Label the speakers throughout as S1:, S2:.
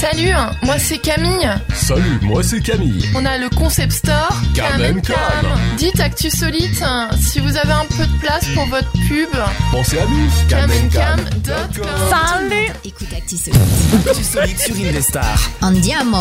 S1: Salut, moi c'est Camille.
S2: Salut, moi c'est Camille.
S1: On a le concept store
S2: Cam and Cam.
S1: Dites Actu Solite hein, si vous avez un peu de place pour votre pub.
S2: Pensez à nous.
S1: camandcam.com.
S3: Salut
S4: Écoute E. Actu Solite.
S5: Tu solides sur Indestar.
S4: Andiamo.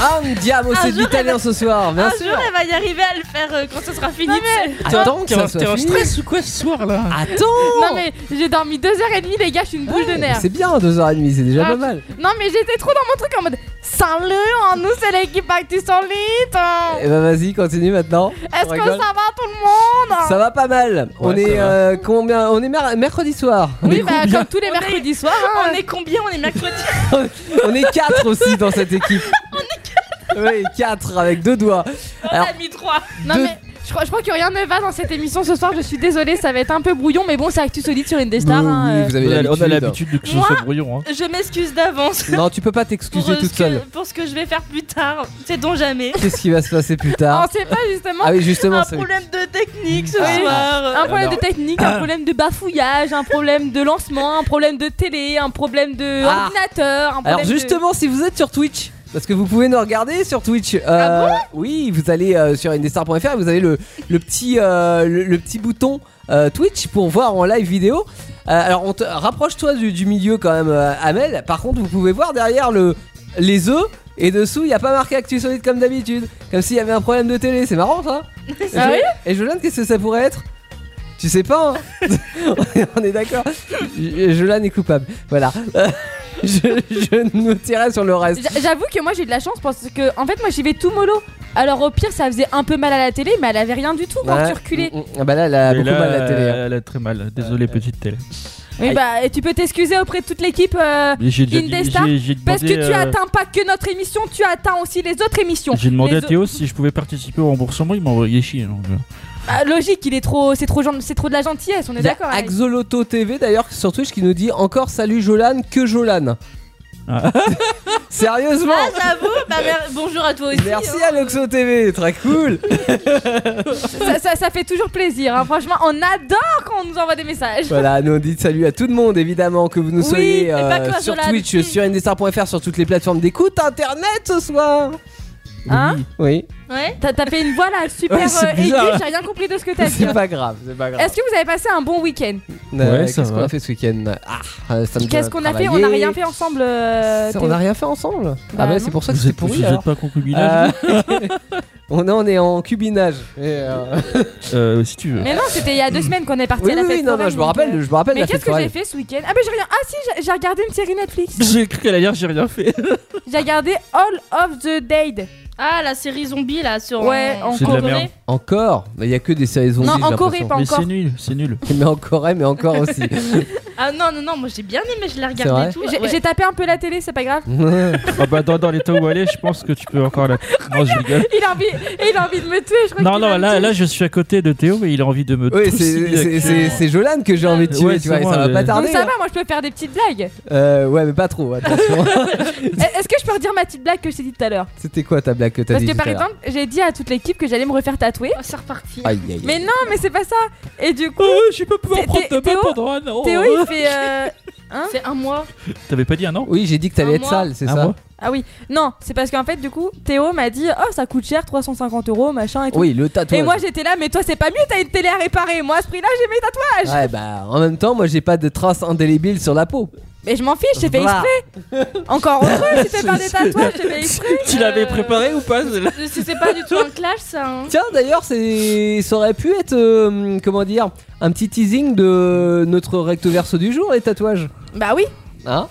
S6: Ah, on diable,
S3: Un
S6: c'est de
S3: jour,
S6: l'italien ce soir, bien
S3: Un
S6: sûr.
S3: jour, elle va y arriver à le faire euh, quand ce sera fini. mais...
S6: Attends que ça soit fini.
S7: ou quoi ce soir là
S6: Attends.
S3: Non mais j'ai dormi 2h30 les gars, je suis une boule de nerfs.
S6: C'est bien, 2h30, c'est déjà
S3: Ah,
S6: pas mal.
S3: Non mais j'étais trop dans mon truc en mode Salut, hein, nous c'est l'équipe Actu Solite. hein.
S6: Et bah vas-y, continue maintenant.
S3: Est-ce
S6: On
S3: que
S6: rigole.
S3: ça va tout le monde
S6: Ça va pas mal. on
S7: ça
S6: est
S7: va.
S6: euh, combien On est mer- mercredi soir.
S3: Oui, bah, comme tous les mercredis soirs. hein.
S8: On est combien On est mercredi
S6: on est 4 aussi dans cette équipe. Oui, 4 avec deux doigts. Alors,
S8: T'as mis 3
S3: Non
S6: deux-
S3: mais je crois, je crois que rien ne va dans cette émission ce soir. Je suis désolée, ça va être un peu brouillon, mais bon, c'est Actu Solide sur Indestar.
S6: Bah Oui,
S3: hein, euh,
S6: vous avez
S7: On a
S6: l'habitude.
S7: l'habitude de que ce
S8: Moi
S7: soit brouillon. Hein.
S8: Je m'excuse d'avance
S6: Non, tu peux pas
S8: pour,
S6: t'excuser
S8: euh, ce
S6: toute seule.
S8: que, pour ce que je vais faire plus tard. C'est donc jamais.
S6: Qu'est-ce qui va se passer plus
S3: On
S6: tard
S3: sait pas justement.
S6: Ah oui, justement,
S8: Un
S6: c'est-
S8: problème de technique ce
S6: Ah.
S3: Un
S8: soir.
S3: problème de technique, un problème de bafouillage, un problème de lancement, un problème de télé, un problème de
S6: Ah.
S3: ordinateur, un problème
S6: Alors
S3: de-
S6: justement, si vous êtes sur Twitch, parce que vous pouvez nous regarder sur Twitch.
S3: Ah
S6: euh, oui, vous allez euh, sur indestar.fr et vous avez le, le petit, euh, le, le petit bouton euh, Twitch pour voir en live vidéo. Euh, alors on te- rapproche-toi du, du milieu quand même, euh, Amel. Par contre, vous pouvez voir derrière le, les œufs. Et dessous, il n'y a pas marqué Actu Solide comme d'habitude. Comme s'il y avait un problème de télé. C'est marrant, ça Et
S3: Ah
S6: Jo-
S3: oui
S6: Et Jolane, qu'est-ce que ça pourrait être Tu sais pas, hein On est d'accord. Jo- Jolane est coupable. Voilà. Euh, je, je nous tirais sur le reste.
S3: J'a- J'avoue que moi j'ai de la chance parce que en fait moi j'y vais tout mollo. Alors au pire ça faisait un peu mal à la télé mais elle avait rien du tout quand
S6: Ouais.
S3: tu reculais.
S6: Mm, mm. Ah bah là, elle a
S7: Et
S6: beaucoup
S7: là,
S6: mal la télé. hein.
S7: Elle a très mal. Désolé, petite télé.
S3: Oui bah et tu peux t'excuser auprès de toute l'équipe euh,
S7: Mais J'ai déjà dit-
S3: Indestar,
S7: j'ai- j'ai demandé,
S3: parce que tu
S7: euh,
S3: atteins pas que notre émission, tu atteins aussi les autres émissions.
S7: J'ai demandé
S3: Les
S7: à Théo si je pouvais participer au remboursement. Il m'a envoyé chier. donc, euh.
S3: Bah, logique, il est trop c'est trop gen- c'est trop de la gentillesse, on est
S6: Il y a
S3: d'accord. Alex.
S6: Axoloto TV d'ailleurs sur Twitch qui nous dit encore salut Jolane que Jolane.
S7: Ah.
S6: Sérieusement
S8: Ah, j'avoue, bah, mer- bonjour à toi aussi. hein.
S6: Merci
S3: hein.
S6: Aloxo TV, très cool.
S3: ça, ça- ça fait toujours plaisir, hein. franchement, on adore quand on nous envoie des messages.
S6: Voilà, nous on dit salut à tout le monde, évidemment, que vous nous
S3: Oui,
S6: soyez
S3: et
S6: euh,
S3: pas que
S6: sur
S3: Jolane.
S6: Twitch, sur ndestar.fr, sur toutes les plateformes d'écoute internet ce soir.
S3: Hein
S6: Oui,
S8: Ouais.
S3: T'as t'as fait une voix là super
S6: Ouais, c'est
S3: euh, aiguë,
S6: bizarre.
S3: j'ai rien compris de ce que t'as dit.
S6: c'est pas grave, c'est pas grave.
S3: Est-ce que vous avez passé un bon week-end
S6: Euh,
S7: Ouais, ça
S6: Qu'est-ce qu'on
S7: va.
S6: a fait ce week-end Ah, euh, samedi,
S3: Qu'est-ce qu'on a fait On n'a
S6: travaillé.
S3: rien fait ensemble. euh,
S6: Ça,
S3: Théo.
S6: on a rien fait ensemble Ah
S3: Bah,
S6: bah
S3: non.
S6: c'est pour ça que
S7: Vous
S6: c'est
S7: êtes, vous
S6: pourri
S7: êtes
S6: alors.
S7: pas concubinage
S6: Euh, on, est- on est en cubinage. Et, euh,
S7: euh, Si tu veux.
S3: Mais non, c'était il y a deux semaines qu'on est parti
S6: Mm. Oui,
S3: à la
S6: oui,
S3: fête.
S6: oui, non, non,
S3: foraine,
S6: je me
S3: donc,
S6: rappelle,
S3: euh,
S6: je me rappelle
S3: Mais
S6: la fête
S3: qu'est-ce que j'ai
S6: foraine.
S3: fait ce week-end Ah bah j'ai rien. Ah si, j'ai- j'ai regardé une série Netflix.
S7: J'ai cru qu'elle allait dire j'ai rien fait.
S3: J'ai regardé All of the Dead.
S8: Ah, la série zombie là sur.
S3: Ouais, en
S7: C'est de la
S3: Corée.
S7: merde.
S6: Encore Mais il y a que des séries zombies.
S3: Non,
S6: j'ai
S3: en Corée,
S6: l'impression.
S3: pas
S7: Mais
S3: encore.
S7: c'est nul, c'est nul.
S6: Mais en Corée, mais encore aussi.
S8: Ah non, non, non, moi j'ai bien aimé, je l'ai
S6: vrai
S8: regardé et tout.
S3: J'ai
S8: Ouais.
S3: j'ai tapé un peu la télé, c'est pas grave.
S7: Ah bah dans, dans l'état où elle est, je pense que tu peux encore la. Non, je rigole.
S3: Il a envie, il a envie de me tuer. Je crois
S7: Non,
S3: qu'il
S7: non,
S3: va me
S7: là,
S3: tuer.
S7: là, je suis à côté de Théo, mais il a envie de me.
S6: oui, c'est-
S7: trucider
S6: c'est- c'est
S7: actuellement.
S6: c'est Jolane que j'ai envie de tuer,
S7: Ouais,
S6: tu vois,
S7: c'est
S6: et ça
S7: moi,
S6: va
S7: mais-
S6: pas
S3: Donc
S6: tarder. hein.
S3: ça va, moi je peux faire des petites blagues.
S6: Euh, ouais, mais pas trop, attention.
S3: Est-ce que je peux redire ma petite blague que je t'ai dit tout à l'heure
S6: C'était quoi ta blague que t'as
S3: Parce
S6: dit
S3: que
S6: tout
S3: par
S6: à l'heure
S3: exemple, j'ai dit à toute l'équipe que j'allais me refaire tatouer.
S8: Oh, c'est reparti.
S6: Aïe, aïe, aïe.
S3: Mais non, mais c'est pas ça. Et du coup,
S7: Oh, je vais pas pouvoir
S3: Thé-
S7: prendre ta main
S3: Théo-
S7: pendant un an.
S3: Théo il fait. euh,
S8: C'est un mois.
S7: T'avais pas dit un an
S6: Oui, j'ai dit que t'allais
S8: Un
S6: être
S8: mois.
S6: sale, c'est
S7: Un
S6: ça
S7: mois.
S3: Ah oui, non, c'est parce qu'en fait, du coup, Théo m'a dit Oh, ça coûte cher, 350 euros, machin et tout.
S6: Oui, le
S3: et
S6: tatouage.
S3: moi j'étais là, mais toi c'est pas mieux, t'as une télé à réparer. Moi à ce prix-là, j'ai mes tatouages.
S6: Ouais, bah en même temps, moi j'ai pas de traces indélébiles sur la peau.
S3: Mais je m'en fiche, j'ai fait
S6: Voilà.
S3: exprès. Encore heureux, si t'es pas des tatouages, j'ai fait exprès.
S7: Tu l'avais préparé ou pas celle-là
S8: Je- C'est pas du tout un clash ça. hein.
S6: Tiens, d'ailleurs, c'est- ça aurait pu être, euh, comment dire, un petit teasing de notre recto verso du jour, les tatouages.
S3: Bah oui,
S6: Hein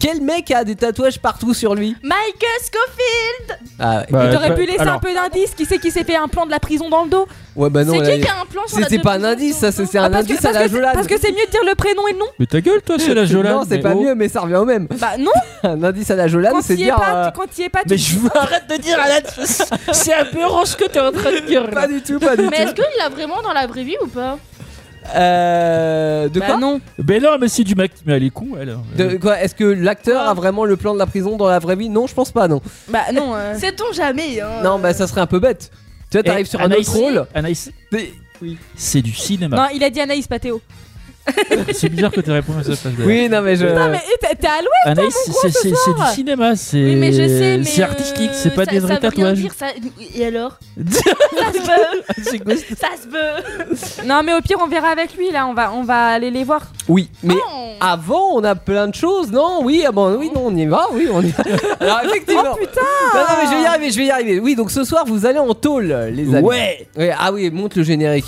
S6: Quel mec a des tatouages partout sur lui
S8: Michael Scofield
S6: Ah,
S7: Bah, Euh,
S3: t'aurais
S7: pas-
S3: pu laisser un
S7: alors.
S3: peu d'indices. Qui c'est qui s'est fait un plan de la prison dans le dos
S6: ouais, bah non,
S8: C'est
S6: là,
S8: qui qui a un plan sur la
S6: c'était pas un
S8: devise
S6: indice, ça, c'est c'est
S3: Ah,
S6: un
S3: parce, que,
S6: indice à
S3: parce
S6: la
S3: que c'est-
S6: Jolane.
S3: parce que c'est mieux de dire le prénom et le nom.
S7: Mais ta gueule, toi, c'est la Jolane.
S6: Non, c'est
S7: mais
S6: pas
S7: oh.
S6: mieux, mais ça revient au même.
S3: Bah non,
S6: Un indice à la Jolane,
S3: quand
S6: c'est
S3: t'y es
S6: dire.
S3: pas,
S6: euh,
S3: tu- quand t'y es pas, tu-
S7: Mais je veux arrête de dire Alan, c'est aberrant ce que t'es en train de dire.
S3: Bah,
S6: Pas du tout, pas du
S8: Mais
S6: tout.
S8: est-ce qu'il l'a vraiment dans la vraie vie ou pas
S6: Euh, de
S3: Bah
S6: quoi
S3: non.
S7: Mais non, mais c'est du mec. Mais elle est con, elle.
S6: De quoi Est-ce que l'acteur a vraiment le plan de la prison dans la vraie vie Non, je pense pas, non.
S3: Bah non. euh.
S8: Sait-on jamais hein
S6: Non, bah ça serait un peu bête.
S9: Eh,
S6: Tu vois, t'arrives sur un autre rôle.
S7: Anaïs,
S6: t'es-
S7: c'est du cinéma.
S3: Non, il a dit Anaïs, pas Théo.
S9: C'est bizarre que tu répondu à cette place. d'ailleurs.
S6: Oui, non, mais je.
S3: Putain, mais eh, t'es t'es à l'ouest
S9: Anaïs,
S3: mon gros,
S9: c'est
S3: ce
S9: c'est- c'est
S3: soir.
S9: du cinéma, c'est
S8: Oui, mais je sais, mais.
S9: c'est
S8: euh,
S9: artistique, c'est pas
S8: ça-
S9: des vrais
S8: ça veut rien
S9: tatouages.
S8: dire, ça- Et alors Ça se peut Ça se peut
S3: Non, mais au pire, on verra avec lui là. On va, on va aller les voir.
S6: Oui, mais
S8: Non.
S6: avant, on a plein de choses, non Oui, ah bon, oui, non, on y va, oui, on y va. Alors, effectivement.
S3: Oh, putain
S6: Non, non, mais je vais y arriver, je vais y arriver. Oui, donc ce soir, vous allez en tôle, les amis.
S7: Ouais
S6: Ouais, ah oui, monte le générique.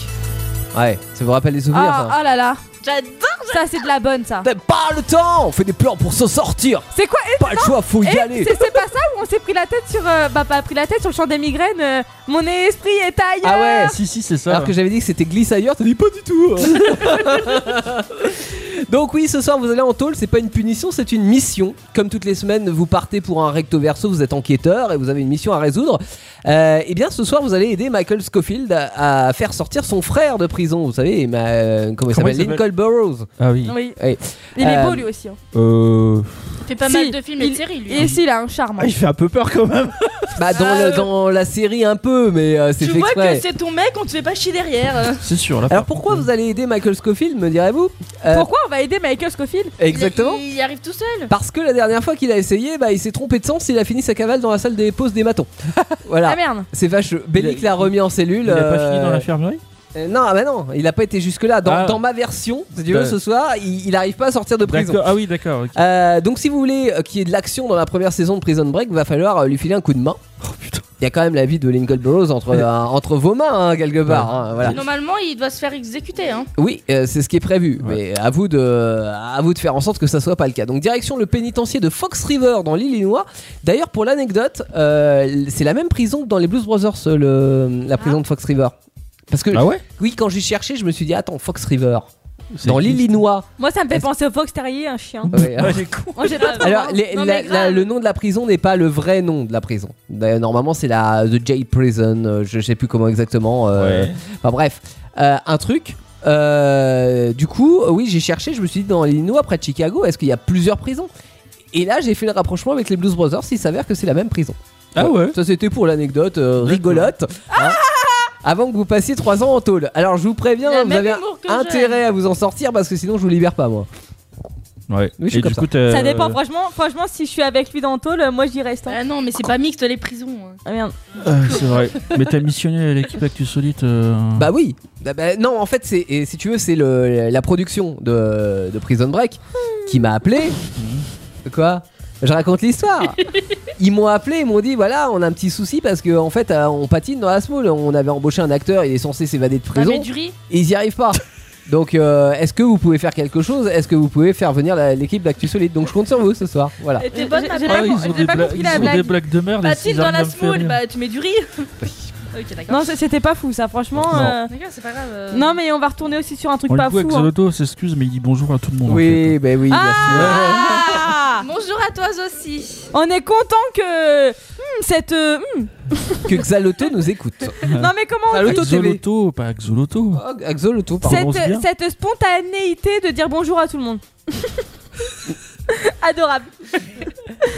S6: Ouais, ça vous rappelle les souvenirs.
S3: Ah,
S6: ça.
S3: oh là là,
S8: J'adore
S3: ça c'est de la bonne ça.
S6: T'as pas le temps, on fait des plans pour s'en sortir.
S3: C'est quoi eh,
S6: Pas le choix, faut y
S3: eh,
S6: aller.
S3: C'est c'est pas ça où on s'est pris la tête sur. euh, bah, pas pris la tête sur le champ des migraines. euh, mon esprit est ailleurs.
S6: Ah ouais,
S9: Si, si, c'est ça.
S6: alors que j'avais dit que c'était glisse ailleurs, t'as dit pas du tout. hein. Donc oui, ce soir vous allez en tôle, c'est pas une punition, c'est une mission. Comme toutes les semaines, vous partez pour un recto verso, vous êtes enquêteur et vous avez une mission à résoudre. Euh, et bien ce soir, vous allez aider Michael Scofield à, à faire sortir son frère de prison, vous savez, ma- euh, comment il
S9: Comment il
S6: s'appelle Lincoln
S9: s'appelle
S6: Burroughs.
S9: Ah oui.
S3: Oui.
S6: Eh,
S3: Il est
S6: euh,
S3: beau lui aussi. hein.
S9: Euh...
S8: Il fait pas
S3: Si,
S8: mal de films et de
S3: il-
S8: séries, lui. hein.
S3: Et si, il a un charme.
S6: Euh,
S9: Ah, il fait un peu peur quand même.
S6: Bah dans,
S8: Ah,
S6: le-
S8: euh.
S6: dans la série un peu, mais euh, c'est
S8: Tu
S6: fait
S8: vois
S6: exprès.
S8: que c'est ton mec, on te fait pas chier derrière. euh.
S9: C'est sûr. Là,
S6: Alors pourquoi vous allez aider Michael Scofield, me direz-vous Euh,
S3: Pourquoi on va aider Michael Scofield
S6: Exactement.
S8: Il, il arrive tout seul.
S6: Parce que la dernière fois qu'il a essayé, bah, il s'est trompé de sens, il a fini sa cavale dans la salle des pauses des matons.
S3: Ah,
S6: voilà.
S3: merde.
S6: C'est vacheux. Bellic
S9: Il a-
S6: l'a remis en cellule.
S9: Il a pas
S6: euh,
S9: fini dans l'infirmerie
S6: euh, Non, ah bah non, il a pas été jusque-là. Dans,
S9: Ah.
S6: dans ma version, si tu veux,
S9: Bah.
S6: ce soir, il, il arrive pas à sortir de prison.
S9: D'accord. Ah oui, d'accord. ok.
S6: Euh, donc, si vous voulez euh, qu'il y ait de l'action dans la première saison de Prison Break, va falloir euh, lui filer un coup de main.
S9: Oh putain.
S6: Il y a quand même la vie de Lincoln Burroughs entre,
S9: Ouais.
S6: euh, entre vos mains, hein, quelque part. hein, voilà.
S8: Normalement, il doit se faire exécuter. Hein.
S6: Oui, euh, c'est ce qui est prévu, mais à vous, de, à vous de faire en sorte que ça soit pas le cas. Donc direction le pénitencier de Fox River dans l'Illinois. D'ailleurs, pour l'anecdote, euh, c'est la même prison que dans les Blues Brothers, euh, le, la prison de Fox River. Parce que
S9: Ah ouais
S6: oui, quand j'ai cherché, je me suis dit attends Fox River
S9: C'est
S6: dans
S9: qui
S6: l'Illinois.
S3: Moi, ça me fait penser au Fox Terrier, un chien.
S6: Ouais,
S9: Ah, j'ai con.
S3: Moi, j'ai pas trop
S6: Alors,
S3: marre.
S6: les-
S3: Non,
S6: la-
S3: mais
S6: la-
S3: grave.
S6: le nom de la prison n'est pas le vrai nom de la prison. D'ailleurs, Normalement, c'est la The J Prison, euh, je sais plus comment exactement. euh,
S9: Ouais.
S6: Enfin bref, Euh, un truc. euh, du coup, euh, oui, j'ai cherché, je me suis dit dans l'Illinois, près de Chicago, est-ce qu'il y a plusieurs prisons Et là, j'ai fait le rapprochement avec les Blues Brothers, il s'avère que c'est la même prison.
S9: Ah ouais
S6: Ça, c'était pour l'anecdote euh, rigolote.
S8: Ah
S6: hein, avant que vous passiez 3 ans en tôle. Alors, je vous préviens,
S8: Il a le
S6: vous
S8: même
S6: avez
S8: humour que
S6: intérêt à vous en sortir parce que sinon, je vous libère pas, moi.
S9: Ouais.
S6: Oui, je suis
S9: Et
S6: comme
S9: du
S6: ça.
S9: coup, t'as-
S3: Ça dépend, franchement, franchement, si je suis avec lui dans le tôle, euh, moi j'y reste. hein.
S8: Ah non, mais c'est pas mixte les prisons. hein.
S3: Ah merde.
S9: Euh, c'est vrai. Mais t'as missionné à l'équipe Actu Solite. euh,
S6: Bah oui. Bah, bah, non, en fait, c'est et si tu veux, c'est le- la production de, de Prison Break qui m'a appelé. Quoi Je raconte l'histoire. Ils m'ont appelé, ils m'ont dit voilà, on a un petit souci parce que en fait, euh, on patine dans la small. On avait embauché un acteur, il est censé s'évader de
S8: Ah,
S6: prison
S8: mais du riz
S6: et ils y arrivent pas. Donc, euh, est-ce que vous pouvez faire quelque chose Est-ce que vous pouvez faire venir la- l'équipe d'Actu Solide Donc, je compte sur vous ce soir. Voilà.
S3: J'ai-
S8: bonne,
S3: j'ai-
S8: ma
S3: j'ai
S9: Ah,
S3: pas
S9: ils
S3: com-
S9: ont,
S3: j'ai
S9: des,
S3: pas
S9: bla-
S3: compris
S9: ils
S3: la
S9: ont des
S3: blague.
S9: blagues de merde.
S6: Bah,
S9: et
S8: Patine
S9: ils
S8: dans
S9: arrivent à
S8: la
S9: me faire
S8: smoule,
S9: rire.
S8: bah tu mets du riz. ok, d'accord.
S3: Non, c'est- c'était pas fou ça, franchement.
S9: Non.
S3: euh,
S8: D'accord, c'est pas grave. euh.
S3: Non, mais on va retourner aussi sur un truc
S9: On
S3: pas
S9: le voit
S3: fou.
S9: que
S3: hein.
S9: Xoloto s'excuse, mais il dit bonjour à tout le monde. en
S6: Oui, ben oui,
S3: Ah
S8: Bonjour à toi aussi.
S3: On est content que hmm, cette euh, hmm.
S6: merci. Que Xaloto nous écoute.
S3: non mais comment on
S6: Hein Salut.
S3: dit
S6: Xoloto
S9: fait.
S6: TV.
S9: Xoloto, pas Xoloto.
S6: Oh, Xaloto, pardon.
S9: Prononce
S3: cette,
S9: bien.
S3: cette spontanéité de dire bonjour à tout le monde. Adorable.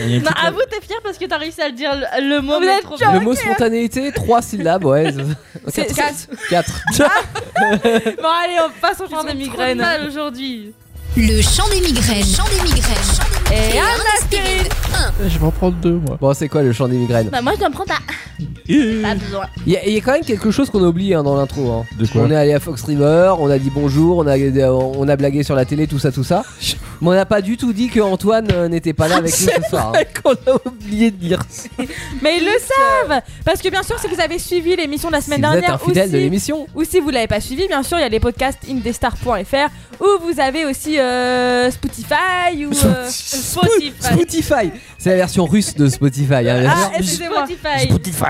S9: Il y a une
S8: Non,
S9: petite-
S8: avoue, t'es fier parce que t'as réussi à le dire le, le mot.
S3: Vous
S8: mais
S3: êtes
S8: trop
S3: genre-
S8: bien.
S6: Le mot spontanéité, trois syllabes, ouais.
S3: C'est- Ah.
S6: 4.
S3: Bon allez, on passe au
S8: Ils
S3: genre des
S8: ont trop
S3: migraines.
S8: de mal aujourd'hui.
S4: Le chant des migraines. Chant des migraines.
S3: Et un
S4: aspirine.
S9: Je vais en prendre deux, moi.
S6: Bon, c'est quoi le chant des migraines
S8: Bah moi je dois me prendre à...
S6: Bah,
S8: Pas besoin.
S6: Il y, a- il y a quand même quelque chose qu'on a oublié hein, dans l'intro. hein.
S9: De quoi
S6: on est allé à Fox River, on a dit bonjour, on a, on a blagué sur la télé, tout ça, tout ça. Mais on n'a pas du tout dit que Antoine euh, n'était pas là avec nous ce soir. hein.
S7: qu'on a oublié de dire
S3: Mais ils le savent Parce que bien sûr, si vous avez suivi l'émission de la
S6: Si
S3: semaine
S6: vous êtes
S3: dernière,
S6: un fidèle
S3: aussi-
S6: de l'émission.
S3: Ou si vous l'avez pas suivi, bien sûr, il y a les podcasts indestar.fr où vous avez aussi euh, Spotify ou euh,
S8: Spotify.
S6: Spotify, c'est la version russe de Spotify. hein, bien sûr.
S3: Ah, excusez-moi.
S8: Spotify.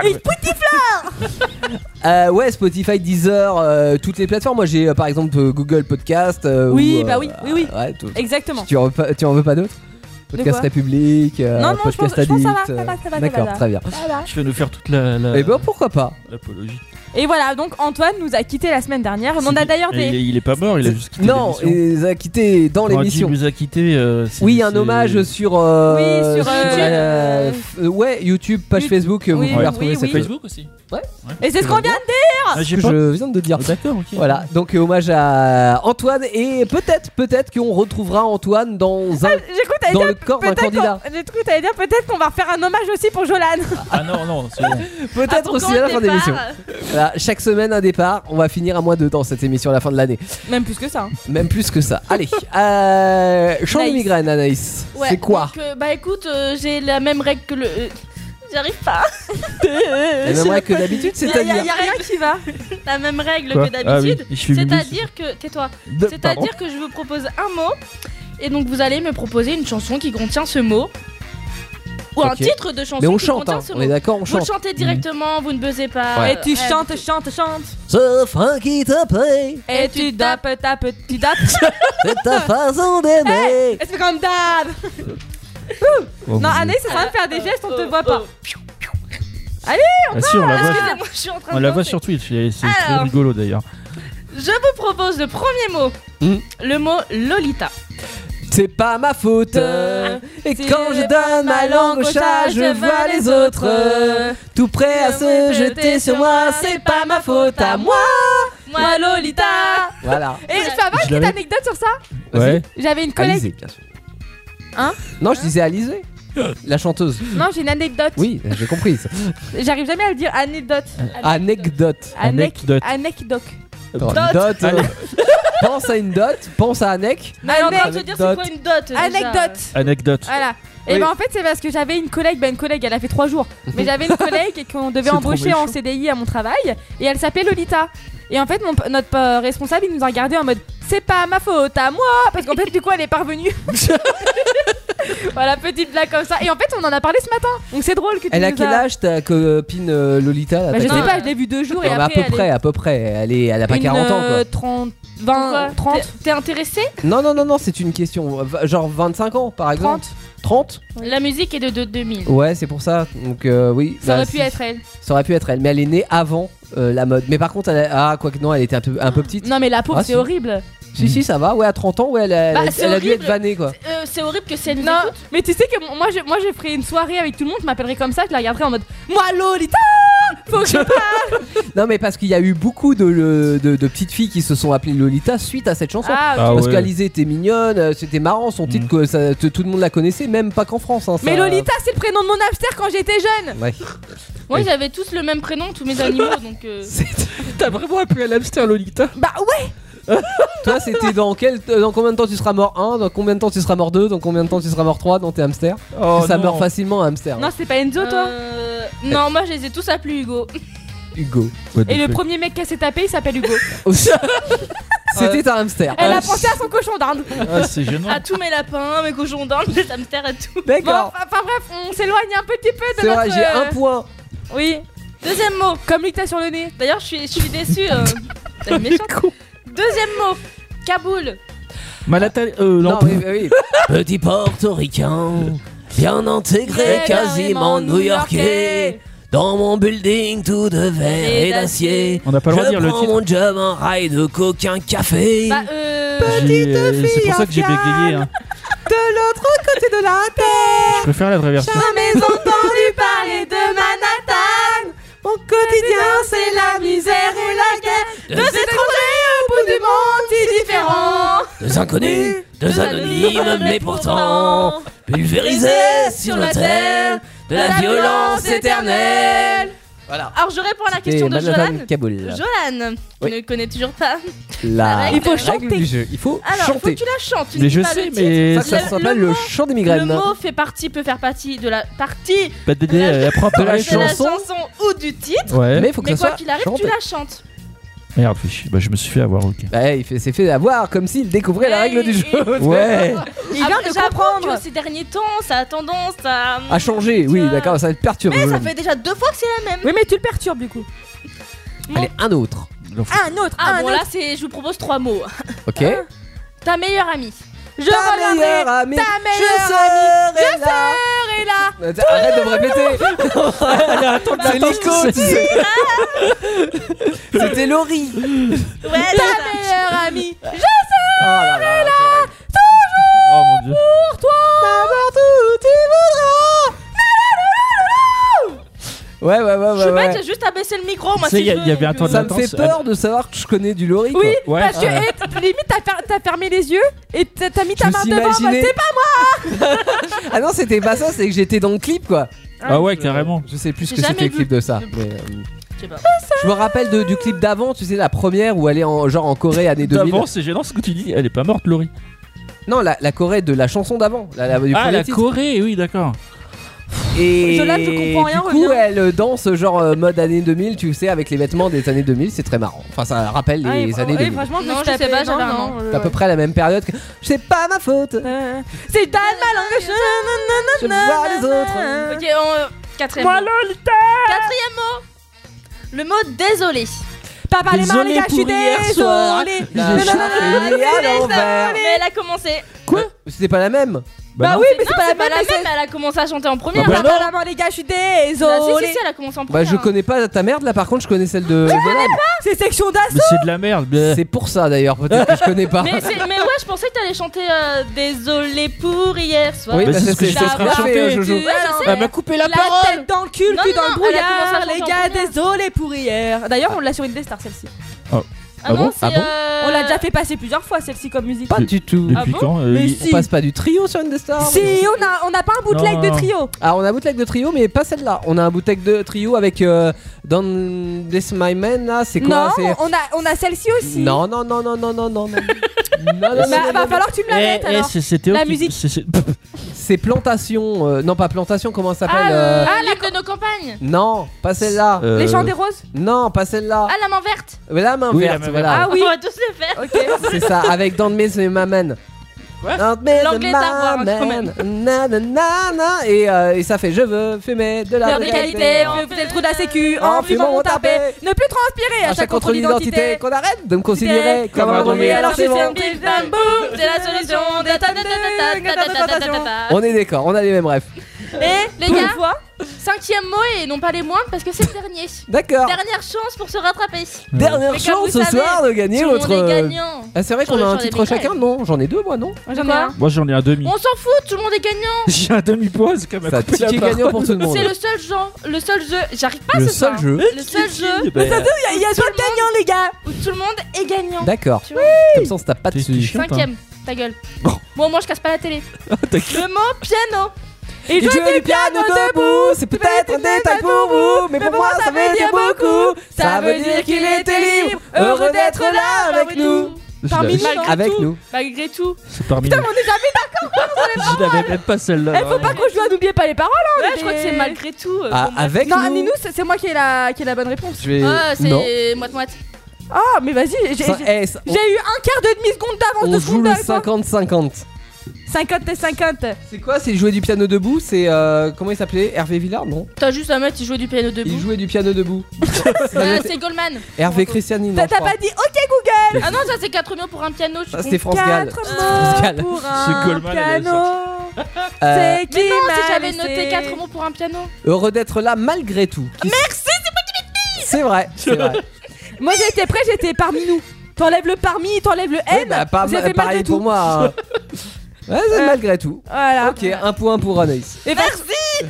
S6: Euh, ouais, Spotify, Deezer, euh, toutes les plateformes. Moi, j'ai euh, par exemple euh, Google Podcast. euh,
S3: Oui,
S6: ou, euh,
S3: bah oui, oui, oui.
S6: ouais, tout-
S3: Exactement.
S6: Tu en veux pas, tu en veux pas d'autres Podcast
S3: quoi
S6: République, euh,
S3: Non, non, je
S6: Podcast
S3: pense- je pense
S6: Addict. euh,
S3: que ça va, ça va, ça va, ça
S6: D'accord,
S3: va.
S6: très bien.
S9: Euh, Tu vas nous faire toute la. la-
S6: Et Eh ben pourquoi pas
S9: L'apologie.
S3: Et voilà, donc Antoine nous a quitté la semaine dernière. On a d'ailleurs
S9: Et Il,
S3: des.
S9: est- il est pas mort, il a juste quitté.
S6: Non,
S9: l'émission.
S6: il a quitté dans
S9: Quand il
S6: l'émission.
S9: nous a euh, quitté.
S6: Oui, un hommage sur. euh,
S3: Oui, sur, euh,
S6: euh, f- ouais, YouTube, page
S3: YouTube.
S6: Facebook, vous
S3: Oui,
S6: pouvez
S3: oui,
S6: la retrouver
S3: oui,
S6: cette
S3: oui.
S7: Facebook aussi.
S3: Et c'est ce qu'on vient de
S9: J'ai
S6: que
S9: pas.
S6: Ah, je viens de te dire.
S9: Ah, D'accord, ok.
S6: Voilà, donc euh, hommage à Antoine et peut-être, peut-être qu'on retrouvera Antoine dans un,
S3: J'ai cru que t'allais
S6: dans
S3: dire.
S6: le corps d'un
S3: peut-être
S6: candidat.
S3: qu'on- j'ai cru que t'allais dire peut-être qu'on va refaire un hommage aussi pour Jolan.
S7: Ah non, non, c'est bon.
S6: Peut-être aussi à la fin de l'émission. Voilà, chaque semaine un départ, on va finir à moins de temps cette émission à la fin de l'année.
S3: Même plus que ça. hein.
S6: Même plus que ça. Allez, euh, chant des
S3: Anaïs.
S6: migraines, Anaïs.
S8: Ouais,
S6: C'est quoi
S8: donc, euh, Bah écoute, euh, j'ai la même règle que le. euh, J'arrive pas.
S6: La même règle que d'habitude,
S8: Il y a- il y a- il
S6: c'est-à-dire.
S8: y a rien
S3: Qui va
S8: La même règle
S9: Quoi
S8: que d'habitude.
S9: Ah oui, je fais bubis.
S8: C'est-à-dire que. Tais-toi.
S9: De- pardon.
S8: C'est-à-dire que je vous propose un mot. Et donc vous allez me proposer une chanson qui contient ce mot. Ou un
S6: Ok.
S8: titre de chanson
S6: Mais on
S8: qui
S6: chante,
S8: contient
S6: hein,
S8: ce
S6: on est
S8: mot.
S6: d'accord, on
S8: Vous le
S6: chante.
S8: chantez directement, vous ne buzzez pas.
S6: Ouais.
S3: Et tu
S8: Euh,
S3: chantes, chantes, chantes.
S6: Ce frein qui te paye,
S3: Et tu tapes, tapes, tu tapes.
S6: c'est ta façon d'aimer.
S3: Et c'est comme d'hab.
S9: Oh,
S3: Non,
S9: mon Dieu.
S3: Anaïs, ça va faire des gestes, on te
S8: oh,
S3: voit pas.
S9: Ah si, on la voit.
S8: Excusez-moi, oh. je suis en
S6: Oh,
S8: train
S9: On
S8: de
S9: la voit
S8: danser.
S9: sur Twitch, et c'est très
S8: Alors.
S9: rigolo d'ailleurs.
S8: Je vous propose le premier mot.
S6: Mhm.
S8: Le mot Lolita.
S6: C'est pas ma faute.
S3: Euh,
S6: Et
S3: c'est
S6: quand je donne ma langue au chat, je vois les autres. Tout prêt à se jeter sur moi, c'est pas ma faute à moi.
S8: Moi, Lolita.
S6: Voilà.
S3: Et tu vas avoir une
S9: Je l'avais.
S3: petite anecdote sur ça
S9: Ouais.
S3: J'avais une collègue.
S6: Alizé, bien sûr.
S3: Hein
S6: Non, je disais Alizé. La chanteuse.
S3: Non, j'ai une anecdote.
S6: Oui, j'ai compris. ça.
S3: J'arrive jamais à le dire. Anecdote.
S6: Anecdote.
S3: Anec-
S9: Anecdote.
S3: Anecdote.
S6: Attends, dot, euh, pense à une dot, pense à un nec.
S8: Mais elle est en train de te
S6: Anecdote.
S8: dire c'est quoi une dot déjà.
S3: Anecdote.
S9: Anecdote.
S3: Voilà. Et
S6: Oui.
S3: ben en fait c'est parce que j'avais une collègue, ben une collègue, elle a fait trois jours, mais j'avais une collègue et qu'on devait
S9: C'est trop
S3: embaucher
S9: méchant.
S3: en CDI à mon travail et elle s'appelait Lolita. Et en fait mon, p- notre euh, responsable il nous a regardé en mode c'est pas ma faute à moi parce qu'en fait du coup elle est parvenue. voilà petite blague comme ça. Et en fait on en a parlé ce matin. Donc c'est drôle que tu
S6: Elle a
S3: nous
S6: quel
S3: as-
S6: âge ta copine euh, Lolita là,
S3: Bah,
S6: ta
S3: Je sais
S8: Non,
S6: copine
S3: pas, je l'ai vue deux jours et
S6: Non, mais à
S3: après
S6: peu
S3: elle
S6: près, à peu près. Elle, est, elle a
S3: est
S6: pas
S3: une,
S6: 40 ans
S3: euh,
S6: quoi.
S3: 30,
S8: Pourquoi
S3: 20, 30,
S8: T'es- T'es intéressé
S6: Non, non, non, non, c'est une question. V- Genre 25 ans par exemple.
S3: 30.
S6: 30
S8: La musique est de, de 2000.
S6: Ouais, c'est pour ça. Donc euh, oui.
S3: Ça aurait
S6: bah,
S3: pu
S6: si-
S3: être elle.
S6: Ça aurait pu être elle, mais elle est née avant euh, la mode. Mais par contre, elle a... ah, quoi que non, elle était un peu, un peu petite.
S3: Non mais la pauvre
S6: Ah,
S3: c'est
S6: si.
S3: horrible.
S6: Si, si, ça va. Ouais, à 30 ans, ouais, elle a,
S8: Bah,
S6: elle a-
S8: c'est
S6: elle a dû
S8: horrible.
S6: être vannée quoi.
S8: Euh, c'est horrible que c'est une
S3: Non, mais tu sais que mon- moi je, moi je ferai une soirée avec tout le monde, je m'appellerai comme ça, je la regarderai en mode Moi Lolita Faut que je parle
S6: Non, mais parce qu'il y a eu beaucoup de, le- de- de petites filles qui se sont appelées Lolita suite à cette chanson.
S3: Ah, ok.
S9: Ah
S6: Parce
S9: ouais.
S6: qu'Alizé était mignonne, euh, c'était marrant son titre,
S9: Mm.
S6: que ça- t- tout le monde la connaissait, même pas qu'en France. hein, ça-
S3: Mais Lolita c'est le prénom de mon hamster quand j'étais jeune
S6: Ouais.
S8: Moi j'avais tous le même prénom, tous mes animaux donc. euh,
S7: T'as vraiment appelé un hamster Lolita
S3: Bah ouais
S6: Toi, c'était dans quel, euh, dans combien de temps tu seras mort 1, dans combien de temps tu seras mort 2, dans combien de temps tu seras mort 3 dans tes hamsters
S7: Oh
S6: Parce que Ça meurt facilement un hamster. hein.
S3: Non c'est pas Enzo toi
S8: euh, Non, moi je les ai tous appelés Hugo.
S6: Hugo.
S3: Et le premier mec qui s'est tapé il s'appelle Hugo
S6: C'était un hamster.
S3: Elle
S9: Ah,
S3: a pensé à son cochon d'Inde
S9: Ah, c'est gênant.
S8: À tous mes lapins, mes cochons d'Inde, mes hamsters, à tout.
S3: Bon
S6: D'accord.
S3: enfin enfin, bref on s'éloigne un petit peu de
S6: C'est
S3: notre...
S6: vrai, j'ai
S3: euh,
S6: un point.
S3: Oui
S8: Deuxième mot.
S3: Comme Lita sur le nez
S8: D'ailleurs, je suis, je suis déçue. euh, t'es méchante. Deuxième mot. Kaboul.
S9: Malatal. Euh,
S6: Non,
S9: non.
S6: oui, oui, oui.
S7: Petit portoricain, bien intégré, quasiment new-yorkais. Dans mon building tout de verre
S8: Et
S7: et d'acier.
S9: On n'a pas le droit de dire le
S7: prends
S9: titre.
S7: mon job, un rail de coquin café.
S8: Bah, euh.
S9: J'ai, euh, C'est pour ça que j'ai bégayé. hein.
S3: De l'autre côté de la terre
S9: Je préfère la vraie version.
S3: Jamais entendu parler de Manhattan Mon quotidien c'est la misère ou la guerre Deux étrangers au bout du monde si différents
S7: Deux inconnus, deux anonymes, mais pourtant pulvérisés sur l'autel de la violence éternelle.
S8: Alors, je réponds à la question
S6: Et
S8: de
S6: Manhattan,
S8: Jolan.
S6: Kaboul.
S8: Jolan,
S6: Oui.
S8: tu ne connais toujours pas.
S6: La
S8: Il faut
S6: règle du jeu. Il faut
S8: Alors, faut que
S6: chanter.
S8: tu la chantes. Tu
S9: Mais
S8: ne
S9: je
S8: dis pas
S9: sais,
S8: le titre.
S6: Ça,
S9: mais ça.
S6: ça
S8: le-
S6: s'appelle
S8: le
S6: le chant des
S8: Le
S6: migraines.
S8: mot fait partie, peut faire partie de la partie
S9: Pas de DD, elle apprend pas
S6: de la
S9: la
S8: de la
S9: chanson.
S8: chanson ou du titre.
S9: Ouais.
S6: Mais il faut que
S8: Mais
S6: ça
S8: quoi
S6: soit.
S8: qu'il arrive,
S6: chanté.
S8: tu la chantes.
S9: Merde, fais chier. Bah, je me suis fait avoir, ok.
S6: Bah, il fait- s'est fait avoir comme s'il découvrait la
S8: Ouais,
S6: règle du
S8: et-
S6: jeu.
S9: Ouais.
S3: Il vient de comprendre
S8: que ces derniers temps, ça a tendance à.
S6: A changé, oui, d'accord, ça va être perturbant.
S8: Mais ça fait déjà deux fois que c'est la même.
S3: Oui mais tu le perturbes du coup
S6: Allez, un autre.
S3: Un autre,
S8: Ah,
S3: un
S8: bon,
S3: autre
S8: là, c'est, je vous propose trois mots.
S6: Ok.
S8: Ta meilleure amie.
S3: Je
S6: Ta
S3: reviendrai
S6: meilleure amie,
S3: Ta
S6: je
S3: meilleure
S6: serai là.
S3: amie est là
S6: Arrête de me répéter C'est Nico tu sais. C'était Laurie Oh
S8: Ouais, c'est ça.
S3: Meilleur ami.
S6: là là
S9: Oh mon dieu.
S3: Ah,
S6: Ouais, ouais, ouais,
S8: Je suis
S6: ouais,
S8: bête,
S6: ouais.
S8: j'ai juste à baisser le micro, moi.
S9: Ah, bah, Tu sais, il
S8: si
S9: y a-
S8: je veux.
S9: il y avait un temps de
S6: Ça me fait
S9: Attends,
S6: peur de savoir que je connais du Laurie
S3: Oui,
S9: Ouais,
S8: euh,
S3: parce que
S9: ouais.
S3: et t- limite t'as fer- t'as fermé les yeux et t'as t'as mis
S6: Je
S3: ta
S6: me
S3: main
S6: suis
S3: devant. bah,
S8: bah,
S3: en mode,
S6: imaginé.
S3: C'est pas
S6: Ah non, c'était pas ça, c'est que j'étais dans le clip quoi.
S9: Ah ouais, carrément.
S6: Je sais plus ce
S8: J'ai
S6: que c'était
S8: jamais
S6: le clip
S8: vu.
S6: de ça.
S8: Je-
S6: mais, euh,
S8: Je sais pas.
S6: je me rappelle de- du clip d'avant, tu sais, la première où elle est en, genre en Corée année 2000.
S9: D'avant, c'est gênant ce que tu dis. Elle est pas morte, Laurie.
S6: Non, la, la Corée de la chanson d'avant. La, la- du
S9: Ah,
S6: premier
S9: la
S6: titre.
S9: Corée, oui, d'accord.
S6: Et
S3: Jolan, je comprends rien,
S6: du coup,
S3: reviens.
S6: elle danse genre euh, mode années 2000, tu sais, avec les vêtements des années 2000, c'est très marrant. Enfin, ça rappelle
S3: Ah,
S6: les
S3: et-
S6: années
S3: ouais,
S6: 2000.
S3: franchement, je me
S8: Non,
S3: suis
S8: je sais
S3: tapé-
S8: pas,
S3: non,
S8: j'avais un
S3: non,
S6: C'est à
S3: euh,
S6: peu près la même période que. C'est pas ma faute,
S3: euh, C'est Dan Malang.
S6: je vois les autres.
S8: Ok, on, euh, quatrième.
S3: Moi,
S8: mot. Quatrième mot. Le mot désolé.
S3: Pas par Bah, les mains, les
S7: Désolé
S3: gars, je suis
S7: pour hier soir.
S3: désolée.
S6: La
S3: Non, non, non,
S6: chatte
S3: non,
S6: est liée
S9: Ah,
S6: à l'envers. Euh,
S8: Mais elle a commencé.
S6: C'était pas la même.
S3: Bah
S9: non.
S3: oui, mais c'est
S8: Non,
S3: pas la
S8: pas
S3: même.
S8: la
S3: mais
S8: même,
S3: c'est-
S8: elle a commencé à chanter en
S3: Pas
S8: première.
S9: Bah
S3: par
S8: là.
S9: non.
S3: la main, les gars, je suis
S8: Ah, si, si,
S3: désolée.
S8: si, elle a commencé en
S6: Bah,
S8: première.
S6: je connais pas ta merde là, par contre, je connaissais celle de Jolan.
S3: C'est section
S9: Mais
S3: d'assaut.
S9: c'est de la merde. Bah, bleh.
S6: C'est pour ça d'ailleurs, peut-être que je connais pas.
S8: Mais, c'est- mais ouais, je pensais que t'allais chanter euh, Désolé pour hier soir.
S6: Oui,
S9: Bah,
S6: bah,
S9: c'est
S6: ça,
S9: ce que
S6: c'est
S9: je
S6: ça
S9: suis en train de
S6: fait,
S9: chanter.
S6: euh, Jojo.
S8: Ouais, je sais.
S7: Elle m'a coupé la,
S3: La
S7: parole
S3: tête dans le cul,
S8: Non,
S3: le cul
S8: non,
S3: dans le
S8: non, elle a commencé à
S3: brouillard,
S8: chanter
S3: les
S8: en
S3: gars,
S8: première.
S3: désolé pour hier. D'ailleurs, on l'a sur une des stars celle-ci.
S8: Ah
S9: bon
S8: non, c'est.
S6: Ah bon
S8: euh,
S3: On l'a déjà fait passer plusieurs fois celle-ci comme musique.
S6: Pas du tout.
S9: Depuis
S8: bon
S9: quand euh,
S3: Ah, Mais
S9: il-
S6: On
S3: si,
S6: passe pas du trio sur Indestar
S3: si, on a, on a pas un bootleg
S9: Non.
S3: de trio.
S6: Ah, on a un bootleg de trio, mais pas celle-là. On a un bootleg de trio avec euh, Don't This My Man là, c'est
S3: Non,
S6: quoi c'est-
S3: on a, on a celle-ci aussi.
S6: Non, non, non, non, non, non, non, non. Non, non,
S3: Bah,
S6: non,
S3: va
S6: non, non.
S3: falloir que tu me la
S9: Eh,
S3: mettes
S9: eh,
S3: alors.
S9: c'est- c'était
S3: La
S9: ok.
S3: musique.
S9: C'est- c'est-
S6: C'est Plantation. euh, non, pas Plantation, comment ça s'appelle
S8: Ah,
S6: euh,
S8: euh, l'une de nos campagnes.
S6: Non, pas celle-là.
S9: Euh,
S3: Les chants des roses
S6: Non, pas celle-là.
S8: Ah, la main verte.
S6: Mais la main
S9: Oui, la
S6: verte,
S9: main
S6: voilà.
S3: oui.
S8: Ah
S3: Oh,
S8: oui. On va tous le faire.
S3: Ok.
S6: C'est ça, avec Don't Miss My Man.
S9: Ouais.
S6: Don't miss my
S8: L'anglais est à voir, hein, quand
S6: man. Na, na, na, na. Et, euh, et ça fait Je veux fumer de la
S3: Faire des qualités, on fait le trou de la sécu, en fumant mon tapé. Ne plus transpirer
S6: À chaque contrôle d'identité, qu'on arrête de me considérer
S3: Identité.
S6: comme un
S3: Oui,
S6: drogué, alors c'est bon.
S8: bim bam boum. C'est la solution. Da, da, da, da, da, da, da, da, da, da, da, da.
S6: On est d'accord, on a les mêmes rêves.
S8: Et les
S3: Pour une
S8: gars,
S3: fois,
S8: cinquième mot et non pas les moindres parce que c'est le dernier.
S6: D'accord.
S8: Dernière chance pour se rattraper.
S6: Dernière
S8: Mais comme
S6: chance
S8: vous
S6: ce soir de
S8: Tout
S6: gagner
S8: le
S6: votre.
S8: monde est gagnant.
S6: Ah, c'est vrai
S8: Sur
S6: qu'on
S8: le
S6: a un
S8: champ des
S6: titre
S8: médailles.
S6: chacun, non J'en ai deux, moi, non
S3: j'en ai
S8: Quoi
S3: un.
S9: Moi j'en ai un demi.
S3: Oh.
S8: On s'en fout, tout le monde est gagnant.
S9: J'ai un demi point, c'est quand même
S6: C'est un ticket gagnant pour tout le monde.
S8: C'est le seul jeu, le seul jeu. J'arrive pas
S6: Le
S8: ce soir.
S6: seul jeu.
S8: Le seul jeu
S3: Il y a- il y a soit gagnant, les gars.
S8: où tout le monde est gagnant.
S6: D'accord.
S8: Tu vois.
S6: Comme ça, on se tape pas
S9: T'es-
S6: dessus.
S9: t'es chiant, toi.
S8: Cinquième, ta gueule. Bon, moi je casse pas la télé. Le mot piano.
S3: Et
S6: Il joue du piano debout, c'est peut-être un détail pour vous, mais pour moi ça veut dire beaucoup. Ça veut dire qu'il était libre, heureux d'être là avec nous.
S3: Parmi nous, non
S6: Avec nous.
S8: Malgré tout.
S9: C'est parmi nous. Je l'avais même pas celle-là.
S3: Eh, faut pas qu'on joue à n'oubliez pas les paroles. hein,
S8: Ouais,
S3: mais-
S8: je crois que c'est malgré tout. euh,
S6: Ah,
S8: bon, bref.
S6: avec
S3: Non,
S6: nous.
S3: Aminou, c'est c'est moi qui ai la, qui ai la bonne réponse.
S6: Je vais.
S8: Ah,
S6: non.
S8: c'est moite-moite.
S3: Ah, mais vas-y, j'ai-
S6: Ça-
S3: j'ai
S6: eh, ça- on-
S3: j'ai eu un quart de demi-seconde d'avance
S6: on
S3: de
S6: joue
S3: seconde
S6: le
S3: d'avance, hein.
S6: 50-50.
S3: 50 et 50.
S6: C'est quoi C'est jouer du piano debout C'est. euh, comment il s'appelait Hervé Villard Non.
S8: T'as juste un mec qui jouait du piano
S6: Il
S8: debout.
S6: jouait du piano debout.
S8: Ah, c'est Goldman.
S6: Hervé Christiani, non
S3: T'as
S6: je
S3: t'as
S6: crois.
S3: pas dit OK Google
S8: Ah non, ça c'est 4 millions pour un piano. je
S6: Ça,
S8: suis
S6: c'était France Gall.
S3: Quatre
S6: France Gall.
S3: mots pour
S9: C'est
S3: un
S9: Goldman, elle est
S3: piano.
S6: Euh,
S3: C'est qui
S8: Mais non, si
S3: m'a
S8: j'avais
S3: laissé
S8: noté 4 mots pour un piano.
S6: Heureux d'être là malgré tout. Merci, c'est pas du C'est vrai, c'est vrai.
S3: Moi j'étais prêt, j'étais parmi nous. T'enlèves le parmi, t'enlèves le
S6: Ouais,
S3: N.
S6: bah,
S3: Eh
S6: pas-
S3: ben, vous avez fait mal
S6: pareil
S3: de tout.
S6: pour moi. hein. Ouais, c'est
S3: Euh, ah,
S6: malgré tout.
S3: Voilà.
S6: Ok, un point pour Anaïs.
S3: Et Merci.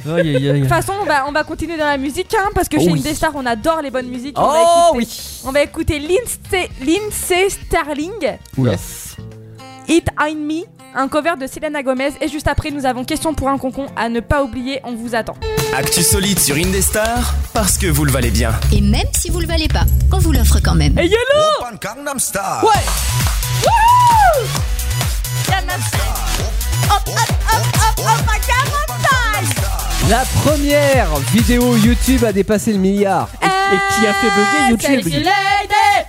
S3: De
S9: Aïe, aïe, aïe.
S3: toute façon, on va, on va continuer dans la musique hein, parce que chez
S6: Oh oui.
S3: Indestar, on adore les bonnes musiques. on va
S6: Oh
S3: écouter-
S6: oui
S3: On va écouter Lindsay, Lindsay Starling,
S9: Oula.
S6: Yes.
S3: It Ain't Me, un cover de Selena Gomez. Et juste après, nous avons Question pour un concon à ne pas oublier, on vous attend.
S5: Actu solide sur Indestar, parce que vous le valez bien.
S4: Et même si vous le valez pas, on vous l'offre quand même.
S3: Et YOLO
S6: La première vidéo YouTube a dépassé le milliard.
S9: Et qui a fait bugger
S3: Euh, Sexy
S9: YouTube
S3: lady,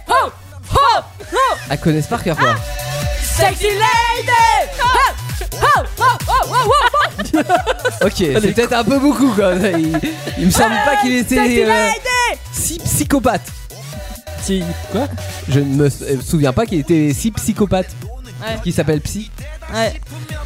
S3: ho, ho,
S6: Elle connaissent par cœur, quoi.
S3: sexy lady, ho, ho, ho, ho, ho, ho.
S6: Ok, c'est peut-être un peu beaucoup, quoi. Il, il me semble pas qu'il était euh, si psychopathe.
S9: Si, Quoi
S6: Je ne me s- euh, souviens pas qu'il était si psychopathe. Parce qu'il s'appelle Psy.
S3: Ouais.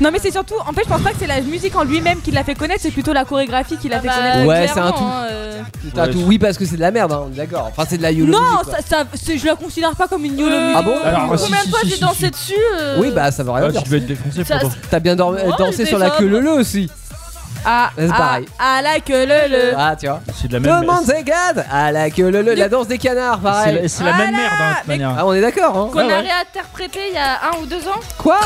S3: Non mais c'est surtout, en fait je pense pas que c'est la musique en lui-même qui l'a fait connaître, c'est plutôt la chorégraphie
S8: Ah,
S3: qui l'a
S8: bah,
S3: fait connaître.
S6: Ouais, c'est un
S8: hein,
S6: tout.
S8: euh.
S9: Ouais,
S6: Attends, oui, parce que c'est de la merde, hein, on est d'accord. Enfin, c'est de la YOLO.
S3: Non,
S6: music, quoi.
S3: ça, ça- c'est- je la considère pas comme une yolo
S8: Euh,
S3: music.
S6: Ah bon
S9: Alors,
S8: Combien
S9: si, si,
S8: de fois
S9: si,
S8: j'ai
S9: si,
S8: dansé
S9: si.
S8: dessus euh,
S6: Oui, bah ça veut rien
S9: Ah,
S6: dire.
S9: tu devais être défoncé,
S8: Ça-
S9: Frodo.
S6: T'as bien dormi- euh,
S8: Oh,
S6: dansé
S8: il
S6: sur la
S8: était
S6: queue le le aussi.
S3: Ah,
S6: C'est pareil.
S3: ah, ah, la queue le le.
S6: Ah, tu vois.
S9: C'est de la
S6: Tout
S9: même
S6: le monde s'égade à la queue le le. La danse des canards,
S9: C'est
S6: pareil.
S9: la, c'est la
S3: Voilà,
S9: même merde, hein, de toute
S3: mais-
S9: manière.
S6: Ah, on est d'accord, hein.
S8: Qu'on
S9: Ah ouais.
S8: a réinterprété il y a un ou deux ans
S6: Quoi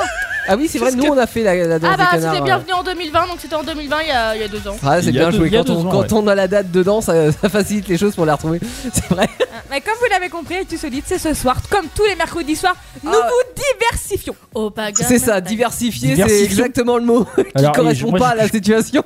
S6: Ah oui, c'est vrai, nous on a fait la, la danse
S8: Ah bah
S6: des canards. euh.
S8: c'était
S6: ouais.
S8: bienvenu en 2020 donc c'était en 2020 il y a, il y a deux ans.
S6: Ah, c'est
S9: Il y a
S6: bien
S9: deux-
S6: joué.
S9: il y a
S6: Quand, on,
S9: deux ans,
S6: quand on a la date dedans, ça, ça facilite les choses pour la retrouver. C'est vrai.
S3: Mais comme vous l'avez compris, avec tout solide, c'est ce soir, comme tous les mercredis soirs, nous
S6: Ah.
S3: vous diversifions.
S8: Oh
S3: Ah,
S8: paga.
S6: C'est ça, diversifier, c'est
S9: Diversifions.
S6: exactement le mot qui
S9: Alors, et
S6: correspond
S9: je- moi,
S6: pas
S9: je-
S6: à la situation.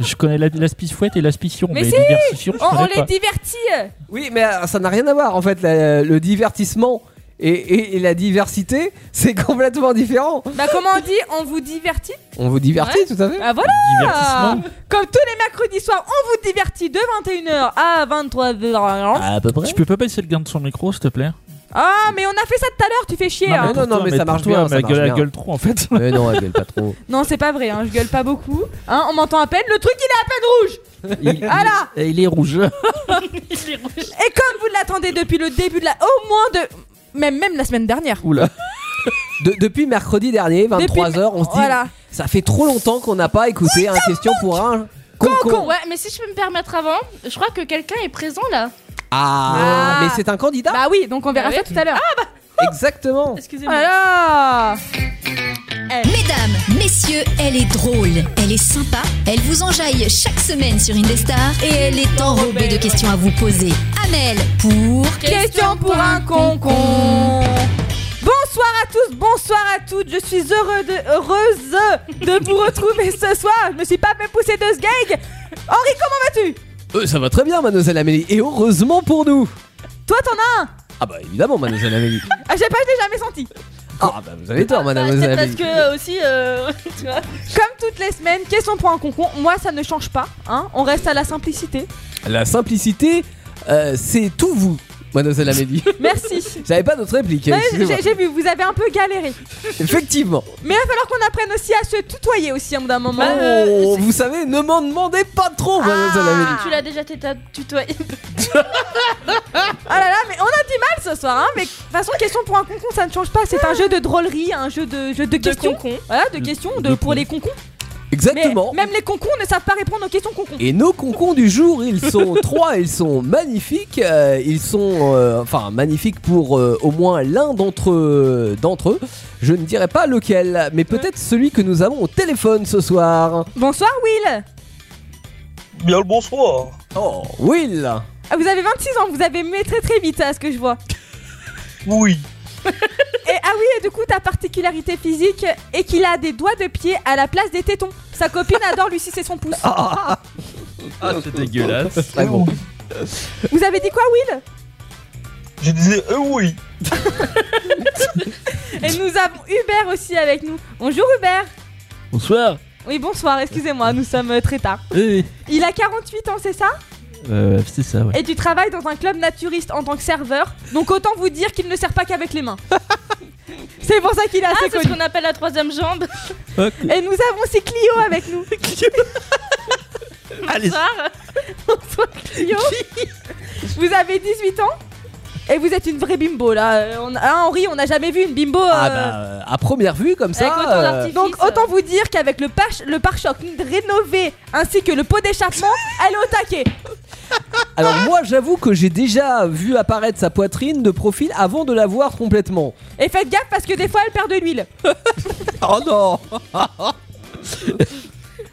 S9: Je connais la- l'aspice fouette et l'aspicion,
S3: Mais
S9: mais,
S3: si
S9: diversifiant, je
S3: On, on
S9: connais
S3: les
S9: pas.
S3: divertit.
S6: Oui, mais euh, ça n'a rien à voir en fait. la- le divertissement et, et- et la diversité, c'est complètement différent.
S3: Bah comment on dit On vous divertit.
S6: On vous divertit tout à fait.
S3: Ah voilà
S6: hein.
S9: Divertissement.
S3: Comme tous les mercredis soirs, on vous divertit de 21h à 23h.
S7: À peu près.
S9: Tu peux pas baisser le gain de son micro, s'il te plaît
S3: Ah, mais on a fait ça tout à l'heure, tu fais chier.
S6: Non,
S3: hein.
S6: mais-
S9: pour toi,
S6: mais ça
S9: pour
S6: marche
S9: toi,
S6: bien,
S9: mais
S6: ça
S9: la
S6: marche
S9: gueule, la
S6: bien.
S9: gueule trop, en fait.
S6: Mais non, elle gueule pas trop.
S3: Non, c'est pas vrai, hein, je gueule pas beaucoup. Hein, on m'entend à peine, le truc il est à peine rouge.
S7: Il,
S3: Ah là
S7: il- il est rouge.
S3: Et comme vous l'attendez depuis le début de la. Au moins de. Même, même la semaine dernière.
S9: Oula.
S6: De- depuis mercredi dernier, 23h, on se dit
S3: Voilà.
S6: ça fait trop longtemps qu'on n'a pas écouté un question pour un concours.
S8: Ouais mais si je peux me permettre avant, je crois que quelqu'un est présent là.
S6: Ah,
S3: Ah.
S6: mais c'est un candidat
S3: Bah oh. oui, donc on verra
S8: Ah
S3: ça tout à l'heure. Ah,
S6: Exactement.
S8: Excusez-moi.
S3: Voilà
S4: Mesdames, messieurs, elle est drôle, elle est sympa, elle vous enjaille chaque semaine sur Indestar et elle est enrobée de questions à vous poser. Amel pour
S3: Question pour un concon. Bonsoir à tous, bonsoir à toutes. Je suis heureux de, heureuse de vous retrouver ce soir. Je me suis pas fait pousser deux gags. Henri, comment vas-tu
S6: Euh, ça va très bien, mademoiselle Amélie. Et heureusement pour nous.
S3: Toi, t'en as un
S6: Ah bah évidemment, mademoiselle Amélie.
S3: Ah, j'ai pas, je l'ai jamais senti.
S6: Ah bah vous avez tort, mademoiselle
S8: C'est parce
S6: Amélie.
S8: que euh, aussi euh, tu vois.
S3: Comme toutes les semaines, question pour un concon. Moi, ça ne change pas. Hein On reste à la simplicité.
S6: La simplicité, euh, c'est tout vous, mademoiselle Amélie.
S3: Merci.
S6: J'avais pas d'autre réplique.
S3: Non, mais
S6: excusez-moi.
S3: J'ai j'ai vu, vous avez un peu galéré.
S6: Effectivement.
S3: Mais il va falloir qu'on apprenne aussi à se tutoyer aussi à un moment.
S6: Oh, vous savez, ne m'en demandez pas trop, mademoiselle Amélie.
S8: Tu l'as déjà téta- tutoyé.
S3: Ah là là, mais on a du mal ce soir, hein. Mais de toute façon, question pour un concon, ça ne change pas. C'est un jeu de drôlerie, un jeu de jeu de questions.
S8: concon.
S3: Voilà, de questions de,
S9: de
S3: pour les concons. Mais
S6: Exactement.
S3: même les concons ne savent pas répondre aux questions concons.
S6: Et nos concons du jour, ils sont trois, ils sont magnifiques, euh, ils sont euh, enfin magnifiques pour euh, au moins l'un d'entre eux, d'entre eux. Je ne dirais pas lequel, mais peut-être celui que nous avons au téléphone ce soir.
S3: Bonsoir Will.
S10: Bien le bonsoir.
S6: Oh, Will.
S3: Ah, Vous avez 26 ans, vous avez mué très très vite à ce que je vois.
S10: Oui.
S3: Et ah oui, et du coup, ta particularité physique est qu'il a des doigts de pied à la place des tétons. Sa copine adore lui sucer son pouce.
S9: Ah, c'est dégueulasse.
S6: Ah bon.
S3: Vous avez dit quoi Will
S10: Je disais euh, oui.
S3: Et nous avons Hubert aussi avec nous. Bonjour Hubert.
S7: Bonsoir.
S3: Oui, bonsoir, excusez-moi, nous sommes euh, très tard.
S7: Eh,
S3: Il a 48 ans, c'est ça
S7: euh, c'est ça, ouais.
S3: Et tu travailles dans un club naturiste en tant que serveur, donc autant vous dire qu'il ne sert pas qu'avec les mains. C'est pour ça qu'il est
S8: Ah
S3: assez
S8: c'est ce
S3: connu.
S8: qu'on appelle la troisième jambe.
S9: Euh,
S3: Et nous avons aussi Clio avec nous.
S7: Allez,
S8: Bonsoir.
S3: Clio, vous avez 18 ans et vous êtes une vraie bimbo là. Euh, On, hein, Henri, on n'a jamais vu une bimbo.
S6: Ah
S3: euh,
S6: bah euh, à première vue comme
S8: Avec
S6: ça.
S8: autant
S6: euh,
S8: d'artifices.
S3: Donc autant vous dire qu'avec le, pare- le pare-choc rénové ainsi que le pot d'échappement, elle est au taquet.
S6: alors moi j'avoue que j'ai déjà vu apparaître sa poitrine de profil avant de la voir complètement.
S3: Et faites gaffe parce que des fois elle perd de l'huile.
S6: Oh non.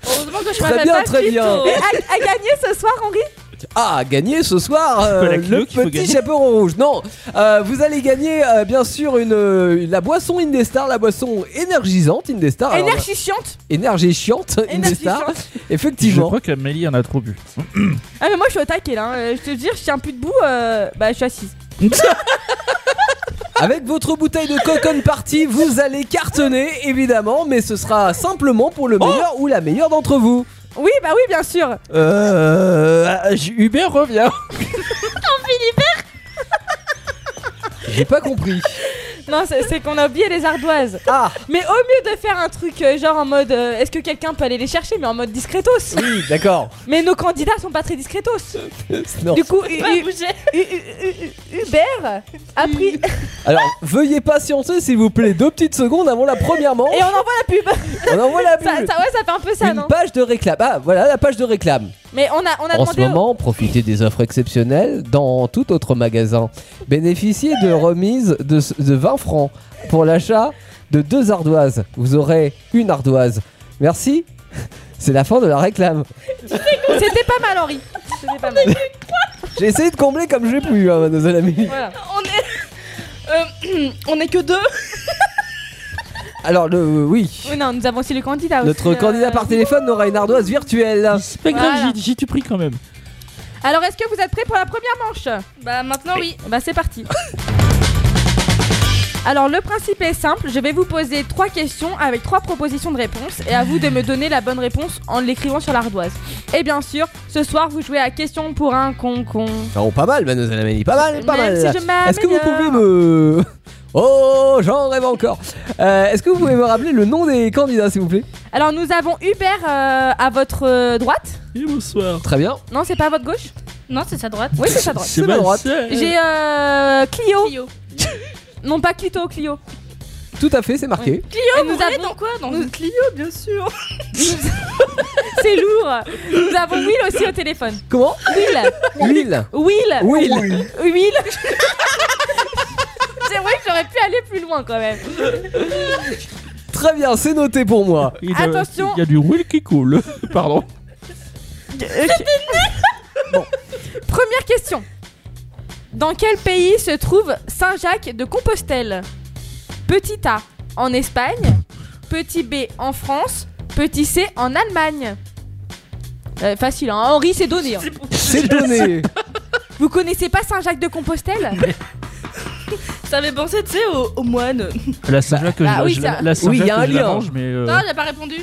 S8: Heureusement que je
S6: Très
S8: m'appelle
S6: bien,
S8: pas
S6: très
S3: Et
S8: Clito.
S3: à, à gagner ce soir, Henri
S6: Ah, gagner ce soir euh,
S9: pas la Clio
S6: le
S9: qu'il faut
S6: petit
S9: gagner.
S6: chaperon rouge. Non, euh, vous allez gagner euh, bien sûr une euh, la boisson Indestar, la boisson énergisante Indestar, Ah, alors,
S3: Énergie chiante.
S6: énergichante
S3: Énergie
S6: Indestar.
S3: chiante.
S9: Je
S6: Effectivement.
S9: crois qu'Amélie en a trop bu.
S3: Ah mais moi je suis au taquet là. hein. Euh, Je te dis, je tiens plus debout. euh, Bah je suis assise.
S6: Avec votre bouteille de Cocon Party, vous allez cartonner évidemment, mais ce sera simplement pour
S9: Oh.
S6: le meilleur ou la meilleure d'entre vous.
S3: Oui, bah oui, bien sûr.
S9: ah,
S7: euh, Hubert revient.
S6: J'ai pas compris.
S3: Non, c'est c'est qu'on a oublié les ardoises.
S6: Ah.
S3: Mais au mieux de faire un truc euh, genre en mode euh, est-ce que quelqu'un peut aller les chercher, mais en mode discretos.
S6: Oui, d'accord.
S3: Mais nos candidats sont pas très discretos.
S6: Non.
S3: Du coup, U- U- U- U- U- Hubert a pris.
S6: Alors, veuillez patienter, s'il vous plaît, deux petites secondes avant la première manche.
S3: Et on envoie la pub.
S6: On envoie la pub.
S3: Ça, ça- ouais, ça fait un peu ça,
S6: Une
S3: non
S6: page de réclame. Ah, voilà la page de réclame.
S3: Mais on a, on a
S6: En ce
S3: demandé. au-
S6: moment, profitez des offres exceptionnelles dans tout autre magasin. Bénéficiez de remises de, de 20 francs pour l'achat de deux ardoises. Vous aurez une ardoise. Merci. C'est la fin de la réclame.
S3: C'était pas mal, Henri. C'était pas mal.
S6: J'ai essayé de combler comme j'ai pu, hein, mademoiselle Amélie.
S3: Voilà.
S8: On est. Euh, on est que deux.
S6: Alors, le, oui.
S3: Oui, non, nous avons aussi le candidat. aussi,
S6: Notre
S3: euh,
S6: candidat par téléphone aura une ardoise virtuelle.
S9: Pas grave,
S3: Voilà.
S9: j'y- j'y tu pris quand même.
S3: Alors, est-ce que vous êtes prêts pour la première manche
S8: Bah maintenant oui.
S3: Bah, c'est parti. Alors, le principe est simple. Je vais vous poser trois questions avec trois propositions de réponse et à vous de me donner la bonne réponse en l'écrivant sur l'ardoise. Et bien sûr, ce soir, vous jouez à question pour un con-con.
S6: Oh, pas mal, mademoiselle Amélie. Pas mal, pas
S3: Même
S6: mal.
S3: si je m'améliore.
S6: Est-ce que vous pouvez me. Oh, j'en rêve encore. Euh, Est-ce que vous pouvez me rappeler le nom des candidats, s'il vous plaît
S3: Alors, nous avons Hubert euh, à votre euh, droite.
S9: Et bonsoir.
S6: Très bien.
S3: Non, c'est pas à votre gauche
S8: Non, c'est sa droite.
S3: Oui, c'est sa droite.
S6: C'est ma droite.
S3: J'ai euh, Clio.
S8: Clio.
S3: Non, pas Clito, Clio.
S6: Tout à fait, c'est marqué.
S3: Et nous
S8: Vous
S3: avons
S8: dans quoi Dans
S3: Nous-
S8: une Clio, bien sûr.
S3: C'est lourd. Nous avons Will aussi au téléphone.
S6: Comment
S3: Will.
S6: Will.
S3: Will.
S6: Will.
S3: Will. C'est vrai que j'aurais pu aller plus loin quand même.
S6: Très bien, c'est noté pour moi.
S9: Il y a-
S3: Attention.
S9: Il y a du will qui coule. Pardon.
S3: Première question. Dans quel pays se trouve Saint-Jacques de Compostelle Petit A en Espagne, petit B en France, petit C en Allemagne. Euh, facile, hein Henri c'est donné. hein.
S6: C'est donné.
S3: Vous connaissez pas Saint-Jacques de Compostelle
S8: Ça fait penser, tu sais, aux au moines.
S6: Euh.
S9: La Saint-Jacques, que
S3: bah
S9: je-
S3: oui,
S9: je
S3: ça-
S9: la- la
S6: Oui, il y a
S9: Saint-Jacques,
S6: un
S9: je la
S6: lien.
S9: mange, mais. euh,
S8: Non, j'ai pas répondu.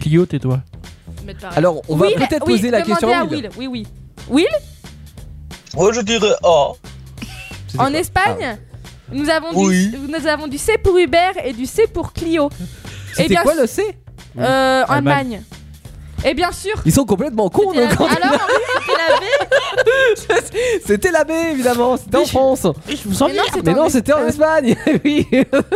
S9: Clio, tais-toi.
S8: Mais t'as
S6: Alors, on va
S3: Will-
S6: peut-être
S3: oui,
S6: poser la question
S3: demandez
S6: à
S3: à
S6: Will.
S3: Will. Oui, oui.
S10: Moi, je dirais A.
S6: C'était
S3: En
S6: quoi Ah.
S3: Espagne, nous avons,
S10: Oui.
S3: du, nous avons du C pour Hubert et du C pour Clio. Et
S6: C'était
S3: Eh bien
S6: quoi
S3: sûr-
S6: le C
S3: Euh, en
S9: Allemagne.
S3: Allemagne. Et bien sûr.
S6: Ils sont complètement cons,
S3: c'était la-
S6: nos candidats.
S3: Alors, c'était la B.
S6: C'était la B, évidemment. C'était en France.
S9: Je vous sens
S3: Mais non, c'était
S6: Mais
S3: en, euh,
S6: non, c'était en Espagne. Oui.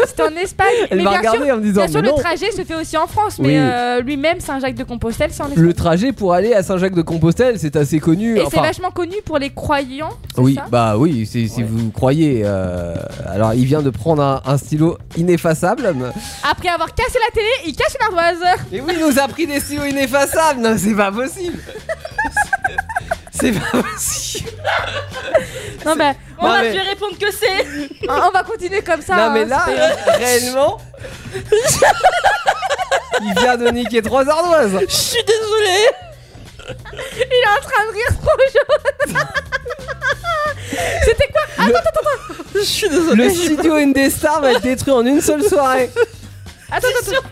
S3: c'était en Espagne.
S6: Elle
S3: mais
S6: m'a
S3: bien sûr,
S6: regardé en me disant.
S3: bien sûr,
S6: mais
S3: le
S6: non.
S3: trajet se fait aussi en France.
S6: Oui.
S3: Mais euh, lui-même, Saint-Jacques-de-Compostelle, c'est en Espagne.
S6: Le trajet pour aller à Saint-Jacques-de-Compostelle, c'est assez connu.
S3: Et c'est
S6: enfin,
S3: vachement connu pour les croyants. c'est
S6: oui,
S3: ça
S6: bah oui, si, si
S9: Ouais.
S6: vous croyez. euh, alors, il vient de prendre un, un stylo ineffaçable. mais-
S3: Après avoir cassé la télé, il casse une ardoise.
S6: Mais oui, il nous a pris des stylos ineffaçables. Non, c'est pas possible. C'est pas possible.
S3: Non, bah,
S8: On
S6: Non,
S8: va
S6: mais-
S8: je vais répondre que c'est.
S3: on va continuer comme ça.
S6: non, mais
S3: hein,
S6: là,
S3: c'était-
S6: euh, réellement. il vient de niquer trois ardoises.
S8: Je suis désolée.
S3: Il est en train de rire trop jaune. C'était quoi
S8: Je suis désolée.
S6: Le studio Indestar va être détruit en une seule soirée.
S3: Attends, attends, attends.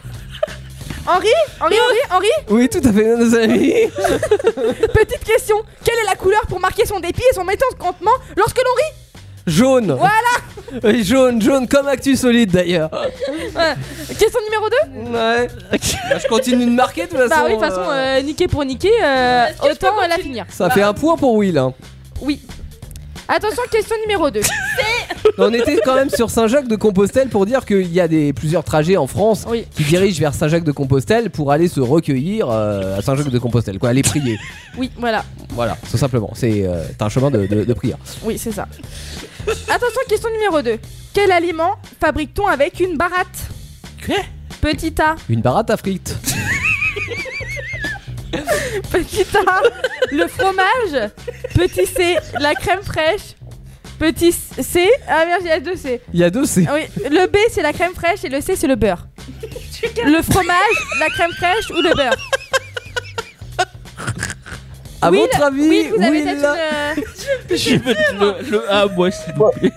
S3: Henri, Henri, Henri, Henri,
S6: Oui, tout à fait, nos amis.
S3: petite question. Quelle est la couleur pour marquer son dépit et son mécontentement lorsque l'on rit
S6: Jaune. Voilà. Oui, jaune, jaune, comme Actu Solide d'ailleurs.
S3: Question numéro 2
S6: Ouais. Bah, je continue de marquer de toute façon.
S3: Bah oui, de toute façon,
S6: euh,
S3: euh, niquer pour niquer, euh,
S8: Est-ce que je
S3: autant
S8: peux
S3: euh, la
S8: continuer
S3: finir. Bah,
S6: Ça fait un point pour Will. hein.
S3: Oui. Attention, question numéro 2.
S6: On était quand même sur Saint-Jacques de Compostelle pour dire qu'il y a des, plusieurs trajets en France
S3: Oui.
S6: qui dirigent vers Saint-Jacques de Compostelle pour aller se recueillir euh, à Saint-Jacques de Compostelle, quoi, aller prier.
S3: Oui, voilà.
S6: Voilà, tout simplement. C'est euh, un chemin de, de- de prière.
S3: Oui, c'est ça. Attention, question numéro 2. Quel aliment fabrique-t-on avec une baratte
S9: Quoi
S3: Petit A,
S6: Une baratte à frites.
S3: Petit A, le fromage. Petit C, la crème fraîche. Petit C, ah merde, il y a deux C.
S6: Il y a deux C.
S3: Ah Oui, le B, c'est la crème fraîche et le C, c'est le beurre. Le fromage, la crème fraîche ou le beurre
S6: À
S3: Will,
S6: votre avis,
S3: Oui, vous avez
S6: Will,
S3: peut-être une. euh,
S9: Je vais mettre le, le A, moi, s'il vous plaît.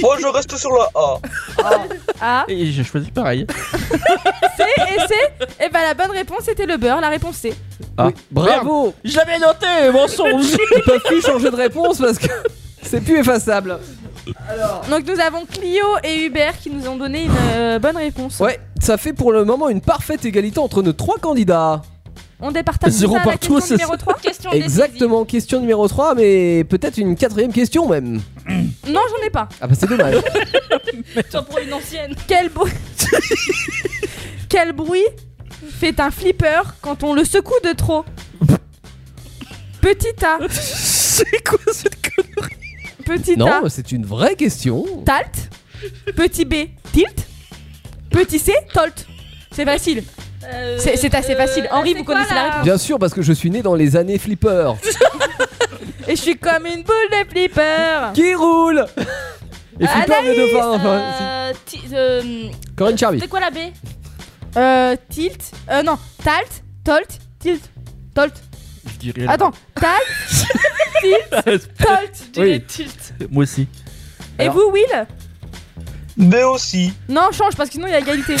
S10: Moi, je reste sur la A.
S3: A,
S9: Et j'ai choisi pareil.
S3: C et C. Et bah, la bonne réponse, c'était le beurre, la réponse C.
S9: Ah.
S6: Oui, bravo.
S9: Je l'avais noté, mensonge
S6: Ils peuvent plus changer de réponse parce que c'est plus effaçable.
S3: Donc nous avons Clio et Hubert qui nous ont donné une euh, bonne réponse.
S6: Ouais, ça fait pour le moment une parfaite égalité entre nos trois candidats.
S3: On départage
S6: Zéro
S3: ça à la
S6: partout,
S3: question
S6: c'est
S3: numéro
S6: ça.
S3: 3 Question
S6: Exactement, question numéro 3, mais peut-être une quatrième question même.
S3: Non, j'en ai pas.
S6: Ah bah c'est dommage.
S8: J'en prends une ancienne.
S3: Quel bruit Quel bruit fait un flipper quand on le secoue de trop Petit A. C'est quoi cette connerie Petit
S6: non,
S3: A.
S6: mais c'est une vraie question.
S3: Talt. Petit B. Tilt. Petit C. Tolt. C'est facile.
S8: Euh,
S3: C'est c'est assez facile. Henri, vous connaissez la réponse.
S6: Bien sûr, parce que je suis né dans les années flipper.
S3: Et je suis comme une boule de flipper.
S6: Qui roule Et flipper les dauphins. enfin, si.
S8: Euh, ti- euh,
S6: Corinne Charby.
S8: C'est quoi la B
S3: Euh, tilt. Euh, non. Talt. Tolt. Tilt. Tolt.
S9: Je dirais.
S3: Attends. Talt. Tilt. Tolt.
S9: Oui.
S8: tilt.
S9: Moi aussi.
S3: Et
S9: Alors.
S3: vous, Will
S10: Mais aussi.
S3: Non, change parce que sinon il y a égalité.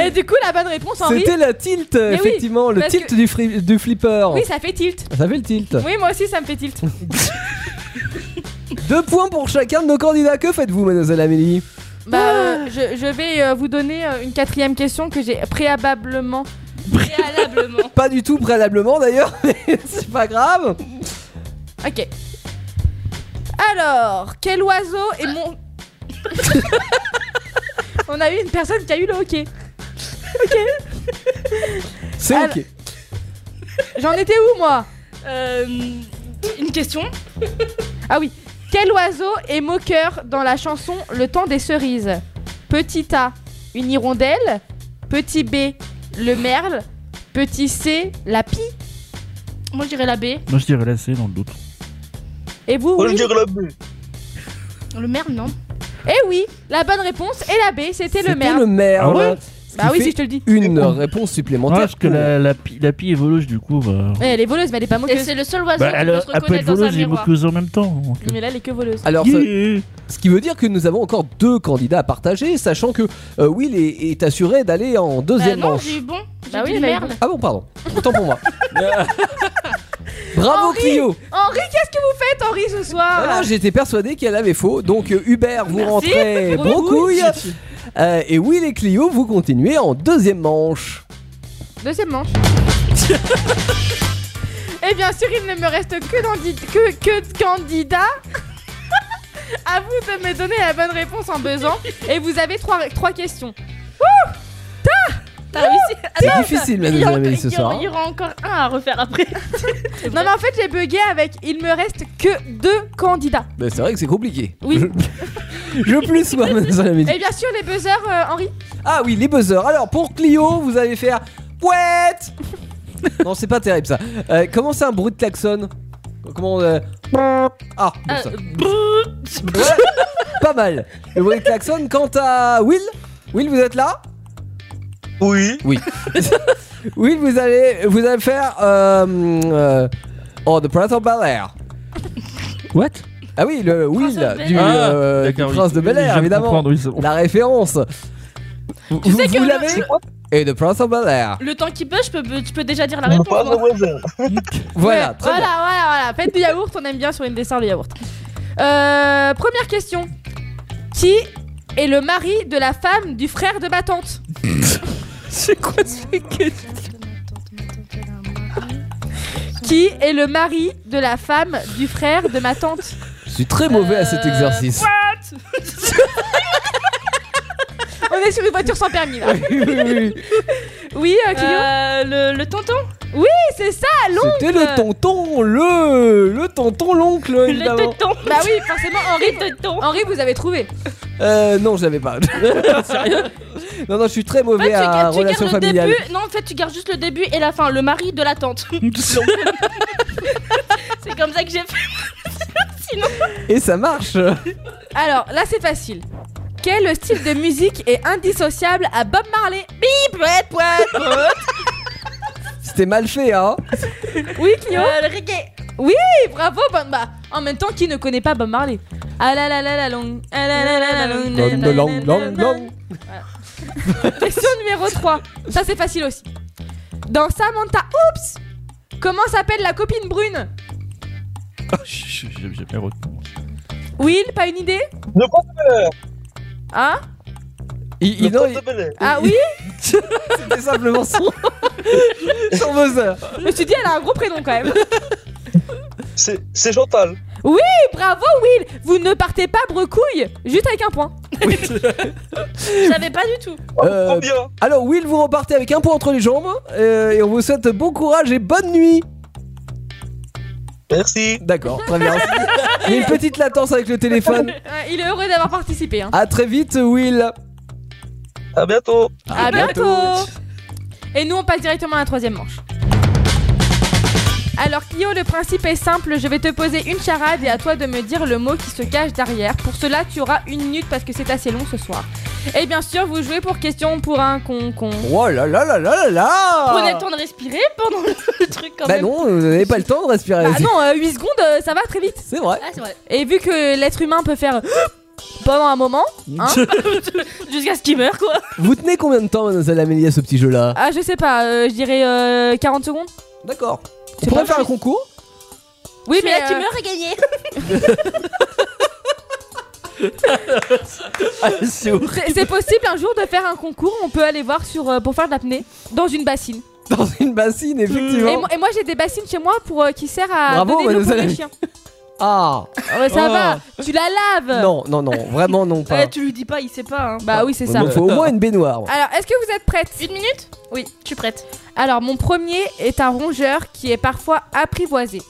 S3: Et du coup, la bonne réponse, Henri.
S6: C'était la tilt,
S3: oui,
S6: effectivement, le
S3: parce
S6: tilt
S3: que-
S6: du, fri- du flipper.
S3: Oui, ça fait tilt.
S6: Ça fait le tilt.
S3: Oui, moi aussi, ça me fait tilt.
S6: Deux points pour chacun de nos candidats. Que faites-vous, mademoiselle Amélie
S9: Ah.
S3: Bah, euh, je, je vais euh, vous donner euh, une quatrième question que j'ai préalablement.
S8: Préalablement.
S6: Pas du tout préalablement d'ailleurs, mais c'est pas grave.
S3: Ok. Alors, quel oiseau est mon. On a eu une personne qui a eu le hockey.
S6: C'est
S3: Alors-
S6: ok.
S3: J'en étais où, moi
S8: Euh, une question.
S3: Ah oui. Quel oiseau est moqueur dans la chanson Le temps des cerises Petit A, une hirondelle. Petit B, le merle. Petit C, la pie.
S8: Moi, je dirais la B.
S9: Moi je dirais la C dans le doute.
S3: Et vous
S10: Moi, je
S3: oui
S10: dirais la B.
S8: Le merde, non
S3: Eh oui, la bonne réponse est la B, c'était le merle.
S6: le maire.
S9: Ah ouais
S6: Ce
S3: Bah
S6: qui
S3: oui,
S6: fait
S3: si je te le dis.
S6: Une réponse
S9: Ouais,
S6: supplémentaire.
S9: Ah, parce que la, la, pi- la pie est voleuse du coup. Bah...
S3: Eh, elle est voleuse, mais elle est pas
S8: Et
S3: moqueuse.
S8: c'est le seul oiseau
S9: Bah,
S8: qui
S9: elle,
S8: peut
S9: elle
S8: se
S9: peut être
S8: reconnaître dans un
S9: voleuse et
S8: miroir.
S9: moqueuse en même temps. donc, euh.
S3: Mais là, elle est que voleuse.
S6: Alors, ça-
S9: Yeah.
S6: ce qui veut dire que nous avons encore deux candidats à partager, sachant que euh, Will est, est assuré d'aller en
S8: Bah
S6: deuxième
S8: non,
S6: manche.
S8: j'ai eu bon. J'ai
S3: Bah oui,
S8: dit
S3: elle a eu
S8: merde.
S6: Ah bon, pardon. Autant pour moi. Bravo
S3: Henri
S6: Clio.
S3: Henri, qu'est-ce que vous faites, Henri, ce soir
S6: Alors j'étais persuadé qu'elle avait faux. Donc euh, Hubert, vous
S3: Merci.
S6: rentrez
S3: Bravo.
S6: bon couille. Euh, et Will et Clio, vous continuez en deuxième manche.
S3: Deuxième manche. Et bien sûr, il ne me reste que, d'andi- que, que de candidats. à vous de me donner la bonne réponse en buzzant. Et vous avez trois, trois questions. Ah
S8: T'as réussi.
S6: C'est difficile,
S8: Il y, en-
S6: mesdames et messieurs, ce
S8: il y en-
S6: soir. hein.
S8: il y aura encore un à refaire après.
S3: Non, mais en fait, j'ai bugué avec il me reste que deux candidats.
S6: Mais c'est vrai que c'est compliqué.
S3: Oui.
S6: Je, Je plus moi, mesdames et messieurs.
S3: Et Eh bien sûr, les buzzers, euh, Henri.
S6: Ah oui, les buzzers. Alors pour Clio, vous allez faire pouette. non, c'est pas terrible ça. Euh, comment c'est un bruit de klaxon Comment euh, Ah,
S8: Euh,
S6: bon, ça. Ouais, pas mal. Le bruit de klaxon. Quant à Will, Will, vous êtes là
S10: Oui.
S6: Oui, vous allez, vous allez faire. Euh, euh, oh, The Prince of Bel Air.
S9: What
S6: Ah oui, le Will
S8: of Bel-Air.
S6: du, euh, du
S9: Ah, D'accord, oui.
S6: Prince de
S9: Oui,
S6: Bel
S9: je
S6: Air,
S9: viens de
S6: évidemment.
S9: comprendre, oui, c'est bon.
S6: La référence. Vous,
S8: Tu sais que
S6: vous
S8: le-
S6: l'avez Et The Prince of Bel Air.
S8: Le temps qui buzz, je peux, je peux déjà dire la
S10: Pas
S8: réponse. moi.
S10: de voisin.
S6: Voilà,
S3: Ouais, voilà,
S6: très
S3: voilà, voilà. Faites du yaourt, on aime bien sur une dessert le yaourt. Euh, première question. Qui est le mari de la femme du frère de ma tante
S6: C'est quoi ce
S3: Qui est le mari de la femme du frère de ma tante
S6: Je suis très mauvais à cet
S8: Euh,
S6: exercice.
S3: On est sur une voiture sans permis là.
S6: Oui, oui, oui.
S3: Oui, euh, Clio
S8: Euh, le, le tonton
S3: Oui, c'est ça
S6: C'était le tonton, le, le tonton, l'oncle,
S8: Le
S6: évidemment.
S8: tonton
S3: Bah oui, Ah, forcément, Henri.
S8: Le tonton
S3: Henri, vous avez trouvé.
S6: Euh, non, je l'avais pas. Non, non, je suis très
S8: En fait,
S6: mauvais
S8: tu
S3: euh,
S6: à
S8: gardes, tu gardes
S6: relations
S8: le
S6: familiales.
S8: début. Non, en fait, tu gardes juste le début et la fin. Le mari de la tante. C'est comme ça que j'ai fait.
S6: Et ça marche.
S3: Alors là, c'est facile. Quel style de musique est indissociable à Bob Marley Bip, ouais, ouais.
S6: C'était mal fait, hein.
S3: Oui, Clio
S8: Euh, le reggae.
S3: Oui, bravo, bon, bah, en même temps, qui ne connaît pas Bob Marley Ah la la la la long, ah la la la la long, na, na, na,
S6: Long,
S3: na,
S6: long,
S3: na.
S6: long.
S3: Question numéro 3. Ça, c'est facile aussi. Dans Samantha, oups Comment s'appelle la copine brune
S9: J'ai jamais retenu.
S3: Will, pas une idée
S10: Le comte de Bel-Air.
S3: Hein
S6: Il,
S10: Le
S6: il- non,
S10: comte
S6: il-
S10: de Bel-Air.
S3: Ah oui
S6: c'était simplement son, son buzzer.
S3: Je me suis dit, elle a un gros prénom quand même.
S10: C'est c'est Chantal. Ah,
S3: Et bravo, Will Vous ne partez pas brecouille, juste avec un point.
S8: Je savais pas du tout.
S6: Euh,
S10: Combien
S6: alors Will, vous repartez avec un point entre les jambes euh, et on vous souhaite bon courage et bonne nuit.
S10: Merci.
S6: D'accord, très bien. Il y a une petite latence avec le téléphone.
S3: Ouais, Il est heureux d'avoir participé. Hein.
S6: À très vite, Will.
S10: À bientôt.
S3: À, bientôt. Et nous, on passe directement à la troisième manche. Alors Clio, le principe est simple, je vais te poser une charade et à toi de me dire le mot qui se cache derrière. Pour cela, tu auras une minute parce que c'est assez long ce soir. Et bien sûr, vous jouez pour question pour un con con.
S6: Oh là là là là là
S8: Prenez
S3: Ah.
S6: là
S8: le temps de respirer pendant le truc quand
S6: Bah
S8: même.
S6: non, vous n'avez pas le temps de respirer.
S3: Ah non, euh, 8 secondes, euh, ça va très vite.
S6: C'est vrai.
S8: Ah, c'est vrai.
S3: Et vu que l'être humain peut faire pendant un moment,
S8: Jusqu'à ce qu'il meure, quoi.
S6: Vous tenez combien de temps, mademoiselle Amélie, à ce petit jeu-là
S3: ah je sais pas, euh, je dirais euh, 40 secondes.
S6: D'accord.
S3: C'est
S6: On pourrait
S3: pas
S6: faire un
S3: juste.
S6: concours
S3: Oui, mais, euh,
S8: meurs et gagné.
S6: Ah,
S9: C'est horrible.
S3: c'est c'est possible un jour de faire un concours, on peut aller voir sur euh, pour faire de l'apnée dans une bassine.
S6: dans une bassine,
S3: Et
S6: effectivement.
S3: moi, et moi, j'ai des bassines chez moi pour euh, qui sert à
S6: Bravo,
S3: donner de l'eau pour
S6: mademoiselle.
S3: les chiens.
S6: Ah
S3: Ah ouais, ça
S9: Oh.
S3: va, tu la laves.
S6: non, non, non, vraiment non pas.
S8: Eh, tu lui dis pas, il sait pas. Hein.
S3: Bah oui, c'est ça. Ah,
S6: Il faut au moins une baignoire.
S3: Alors, est-ce que vous êtes prêtes
S8: Une minute Oui, je suis prête.
S3: Alors, mon premier est un rongeur qui est parfois apprivoisé.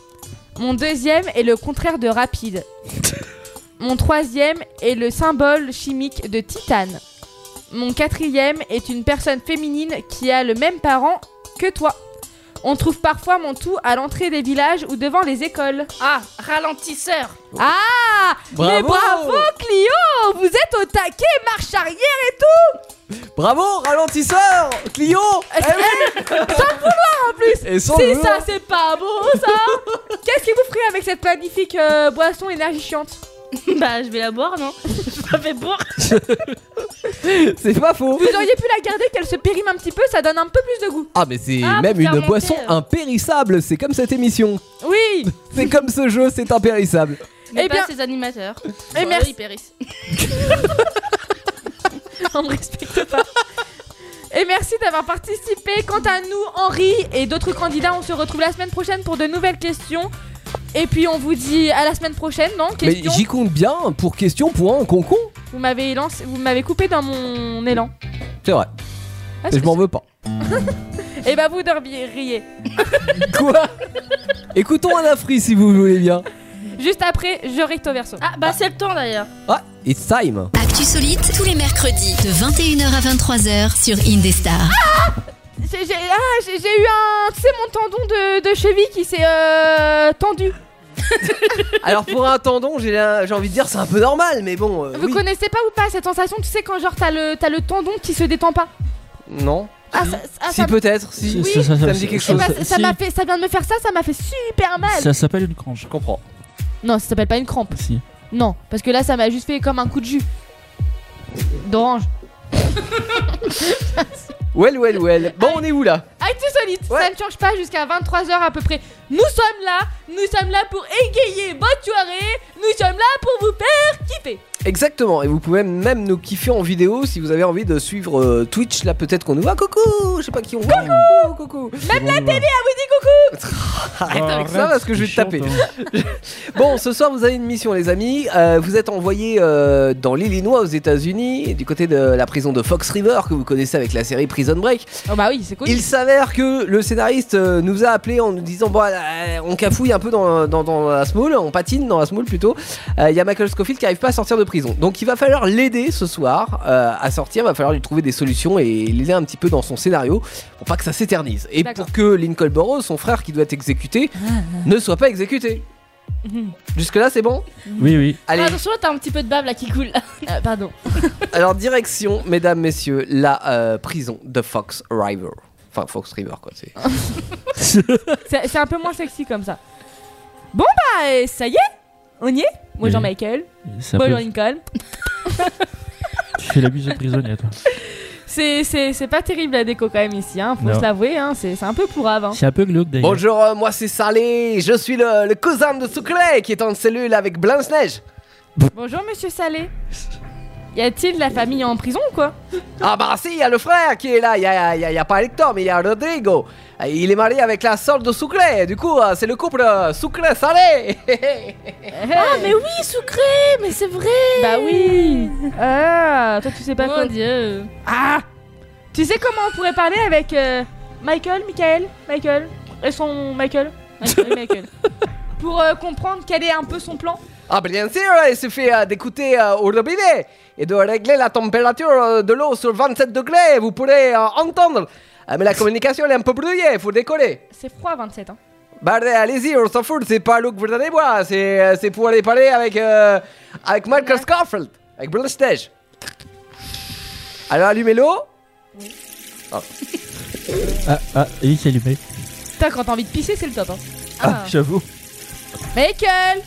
S3: Mon deuxième est le contraire de rapide. Mon troisième est le symbole chimique de titane. Mon quatrième est une personne féminine qui a le même parent que toi. On trouve parfois mon tout à l'entrée des villages ou devant les écoles. Oh,
S8: Ah, ralentisseur.
S3: Mais bravo Clio, vous êtes au taquet, marche arrière.
S6: Bravo, ralentisseur Clio Eh oui en
S3: plus.
S6: Et sans
S3: C'est
S6: le
S3: ça, c'est pas beau ça Qu'est-ce que vous ferez avec cette magnifique euh, boisson énergifiante
S8: bah, je vais la boire, non Je la fais boire.
S6: mot, c'est pas faux
S3: Vous auriez pu la garder qu'elle se périme un petit peu, ça donne un peu plus de goût.
S6: Ah mais c'est
S8: Ah,
S6: même
S8: pour faire
S6: une
S8: monter,
S6: boisson
S8: euh.
S6: impérissable, c'est comme cette émission,
S3: Oui
S6: c'est comme ce jeu, c'est impérissable.
S8: Mais
S3: Eh
S8: pas
S3: bien-
S8: ses animateurs.
S3: Eh,
S8: Bon,
S3: merci.
S8: eux, ils périssent.
S3: On me respecte pas. Et merci d'avoir participé. Quant à nous, Henri et d'autres candidats, on se retrouve la semaine prochaine pour de nouvelles questions. Et puis on vous dit à la semaine prochaine, non
S6: Mais
S3: Question.
S6: j'y compte bien pour question pour un concon,
S3: Vous m'avez lancé, vous m'avez coupé dans mon élan.
S6: c'est vrai.
S3: Ah,
S6: Et je m'en veux pas.
S3: Et bah vous dormiriez.
S6: Quoi Écoutons un afri si vous voulez bien.
S3: Juste après, je recto verso.
S8: Ah, bah, c'est le temps d'ailleurs.
S6: Ah, it's time.
S4: Actu Solite, tous les mercredis, de 21h à 23h sur Indestar.
S3: J'ai j'ai- ah, j'ai- j'ai eu un. Tu sais, mon tendon de, de cheville qui s'est euh, tendu.
S6: Alors pour un tendon, j'ai la- j'ai envie de dire c'est un peu normal, mais bon. euh,
S3: Vous
S6: oui.
S3: connaissez pas ou pas cette sensation Tu sais, quand genre t'as le, t'as le tendon qui se détend pas.
S6: Non.
S3: Ah, ça, ah,
S6: si
S3: ça-
S6: peut-être, si. ça,
S9: Si, ça- ça-
S6: me dit quelque
S3: eh
S6: chose.
S3: ben, ça- ça
S9: Si.
S3: m'a fait, ça vient de me faire ça, ça m'a fait super mal.
S9: Ça s'appelle une cranche.
S6: Je comprends.
S3: Non, ça s'appelle pas une crampe.
S9: Si.
S3: Non, parce que là, ça m'a juste fait comme un coup de jus d'orange.
S6: Well, well, well. Bon, on est où là
S3: Actu Ah, solide,
S6: Ouais.
S3: ça ne change pas jusqu'à 23h à peu près. Nous sommes là, nous sommes là pour égayer votre soirée, nous sommes là pour vous faire kiffer.
S6: Exactement, et vous pouvez même nous kiffer en vidéo si vous avez envie de suivre euh, Twitch. Là, peut-être qu'on nous voit. Coucou Je sais pas qui on voit. Coucou, coucou.
S9: Même la télé
S6: Arrête hein. avec ça parce que je vais te taper.
S9: hein.
S6: Bon, ce soir, vous avez une mission, les amis. Euh, vous êtes envoyés euh, dans l'Illinois, aux États-Unis, du côté de la prison de Fox River, que vous connaissez avec la série Prison Break.
S3: Oh bah oui, c'est cool.
S6: Il s'avère que le scénariste euh, nous a appelé en nous disant bon, euh, on cafouille un peu dans, dans, dans la smoule, on patine dans la smoule plutôt. Euh, Il y a Michael Scofield qui arrive pas à sortir de prison. Donc il va falloir l'aider ce soir euh, à sortir, il va falloir lui trouver des solutions et l'aider un petit peu dans son scénario pour pas que ça s'éternise. Et
S3: D'accord. Ah.
S6: pour que Lincoln Burrow, son frère qui doit être exécuté, ne soit pas exécuté.
S3: Mhm.
S6: Jusque-là, c'est bon
S9: Oui, oui.
S6: Allez,
S8: Ah, attention, t'as un petit peu de bave là qui coule.
S3: Euh, pardon.
S6: alors direction, mesdames, messieurs, la euh, prison de Fox River. Enfin, Fox River, quoi. c'est-
S3: C'est c'est un peu moins sexy comme ça. Bon bah euh, ça y est, on y est. Bonjour
S9: Oui.
S3: Michael,
S9: C'est un
S3: bonjour
S9: peu-
S3: Lincoln.
S9: Tu fais l'abus de prisonnier, toi.
S3: C'est- C'est c'est pas terrible la déco quand même ici, hein, faut
S9: Non.
S3: se l'avouer, hein, c'est c'est un peu pourrave. Hein.
S9: C'est un peu glauque d'ailleurs.
S6: Bonjour, euh, moi c'est Salé, je suis le, le cousin de Souclé qui est en cellule avec Blanche-Neige.
S3: Bonjour monsieur Salé. Y a-t-il la famille en prison ou quoi
S6: Ah bah si, il y a le frère qui est là, il y a, y a- y a pas Hector, mais il y a Rodrigo. Euh, Il est marié avec la sœur de Souclé, du coup euh, c'est le couple Souclé-Salé.
S8: Ah, mais oui, sucré, mais c'est vrai.
S3: Bah oui. Ah, toi tu sais pas
S8: Mon
S3: quoi
S8: Dieu.
S3: Ah Tu sais comment on pourrait parler avec euh, Michael, Michael, Michael et son Michael, Michael, Michael. Pour euh, comprendre quel est un peu son plan.
S6: Ah bien sûr, il suffit euh, d'écouter euh, au robinet et de régler la température euh, de l'eau sur 27 degrés, vous pourrez euh, entendre. Ah, mais la communication elle est un peu brouillée, faut décoller.
S3: C'est froid 27 hein.
S6: Bah allez, allez-y, on s'en fout, c'est pas l'eau que vous allez boire, c'est euh, c'est pour aller parler avec, euh, avec Michael Scarfield, avec Bruno Stage. Alors allumez l'eau.
S9: Ah, ah, il s'est allumé.
S3: Putain quand t'as envie de pisser c'est le top hein.
S9: Ah, j'avoue.
S3: Michael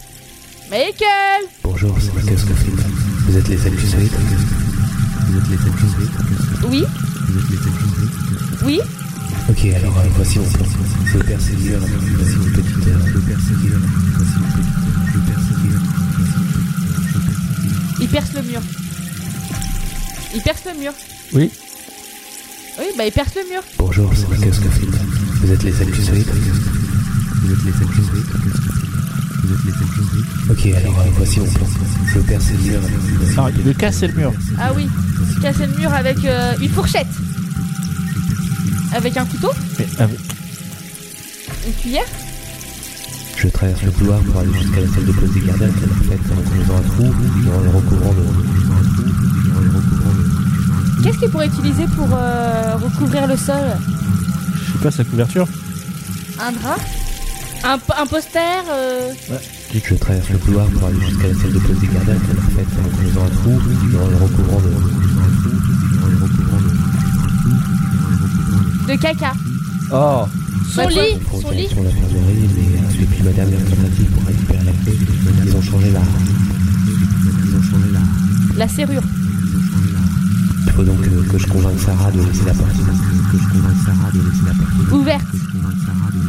S3: Michael
S11: Bonjour, c'est Michael Scofield. Vous êtes les accusés. Vous êtes les accusés.
S3: Oui
S11: Vous êtes les accusés.
S3: Oui
S11: Ok, alors euh, voici mon plan. Je persévère, voici mon petit air. Je persévère, voici mon petit air. Je persévère.
S3: Il perce le mur. Il perce le mur.
S9: Oui.
S3: Oui bah il perce le mur.
S11: Bonjour, c'est Michael Scofield. Vous êtes les accusés. Vous êtes les accusés. Vous êtes les accusés. Ok, alors euh, voici mon plan. Je persévère.
S9: Ah, il veut casser le mur.
S3: Ah oui, casser le mur avec euh, une fourchette. Avec un couteau,
S9: Mais, ah, mais-
S3: une cuillère.
S11: Je traverse le couloir pour aller jusqu'à la salle de pause des gardiens qui est parfaite en creusant un trou et en le recouvrant de. en le recouvrant de-
S3: Qu'est-ce qu'il pourrait utiliser pour euh, recouvrir le sol
S9: je sais pas, sa couverture.
S3: Un drap
S8: Un, po- un poster euh,
S11: Je traverse le couloir pour aller jusqu'à la salle de pause des gardiens qui est parfaite en creusant un trou et en le recouvrant de. en le recouvrant de.
S3: de caca. Bah,
S11: Oh
S3: Son lit,
S11: Ils font
S3: son lit.
S11: direction l'infirmerie, mais euh, depuis madame leur tentative pour récupérer la clé, ils ont changé la. Ils ont changé la.
S3: La serrure.
S11: Il faut donc euh, que je convainque Sarah de laisser la porte. Que je convainque Sarah de laisser la porte.
S3: Ouverte.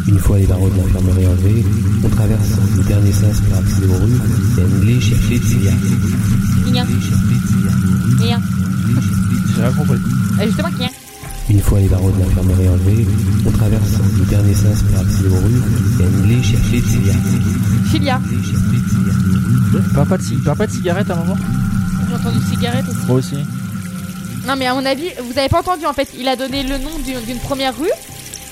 S11: Une fois les barreaux de l'infirmerie enlevés, on traverse le dernier sas pour accéder aux rues et anglais chercher Tzia.
S3: Rien. Rien.
S9: J'ai rien compris.
S3: Euh, justement, rien.
S11: Une fois les barreaux de l'infirmerie enlevés, on traverse le dernier sas pour accéder aux rues et anglais chercher Tzia.
S3: Filia.
S9: Il parle pas de, ci- il parle pas de cigarette à un moment
S3: J'ai entendu cigarette aussi.
S9: Moi aussi.
S3: Non, mais à mon avis, vous avez pas entendu en fait. Il a donné le nom d'une d'une première rue,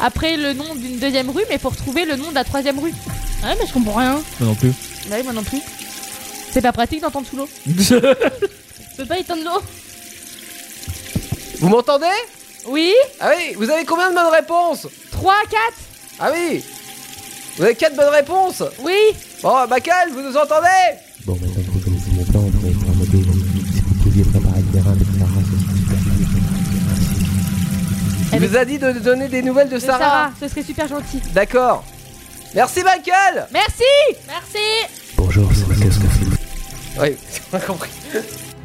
S3: après le nom d'une deuxième rue, mais pour trouver le nom de la troisième rue. Ouais, mais je comprends rien.
S9: Moi non plus.
S3: Bah oui, moi non plus. C'est pas pratique d'entendre sous l'eau. Je peux pas étendre l'eau.
S6: Vous m'entendez
S3: Oui
S6: Ah oui, vous avez combien de bonnes réponses
S3: 3, 4
S6: Ah oui Vous avez 4 bonnes réponses
S3: Oui
S6: Bon, Michael, vous nous entendez
S11: Bon, maintenant que je vous mon plan, on pourrait faire un modèle. Si vous pouviez préparer le terrain avec Sarah, ce serait super.
S6: Il nous a dit de donner des nouvelles de, Sarah.
S3: ce serait super gentil.
S6: D'accord. Merci Michael
S3: Merci Merci
S11: Bonjour, c'est Michael Scofield.
S6: Oui, on a compris.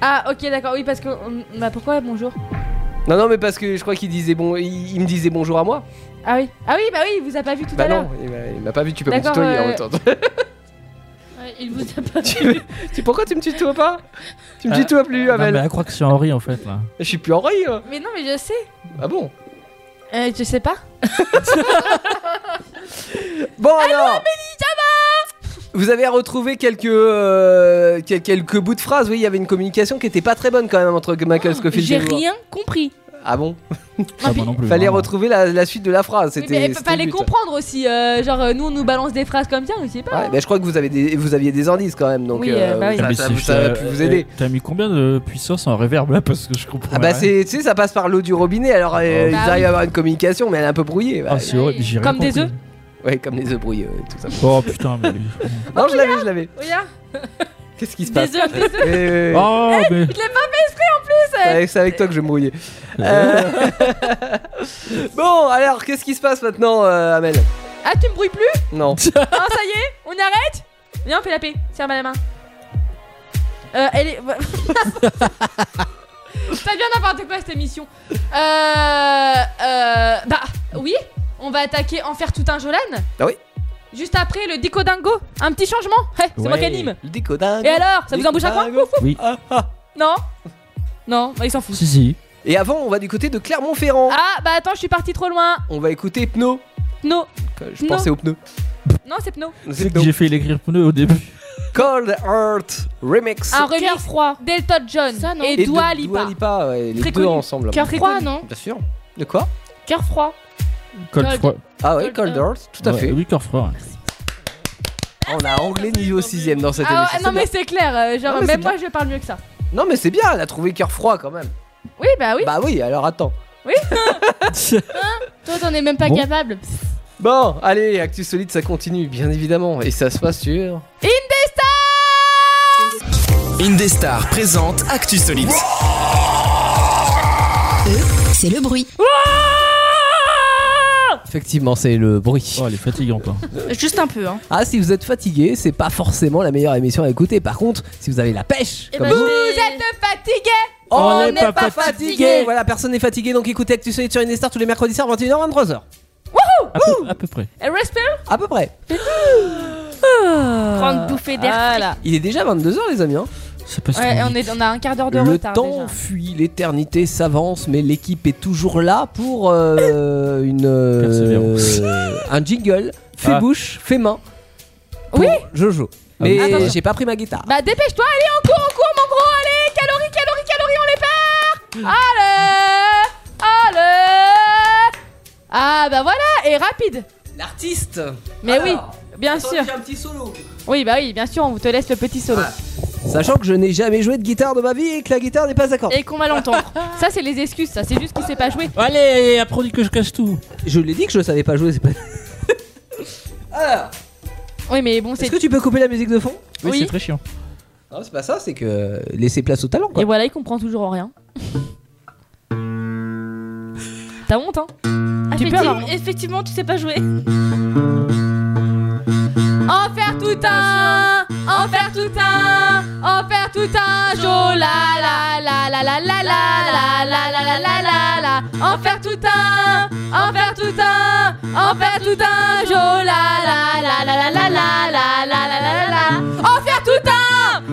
S3: Ah, ok, d'accord, oui, parce que. on- Bah pourquoi bonjour
S6: Non, non, mais parce que je crois qu'il disait bon, il, il me disait bonjour à moi.
S3: Ah oui, ah oui, bah oui, il vous a pas vu tout
S6: bah
S3: à l'heure.
S6: non, il m'a- il m'a pas vu, tu peux me
S3: D'accord,
S6: tutoyer en
S3: euh,
S6: même temps.
S8: Il vous a pas
S6: tu, me- tu- pourquoi tu me tutoies pas Tu me
S9: Ah,
S6: tutoies plus,
S9: Non, mais
S6: Amel.
S9: elle croit que c'est Henri en fait là.
S6: Je suis plus en rire.
S3: Mais non, mais je sais.
S6: Ah bon
S3: Euh, je sais pas.
S6: Bon alors Vous avez retrouvé quelques, euh, quel- quelques bouts de phrases, oui, il y avait une communication qui était pas très bonne quand même entre
S3: Oh,
S6: Michael Scofield
S8: J'ai
S6: et vous.
S8: rien compris.
S6: Ah bon
S9: Ah, moi non plus.
S6: Fallait
S9: vraiment.
S6: retrouver la, la suite de la phrase,
S3: Oui,
S6: c'était
S3: mais
S6: c'était
S3: fallait
S6: le but.
S3: comprendre aussi. euh, genre, euh, nous, on nous balance des phrases comme ça, on sait pas.
S6: Ouais, mais je crois que vous, avez des, vous aviez des indices quand même, donc
S3: Oui,
S6: euh,
S3: euh, bah oui.
S9: Ah,
S6: ça,
S9: mais
S6: ça-
S9: si
S6: ça
S9: je- Eh,
S6: a pu vous aider.
S9: T'as mis combien de puissance en réverb là Parce que je comprends.
S6: Ah bah
S9: rien.
S6: c'est, tu sais, ça passe par l'eau du robinet, alors euh,
S9: Oh.
S6: ils
S9: Bah
S6: arrivent à avoir une communication, mais elle est un peu brouillée.
S9: Ah, c'est horrible, j'ai rien
S3: Comme des
S9: compris.
S3: œufs.
S6: Ouais, comme les œufs brouillés, ouais, tout ça.
S9: Oh putain, mais.
S6: Non, je l'avais, je l'avais.
S3: Regarde,
S6: Qu'est-ce qui se passe
S3: Oh, des œufs, des œufs.
S6: Oui, oui, oui.
S9: Oh,
S6: Eh,
S9: mais.
S3: Je l'ai pas fait exprès en plus.
S6: C'est
S3: euh.
S6: avec- c'est avec toi que je vais me mouiller. Euh, bon, alors, qu'est-ce qui se passe maintenant, euh, Amel
S3: Ah, tu me brouilles plus
S6: Non.
S3: Ah, ça y est, on arrête Viens, on fait la paix. Tiens, ma la main. Euh, elle est. Ça devient n'importe quoi cette émission. Euh, euh, bah oui, on va attaquer en faire tout un Jolan.
S12: Ah oui
S3: Juste après le déco dingo, un petit changement. Hé, c'est moi qui anime.
S12: Le déco dingo.
S3: Et alors, ça vous embouche à quoi
S12: Oui.
S3: Non Non, bah, ils s'en foutent.
S9: Si, si.
S12: Et avant, on va du côté de Clermont-Ferrand.
S3: Ah bah attends, je suis parti trop loin.
S12: On va écouter Pneu.
S3: Pno.
S12: Je pensais
S3: Non.
S12: aux pneus.
S3: Non, c'est Pno.
S9: C'est que j'ai fait l'écrire pneu au début.
S12: Cold Heart Remix.
S3: Un remix froid. Delta John et
S12: de
S3: Dua Lipa.
S12: Dua Lipa, ouais, les
S3: Très
S12: deux
S3: connu.
S12: ensemble.
S3: Cœur froid, Très connu. non
S12: Bien sûr. De quoi
S3: Cœur froid.
S9: Cold
S3: Cold.
S9: froid.
S12: Ah oui, Cold Heart, tout à
S9: Ouais,
S12: fait.
S9: Oui, cœur froid.
S12: Ah, On a anglais niveau 6 dans cette
S3: Ah
S12: émission.
S3: ouais, non mais
S12: bien.
S3: c'est clair, euh, genre
S12: Non, mais c'est
S3: même moi je parle mieux que ça.
S12: Non, mais c'est bien, elle a trouvé cœur froid quand même.
S3: Oui, bah oui.
S12: Bah oui, alors attends.
S3: Oui. Hein Toi t'en es même pas
S12: Bon.
S3: capable.
S12: Bon, allez, Actu Solide, ça continue, bien évidemment. Et ça se passe sur.
S3: Indestar
S5: Indestar présente Actu Solide.
S4: E, C'est le bruit.
S6: Effectivement, c'est le bruit.
S9: Oh, elle est fatigante.
S8: Juste un peu, hein.
S6: Ah, si vous êtes fatigué, c'est pas forcément la meilleure émission à écouter. Par contre, si vous avez la pêche,
S3: ben
S6: comme nous,
S3: Vous êtes fatigué
S6: on n'est pas, fatigué. Voilà, personne n'est fatigué, donc écoutez Actu Solide sur Indestar tous les mercredis soirs 21h 23h.
S3: Wouhou
S9: À peu, près.
S3: Et respire
S6: À peu près.
S3: Grande bouffée d'air. Voilà.
S6: Il est déjà 22h les amis. Hein.
S3: Ouais, on, est, on a un quart d'heure de
S6: Le
S3: retard
S6: temps fuit, l'éternité s'avance, mais l'équipe est toujours là pour euh, une euh,
S9: Persévérance.
S6: un jingle, fait
S9: Ah.
S6: bouche, fait main.
S3: Oui.
S6: Jojo.
S9: Ah oui.
S6: Mais
S9: Attention.
S6: j'ai pas pris ma guitare.
S3: Bah dépêche-toi, allez, on court, on court, mon gros, allez, calories, calories, calories, on les perd Allez Allez Ah bah voilà, et rapide
S6: L'artiste.
S3: Mais oui, bien
S6: attends,
S3: sûr
S6: j'ai un petit solo.
S3: Oui, bah oui, bien sûr, on vous te laisse le petit solo.
S6: Sachant que je n'ai jamais joué de guitare de ma vie et que la guitare n'est pas d'accord.
S3: Et qu'on va l'entendre. ça, c'est les excuses, ça, c'est juste qu'il sait pas jouer.
S9: Allez, allez, apprends que je casse tout.
S6: Je l'ai dit que je savais pas jouer, c'est pas.
S3: Oui, mais bon,
S6: Est-ce
S3: c'est.
S6: que tu peux couper la musique de fond
S3: Oui, Oui. c'est très
S9: chiant.
S6: Non, c'est pas ça, c'est que laisser place au talent quoi.
S3: Et voilà, il comprend toujours en rien. T'as honte, hein Tu peux
S8: Effectivement,
S3: avoir honte.
S8: Ah, effectivement, tu sais pas jouer.
S3: En faire tout un, en faire tout un, en faire tout un jour la la la la la la la la la la la la la la en faire tout un, en faire tout un, en faire tout un jour la la la la la la la la la la la la la en faire tout un,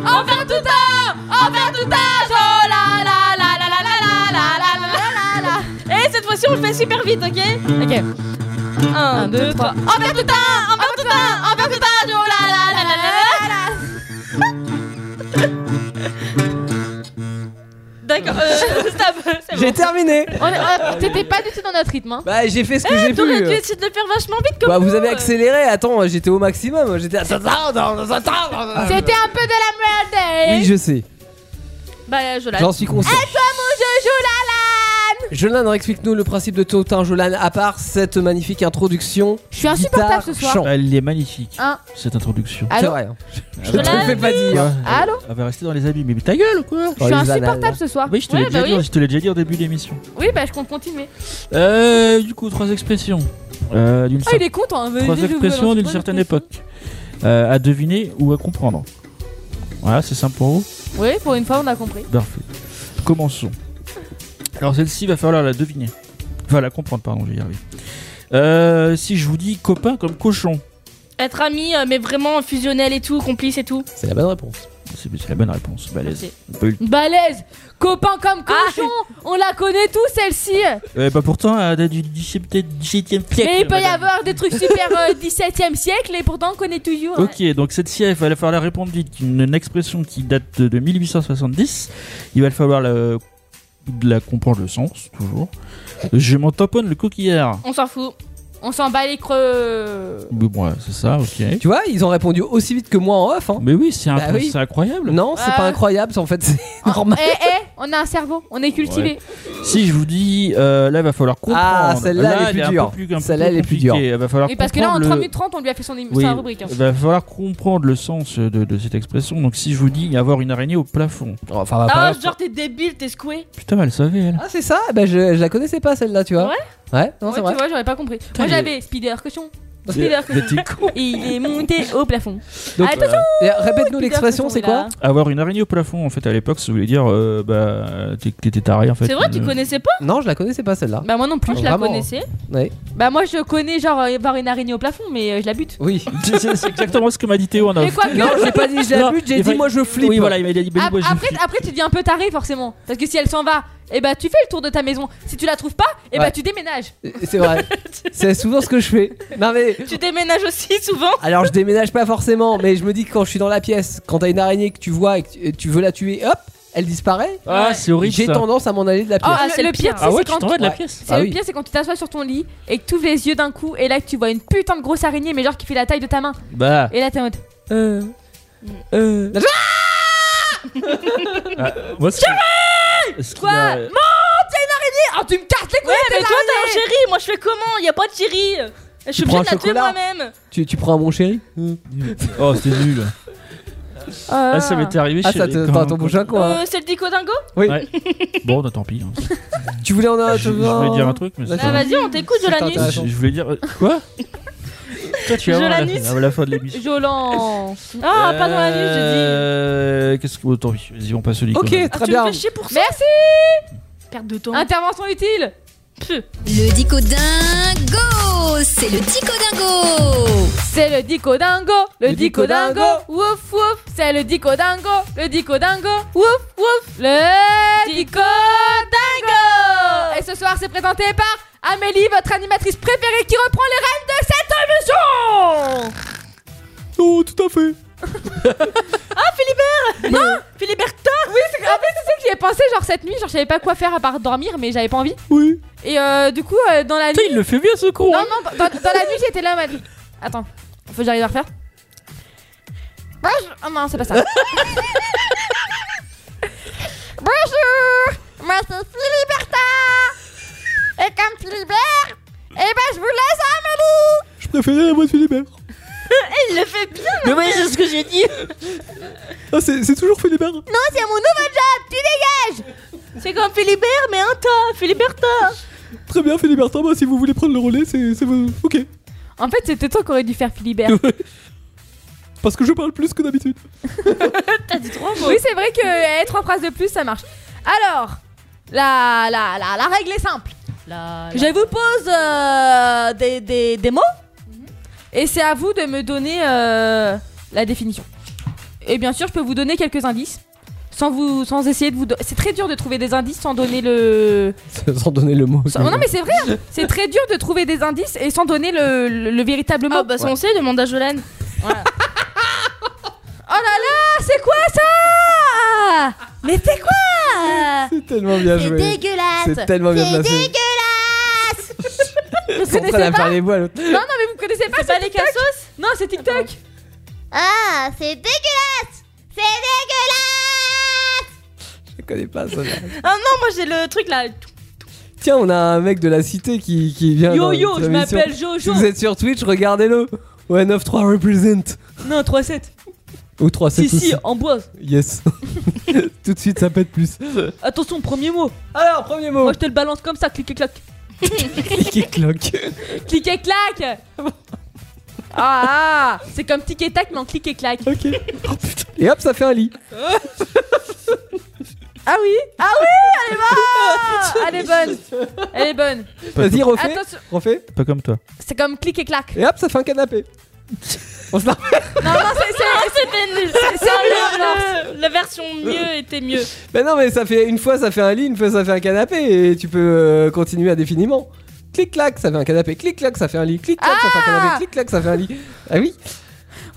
S3: en faire tout un, en faire tout un jour la la la la la la la la la la la la
S8: Eh, cette fois-ci, on le fait super vite, ok
S3: Ok.
S8: 1, 2, 3.
S3: En faire tout un, en faire tout un, en faire tout un jour la la la la la la la
S8: D'accord, euh, stop, c'est
S6: J'ai
S8: bon.
S6: terminé.
S3: On est- on- T'étais pas du tout dans notre rythme, hein
S6: Bah j'ai fait ce que
S8: Eh,
S6: j'ai
S8: t'aurais
S6: pu.
S8: dû essayer de le faire vachement vite comme
S6: Bah vous
S8: nous,
S6: avez
S8: euh.
S6: accéléré, attends, j'étais au maximum, j'étais à
S3: Eh, C'était un peu de la merde
S6: Eh, Oui, je sais.
S8: Bah, Jolan.
S6: J'en suis conscient.
S3: Et toi, mon Jojo Lalan
S6: Jolan, explique-nous le principe de Totin Jolan à part cette magnifique introduction.
S3: Je suis insupportable ce soir.
S9: Elle est magnifique,
S3: Hein
S9: cette introduction.
S3: Allô
S6: C'est vrai. hein. Je te le fais pas dire.
S3: Allô
S9: Elle va rester dans les habits, mais ta gueule ou quoi
S3: Je suis insupportable ce soir.
S9: Oui, je te
S3: Ouais,
S9: l'ai
S3: bah
S9: déjà dit, hein,
S3: oui.
S9: je te l'ai déjà dit au début de l'émission.
S3: Oui, bah je compte continuer.
S9: Euh, du coup, trois expressions. Euh, d'une
S3: Ah, il est content, hein, mais
S9: Trois
S3: je vous
S9: expressions
S3: balance
S9: d'une
S3: pas
S9: certaine
S3: les
S9: époque. Euh, à deviner ou à comprendre. Voilà, c'est simple pour vous
S3: Oui, pour une fois, on a compris.
S9: Parfait. Commençons. Alors celle-ci, va falloir la deviner. Enfin, la comprendre, pardon, je vais y arriver. Euh, si je vous dis copain comme cochon,
S8: Être ami, euh, mais vraiment fusionnel et tout, complice et tout.
S6: c'est la bonne réponse.
S9: C'est c'est la bonne réponse, balèze.
S8: Merci.
S9: Pas eu le-
S3: Balèze Copain comme cochon On la connaît tous, celle-ci
S9: Euh, bah pourtant, elle date du 17 e siècle.
S3: Mais il peut y
S9: madame.
S3: avoir des trucs super euh, 17ème siècle et pourtant on connaît toujours. hein.
S9: Ok, donc celle-ci, il va falloir la répondre vite. Une, une expression qui date de 1870. Il va falloir la, la comprendre le sens, toujours. Je m'en tamponne le coquillard.
S3: On s'en fout. On s'en bat les creux.
S9: Oui, bon, ouais, c'est ça, ok.
S6: Tu vois, ils ont répondu aussi vite que moi en off. Hein.
S9: Mais oui, c'est
S6: Bah
S9: incro-
S6: oui.
S9: c'est incroyable.
S6: Non, c'est
S3: Ouais.
S6: pas incroyable, c'est en fait c'est normal.
S3: Eh, eh, on a un cerveau, on est cultivé.
S9: Si je vous dis, euh, là, il va falloir comprendre.
S6: Ah, celle-là, elle est
S9: Là,
S6: plus
S9: un peu
S6: dure.
S9: plus- un peu
S6: Celle-là,
S9: plus
S6: elle est plus
S9: compliquée.
S6: dure.
S9: Il va falloir
S3: Et parce que là, en
S9: comprendre
S3: 3
S9: le-
S3: minutes 30, on lui a fait son, émi-
S9: Oui, Bah,
S3: sa rubrique. hein.
S9: il va falloir comprendre le sens de, de cette expression. Donc, si je vous dis y avoir une araignée au plafond,
S6: Enfin, va
S8: Ah,
S6: pas-
S8: genre, t'es débile, t'es secoué.
S9: putain, elle savait, elle.
S6: Ah, c'est ça Bah je, je la connaissais pas celle-là, tu vois.
S8: Ouais
S6: Ouais, non,
S3: Ouais,
S6: c'est vrai.
S3: tu vois, j'aurais pas compris. Moi,
S9: mais-
S3: j'avais Spider Cochon. Peter
S9: Des petits
S3: Crouch. Il est monté au plafond.
S9: Donc, euh,
S3: Attention
S6: Et Répète-nous
S3: Peter
S6: l'expression,
S3: Crouch,
S6: c'est
S3: on est là.
S6: quoi
S9: Avoir une araignée au plafond, en fait, à l'époque, ça voulait dire euh, bah, t'es- t'étais taré, en fait. Euh,
S3: C'est vrai, tu connaissais pas
S6: Non, je la connaissais pas celle-là.
S3: Bah moi non plus, je la
S9: Ah, Vraiment.
S3: connaissais.
S6: Ouais.
S3: Bah moi je connais genre euh, voir une araignée au plafond, mais euh, je la bute.
S6: Oui,
S9: c'est exactement ce que m'a dit Théo en
S3: Mais
S9: off.
S3: quoi que- Non, j'ai pas dit je la
S9: Non,
S3: bute, j'ai
S9: il
S3: dit,
S9: va-
S3: moi, je flippe.
S9: Oui, voilà, il m'a dit bah,
S3: Ap-
S9: moi, je
S3: après, après, tu deviens un peu taré forcément. Parce que si elle s'en va, et bah tu fais le tour de ta maison. Si tu la trouves pas, et bah
S6: Ouais.
S3: tu déménages.
S6: Euh, C'est vrai. c'est souvent ce que je fais. Non mais.
S3: Tu déménages aussi souvent.
S6: Alors je déménage pas forcément, mais je me dis que quand je suis dans la pièce, quand t'as une araignée que tu vois et que tu- et tu veux la tuer, hop, elle disparaît.
S9: Ah, c'est horrible,
S6: J'ai
S9: ça.
S6: tendance à m'en aller de la pièce.
S3: Ah, c'est le pire, tu sais, c'est quand tu- Ouais. C'est
S6: Ah
S3: le
S6: oui.
S3: pire, c'est quand tu t'assois sur ton lit et que tu ouvres les yeux d'un coup et là que tu vois une putain de grosse araignée, mais genre qui fait la taille de ta main.
S9: Bah.
S3: Et là t'es en mode. Euh. Euh.
S9: Ah, moi, ce que- ce qui
S3: Quoi
S9: m'a-
S3: Monte, il y a une araignée Ah, tu me cartes les couilles
S8: Ouais, mais
S3: avec
S8: toi,
S3: tes
S8: t'as un
S3: araignées
S8: chéri. Moi, je fais comment Y a pas de chéri. Je suis
S6: Tu prends
S8: obligée de
S6: un
S8: la tuer
S6: chocolat.
S8: moi-même.
S6: Tu, tu prends mon chéri
S9: Oh, c'était nul.
S8: Ah.
S9: Ah, ça
S3: euh,
S9: m'était arrivé
S6: Ah,
S9: chez
S6: ça
S9: les-
S6: te-
S9: quand-
S6: dans ton prochain coin.
S8: Euh, c'est le dico dingo
S6: Oui.
S9: Ouais. Bon, bah, tant pis. hein.
S6: Ah, Tu voulais en avoir.
S9: Je, je voulais dire un truc, mais
S8: Ah,
S9: ça-
S8: vas-y, on t'écoute,
S6: C'est
S8: Jolanus.
S6: intéressant.
S9: Je, je voulais dire. euh, Quoi Toi, tu vas voir la,
S8: Jolanus.
S9: la- la fin de l'émission.
S3: Jolan
S8: Ah, pardon, la nuit, j'ai dit.
S9: Euh, Qu'est-ce que. Autant, vas-y, on passe au lit.
S6: Ok,
S3: Ah,
S9: quand même.
S8: Ah,
S6: très bien.
S3: Merci
S8: Perte de temps.
S3: Intervention utile
S4: Le dico dingo, c'est le dico dingo.
S3: C'est le dico dingo Le, dico dingo Wouf wouf C'est le dico dingo Le dico dingo Wouf wouf Le dico dingo Et ce soir, c'est présenté par Amélie, votre animatrice préférée qui reprend les rênes de cette émission
S6: Oh, tout à fait.
S3: Ah Philibert Non Philibertin Oui c'est en fait c'est ça que j'y ai pensé genre cette nuit genre je savais pas quoi faire à part dormir mais j'avais pas envie
S9: Oui
S3: Et euh, du coup euh, dans la nuit
S9: Putain, il le fait bien ce con
S3: Non
S9: hein.
S3: non dans, dans la nuit j'étais là en mode Attends faut que j'arrive à refaire Bonjour Oh non c'est pas ça Bonjour Moi c'est Philibertin Et comme Philibert Eh ben je vous laisse Amélie
S6: Je préférais la voix de Philibert.
S8: Il le fait bien.
S9: Mais oui, c'est ce que j'ai dit.
S6: Ah, c'est c'est toujours Philibert.
S8: Non, c'est mon nouveau job. Tu dégages. C'est comme Philibert, mais un tas. Philiberta.
S6: Très bien, Philibertin. Bah, si vous voulez prendre le relais, c'est c'est vos- ok.
S3: En fait c'était toi qui aurais dû faire Philibert
S6: Parce que je parle plus que d'habitude.
S3: Oui, c'est vrai que euh, trois phrases de plus, ça marche. Alors, la, la, la, la règle est simple. Je vous pose euh, des, des- des mots et c'est à vous de me donner euh, la définition. Et bien sûr, je peux vous donner quelques indices sans vous, sans essayer de vous. do- C'est très dur de trouver des indices sans donner le.
S6: Sans donner le mot.
S3: sans- Non, mais c'est vrai. hein. C'est très dur de trouver des indices et sans donner le, le- le véritable mot.
S8: Ah, bah, ça, on sait, demande à Jolane.
S3: Oh là là, c'est quoi ça Mais c'est quoi
S6: C'est tellement bien joué. C'est tellement bien placé.
S3: dégueulasse Vous
S6: T'es en train
S3: connaissez
S6: de
S3: pas
S6: faire les voix, l'autre.
S3: Non, non, mais vous connaissez pas, c'est TikTok Non, c'est TikTok
S13: Ah, c'est dégueulasse C'est dégueulasse
S6: Je connais pas ça.
S8: Ah non, moi, j'ai le truc là.
S6: Tiens, on a un mec de la cité qui, qui vient.
S8: Yo,
S6: dans
S8: yo,
S6: notre
S8: je
S6: émission.
S8: m'appelle Jojo.
S6: Si vous êtes sur Twitch, regardez-le. Ouais, 9-3 represent.
S3: Non, 3-7.
S6: Ou 3, c'est
S3: Si,
S6: tout.
S3: si, Amboise.
S6: Yes. tout de suite, ça pète plus.
S3: Attention, premier mot.
S6: Alors, premier mot.
S3: Moi, je te le balance comme ça, clic et clac.
S6: Clique et cloque.
S3: clic et clac Ah, ah, c'est comme tic et tac, mais en clic et clac.
S6: Ok. Et hop, ça fait un lit.
S3: Ah oui Ah oui Elle est bonne Elle est bonne Elle est bonne
S6: Vas-y, refais.
S3: Attention,
S6: Refais.
S9: Pas comme toi.
S3: c'est comme clic et clac.
S6: Et hop, ça fait un canapé. On se la
S3: Non, non, c'est-
S8: Ah,
S3: c'est- c'est c'est- c'est nul, non.
S8: le- La version mieux était mieux.
S6: Ben non, mais ça fait une fois ça fait un lit, une fois ça fait un canapé, et tu peux euh, continuer indéfiniment. Clic clac, ça fait un canapé. Clic clac, ça fait un lit. Clic clac, ça fait un canapé. Clic clac, ça fait un lit. Ah oui.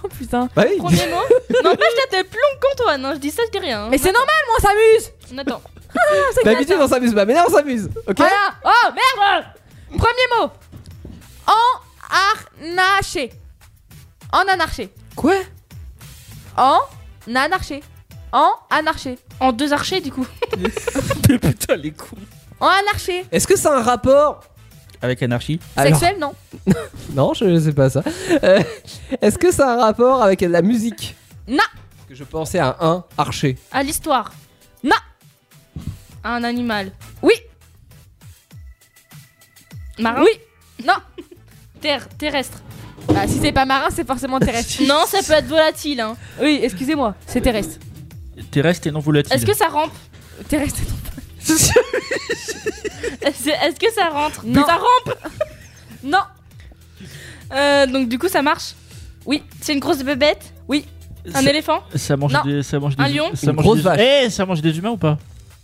S3: Oh putain.
S6: Bah oui.
S8: Premier mot. N'empêche, là, t'es plus long qu'Antoine. hein. Je dis ça, je dis rien. hein.
S3: Mais c'est normal, moi, on s'amuse
S8: On attend.
S6: D'habitude on s'amuse pas, mais là on s'amuse. Ok.
S3: Voilà Oh merde Premier mot En anarché. En anarché.
S6: Quoi
S3: En anarché. En anarché.
S8: En deux archers du coup.
S9: Putain, les cons.
S3: En anarché.
S6: Est-ce que ça a un rapport
S9: Avec Anarchie
S3: Sexuel non
S6: Non, je sais pas ça. Euh, Est-ce que ça a un rapport avec la musique
S3: Non.
S6: Parce que je pensais à un archer.
S8: À l'histoire.
S3: Non.
S8: À un animal.
S3: Oui.
S8: Marin.
S3: Oui. Non.
S8: Terre, terrestre.
S3: Bah, si c'est pas marin, c'est forcément terrestre. non, ça peut être volatile. Hein. Oui, excusez-moi, c'est terrestre.
S9: Terrestre et non volatile.
S8: Est-ce que ça rampe
S3: Terrestre.
S8: Est-ce est-ce que ça rentre
S3: Non.
S8: Ça rampe Non. Euh, donc du coup ça marche Oui. C'est une grosse bébête
S3: Oui.
S8: Un
S9: Ça-
S8: éléphant
S9: Ça mange
S8: Non.
S9: des. Ça mange des
S8: Un lion
S9: ça
S6: Une
S9: mange
S6: grosse
S9: des-
S6: vache.
S9: Eh, ça mange des humains ou pas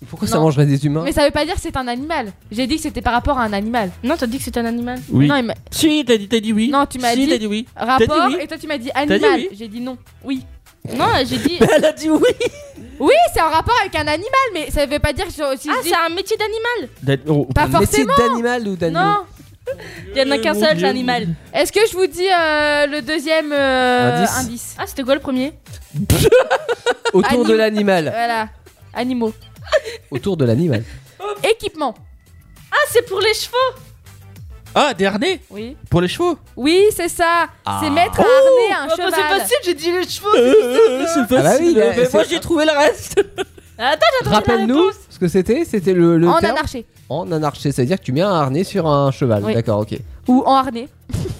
S6: Pourquoi ça mangerait des humains
S3: Mais ça veut pas dire que c'est un animal. J'ai dit que c'était par rapport à un animal.
S8: Non, t'as dit que c'était un animal.
S9: Oui.
S3: Non, il m'a-
S9: Si, t'as dit, t'as dit oui.
S3: Non, tu m'as
S9: Si,
S3: dit,
S9: t'as dit oui. T'as dit
S3: rapport
S9: oui.
S3: et toi tu m'as dit
S9: dit
S3: animal.
S9: oui.
S3: J'ai dit non. Oui. Non, j'ai dit.
S6: Ben,
S9: elle a dit oui.
S3: Oui, c'est en rapport avec un animal, mais ça veut pas dire que je- si
S8: Ah,
S3: je dis-
S8: c'est un métier d'animal
S9: D'a- oh,
S3: Pas
S9: pardon.
S3: forcément.
S6: d'animal ou d'animal
S3: Non.
S8: Il y en a qu'un seul, c'est animal.
S3: Est-ce que je vous dis euh, le deuxième euh,
S6: Indice.
S3: indice.
S8: Ah, c'était quoi le premier
S6: Autour de
S3: Anim-
S6: l'animal.
S3: Voilà. Animaux.
S6: Autour de l'animal.
S3: Équipement.
S8: Ah, c'est pour les chevaux
S9: Ah, dernier
S3: Oui.
S9: Pour les chevaux
S3: Oui, c'est ça.
S9: Ah.
S3: C'est mettre à
S9: Oh.
S3: harnais un
S8: Oh, bah,
S3: cheval.
S8: c'est facile, j'ai dit les chevaux
S9: C'est
S6: Ah bah oui,
S9: facile.
S6: il a-
S9: euh, mais
S6: c'est-
S9: moi j'ai trouvé le reste.
S8: Attends, j'ai trouvé la
S6: Rappelle-nous ce que c'était. C'était le, le
S3: En
S6: terme
S3: anarchie.
S6: En anarchie, c'est-à-dire que tu mets un harnais sur un cheval.
S3: Oui.
S6: D'accord, ok.
S3: Ou en harnais.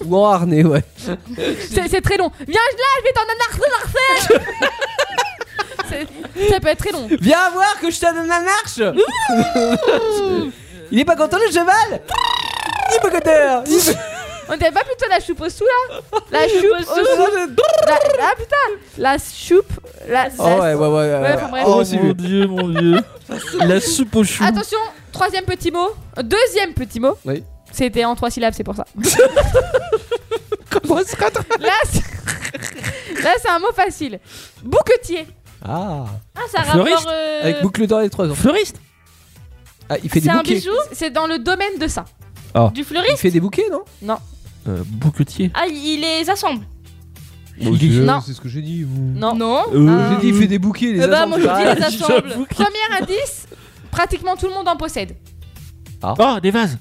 S6: Ou en harnais, ouais.
S3: C'est c'est très long. Viens là, je vais t'en anarcher. C'est- ça peut être très long.
S6: Viens voir que je te donne la marche Il est pas content le cheval Il est pas content Il est pas-
S3: On n'avait pas plutôt la choupe au sou là La
S6: Choupe
S3: choupe
S6: au
S3: au
S6: sou.
S3: sou. La- Ah putain La choupe. La,
S9: Oh
S3: la-
S9: ouais, ouais, ouais, ouais,
S6: ouais.
S3: enfin, bref.
S9: Oh mon dieu, mon dieu. La soupe au chou.
S3: Attention, troisième petit mot. Euh, Deuxième petit mot.
S6: Oui.
S3: C'était en trois syllabes, c'est pour ça.
S9: Comment se
S3: Là, c'est- là, c'est un mot facile. Bouquetier.
S6: Ah
S3: Ah, ça
S6: Fleuriste
S8: euh,
S6: Avec boucle d'or et trois ans.
S9: Fleuriste
S6: Ah, il fait des
S3: C'est un
S6: bouquets.
S3: bijou C'est dans le domaine de ça.
S9: Ah.
S8: Du
S6: Il
S8: fleuriste
S6: fait des bouquets, non
S3: Non.
S9: Euh, bouquetier.
S8: Ah, il les assemble
S3: Non.
S6: C'est ce que j'ai dit. Vous...
S3: Non.
S8: Non
S3: Euh,
S6: J'ai dit, il fait des bouquets, les
S8: Eh bah,
S6: assemble.
S8: moi, je dis les assemble.
S3: Premier indice, pratiquement tout le monde en possède.
S6: Ah.
S9: Oh, des vases.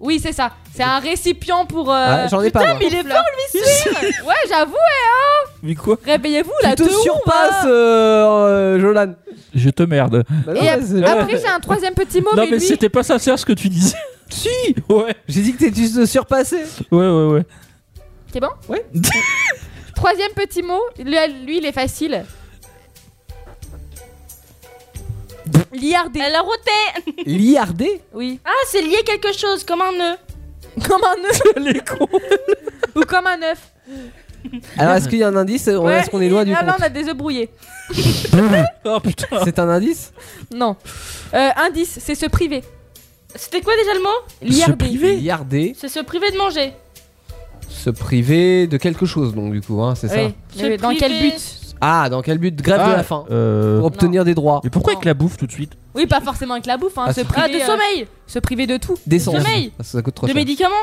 S3: Oui, c'est ça. C'est un récipient pour. euh,
S6: Ah, J'en ai pas.
S3: Putain,
S6: moi.
S3: mais il est fort lui, suivre Ouais, j'avoue, eh, hein
S9: Mais quoi
S3: Réveillez-vous
S6: Tu
S3: là,
S6: te
S3: t'es où,
S6: surpasses,
S3: hein
S6: euh, euh, Jolan.
S9: Je te merde.
S6: Bah non,
S3: Et
S6: bah,
S3: ap-
S6: c'est-
S3: après, j'ai un troisième petit mot,
S9: non,
S3: Oh, mais
S9: mais
S3: lui.
S9: c'était pas sincère ce que tu disais.
S6: Si
S9: Ouais,
S6: J'ai dit que t'étais juste surpassé.
S9: ouais, ouais, ouais.
S3: C'est bon
S6: Ouais.
S3: Troisième petit mot, lui, lui, il est facile. Liardé.
S8: Elle a roté
S6: Liardé
S3: Oui.
S8: Ah, c'est lié quelque chose, comme un nœud
S3: Comme un œuf
S9: Les cons.
S3: ou comme un œuf.
S6: Alors, est-ce qu'il y a un indice On-
S3: Ouais,
S6: Est-ce qu'on est loin
S3: et-
S6: du
S3: ah, là,
S6: compte
S3: on a des œufs brouillés.
S9: Oh putain.
S6: C'est un indice
S3: Non. Euh, indice, c'est se priver.
S8: C'était quoi déjà le mot
S3: Liardé.
S6: Liardé,
S8: C'est se priver de manger.
S6: se priver de quelque chose, donc du coup, hein, c'est
S3: Oui.
S6: ça.
S3: Mais
S8: Se
S3: dans quel
S8: priver.
S3: but
S6: Ah, dans quel but Grève de
S9: Ah,
S6: la faim.
S9: Euh...
S6: Pour obtenir des droits.
S9: Mais pourquoi avec la bouffe tout de suite
S3: Oui, pas forcément avec la bouffe, hein.
S6: Ah,
S3: se
S6: se-
S3: priver.
S8: Ah, de
S3: euh,
S8: sommeil
S3: Se priver de tout.
S6: D'essence.
S8: Sommeil.
S6: Parce que Ah, ça Ah. coûte trop
S8: De
S6: cher.
S8: médicaments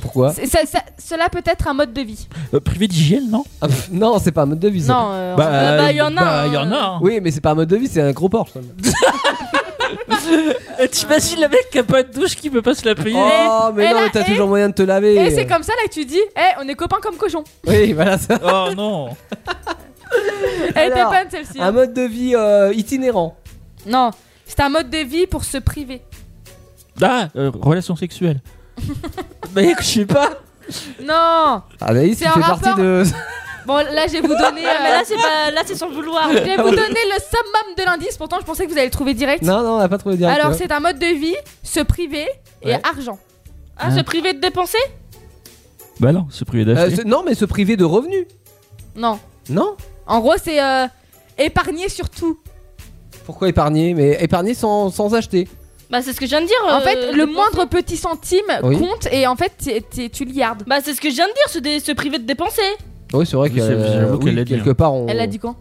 S6: Pourquoi
S3: C'est- ça- ça- cela peut être un mode de vie.
S9: Euh, Privé d'hygiène, non
S6: Ah, pff, Non, c'est pas un mode de vie. ça.
S3: Non, euh,
S8: Ah bah, y en a
S9: Bah,
S8: un,
S9: y en a un.
S6: Oui, mais c'est pas un mode de vie, c'est un gros porc. ça.
S9: Euh, T'imagines le mec qui a pas de douche qui peut pas se la payer
S6: Oh, mais
S3: et
S6: non,
S3: là,
S6: mais t'as
S3: et-
S6: toujours moyen de te laver.
S3: Et Eh, c'est comme ça là que tu dis, eh, on est copains comme cochons.
S6: Oui, voilà ça.
S9: Oh non
S3: Elle était
S6: Alors,
S3: bonne celle-ci.
S6: Un
S3: hein.
S6: mode de vie euh, itinérant.
S3: Non, c'est un mode de vie pour se priver.
S9: Ah, euh, Bah, relation sexuelle. Mais je sais pas
S3: Non.
S6: Anaïs,
S3: C'est
S6: tu
S3: un
S6: fais
S3: rapport-
S6: partie de.
S3: Bon, là, je vais vous donner.
S8: Ah, mais
S3: euh,
S8: là, c'est pas... là, c'est sans vouloir.
S3: je vais vous donner le summum de l'indice. Pourtant, je pensais que vous allez le trouver direct.
S6: Non, non, on a pas trouvé direct.
S3: Alors,
S6: ouais.
S3: c'est un mode de vie, se priver et
S6: Ouais.
S3: argent.
S8: Ah, se priver de dépenser
S9: Bah non, se priver
S6: Euh,
S9: d'acheter.
S6: c'est- Non, mais se priver de revenus.
S3: Non.
S6: Non
S3: En gros, c'est euh, épargner surtout.
S6: Pourquoi épargner Mais épargner sans, sans acheter.
S8: Bah, c'est ce que je viens de dire.
S3: En
S8: euh,
S3: fait, le
S8: dépenser.
S3: moindre petit centime
S6: Oui.
S3: compte et en fait, t'es- t'es- tu liardes.
S8: Bah, c'est ce que je viens de dire, se, dé- se priver de dépenser.
S6: Oui, c'est vrai
S9: Oui,
S6: que
S9: c'est- j'avoue qu'elle l'a dit,
S6: quelque
S9: hein.
S6: part on.
S3: Elle l'a dit quand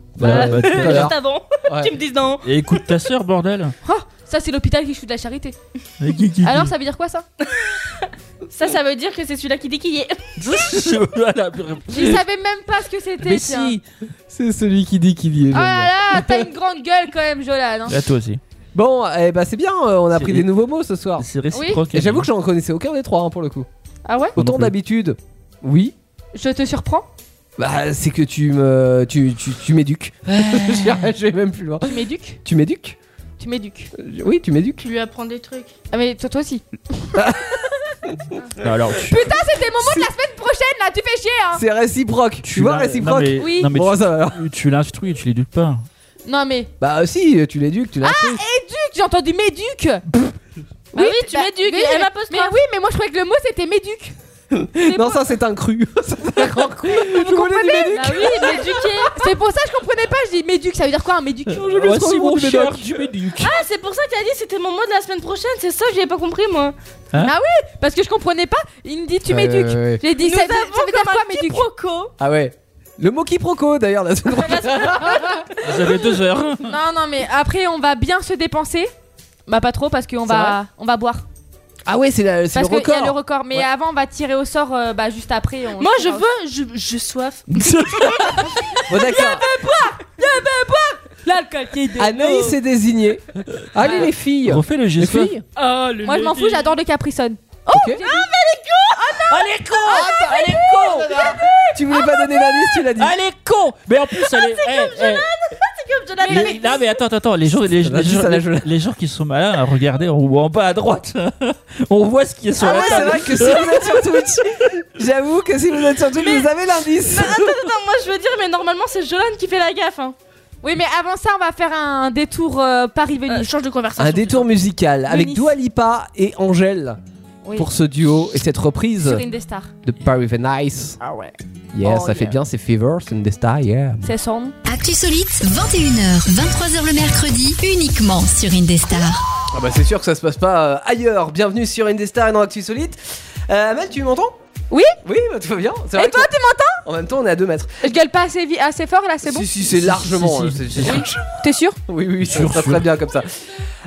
S6: Bah,
S9: Bah, bah,
S6: tout à l'heure.
S8: Juste avant,
S6: Ouais.
S8: tu me dis non.
S9: Et écoute ta soeur, bordel
S3: Oh, ça, c'est l'hôpital qui fout de la charité. Alors, ça veut dire quoi ça
S8: Ça, ça veut dire que c'est celui-là qui dit qui est.
S9: Voilà.
S3: Je savais même pas ce que c'était.
S9: Mais
S3: tiens.
S9: si
S6: C'est celui qui dit qu'il y est.
S3: Oh
S6: j'aime bien.
S3: là là, t'as une grande gueule quand même, Jolan. hein.
S9: Là, Ah, toi aussi.
S6: Bon, eh bah c'est bien, euh, on a
S9: C'est
S6: pris
S9: vrai.
S6: des nouveaux mots ce soir.
S9: C'est réciproque.
S6: Et j'avoue que j'en connaissais aucun des trois hein, pour le coup.
S3: Ah ouais
S9: Moi non
S6: Autant
S9: plus.
S6: d'habitude, oui.
S3: Je te surprends
S6: Bah c'est que tu me, tu, tu, tu m'éduques. je vais même plus loin.
S3: Tu m'éduques
S6: Tu m'éduques
S3: Tu m'éduques.
S6: Euh, Oui, tu m'éduques.
S8: Tu lui apprends des trucs.
S3: Ah mais toi, toi aussi.
S9: Non, alors, tu-
S3: Putain, c'était le moment de la semaine prochaine là, tu fais chier hein
S6: C'est réciproque. Tu vois,
S9: l'as-
S6: réciproque.
S9: non, mais-
S3: Oui.
S9: non, mais
S6: Bon,
S9: tu-
S6: ça va
S9: tu- Tu l'instruis, tu l'éduques pas.
S3: Non mais.
S6: Bah euh, si, tu l'éduques, tu l'as
S3: Ah, éduque, j'ai entendu méduc Ah
S8: oui, tu m'éduques,
S3: Bah mais-
S8: elle
S3: mais-
S8: m'apostrophe.
S3: Mais oui, mais moi je croyais que le mot c'était méduc. eh,
S6: Non, ça c'est un cru. C'est un grand cru. Je voulais du
S3: comprenez
S6: Méduc.
S8: Bah
S3: Ah oui, m'éduquer. C'est pour ça que je comprenais pas, je dis méduc, ça veut dire quoi un méduc
S9: Voici Oh, mon cher du
S8: Ah, c'est pour ça qu'elle a dit que c'était mon mot de la semaine prochaine, c'est ça que j'avais pas compris moi.
S9: Hein
S3: ah oui, parce que je comprenais pas, il me dit tu
S6: Ouais,
S3: m'éduques.
S6: ouais, ouais.
S3: J'ai dit
S8: Nous
S3: ça,
S8: avons
S3: ça veut dire quoi méduc
S6: Ah ouais. Le mot quiproquo d'ailleurs la seconde.
S9: Vous avez deux heures.
S3: Non, non, mais après on va bien se dépenser. Bah pas trop parce qu'on
S6: C'est
S3: va,
S6: vrai
S3: on va boire.
S6: Ah ouais, c'est la- c'est
S3: Parce
S6: le
S3: qu'il y
S6: record.
S3: a le record, mais avant on va tirer au sort euh, bah, juste après.
S8: Moi je veux, je, je soif.
S6: Bon, d'accord.
S3: L'alcool qui est de
S6: Anaïs est désignée. Allez les filles.
S9: Refais le
S6: Les
S9: geste.
S6: filles.
S3: Moi je m'en fous, j'adore le Capricorne.
S6: Ok.
S7: Allez, con
S9: Ah,
S7: Allez, con
S6: Tu voulais pas donner la liste, tu l'as dit.
S7: Allez, con Mais en
S9: Ah,
S7: plus, elle est. eh, eh,
S8: Comme
S6: Ah,
S8: je l'avais
S7: les- Non, mais attends, attends, attends, les gens, les,
S9: va
S7: les
S9: juste
S7: gens,
S9: à la
S7: les- les gens qui sont malins, regardez en haut, en bas à droite. On voit ce qui est sur
S6: Ah
S7: la
S6: ouais, c'est
S7: table.
S6: vrai que si vous êtes sur Twitch, j'avoue que si vous êtes sur Twitch, vous avez l'indice.
S8: Non, Bah, attends, attends, moi je veux dire, mais normalement c'est Jolan qui fait la gaffe. Hein.
S3: Oui, mais avant ça, on va faire un détour euh, Paris-Venise.
S6: Euh,
S8: change de conversation.
S6: Un détour musical avec
S3: Venise.
S6: Dua Lipa et Angèle
S3: Oui.
S6: pour ce duo et cette reprise
S3: Sur Indestar.
S6: de Paris Venice.
S3: Ah ouais.
S6: Yeah,
S3: Oh,
S6: ça fait
S3: yeah.
S6: bien, c'est Fever, c'est une des stars, yeah.
S3: C'est son.
S4: Actu Solite, 21h, 23h le mercredi, uniquement sur Indestar.
S6: Ah bah c'est sûr que ça se passe pas euh, ailleurs. Bienvenue sur Indestar et dans Actu Solite. Euh, Amel, tu m'entends
S3: Oui
S6: Oui, bah, tout va bien. C'est
S3: Et
S6: vrai
S3: toi,
S6: que-
S3: tu m'entends
S6: En même temps, on est à 2 mètres.
S3: Je gueule pas assez, vi- assez fort là, c'est bon
S6: Si, si, c'est largement.
S7: si,
S6: euh,
S7: si.
S6: c'est- c'est-
S3: T'es sûr
S6: Oui, oui, ça
S7: Sûr,
S6: sera
S7: sûr.
S6: très bien comme ça.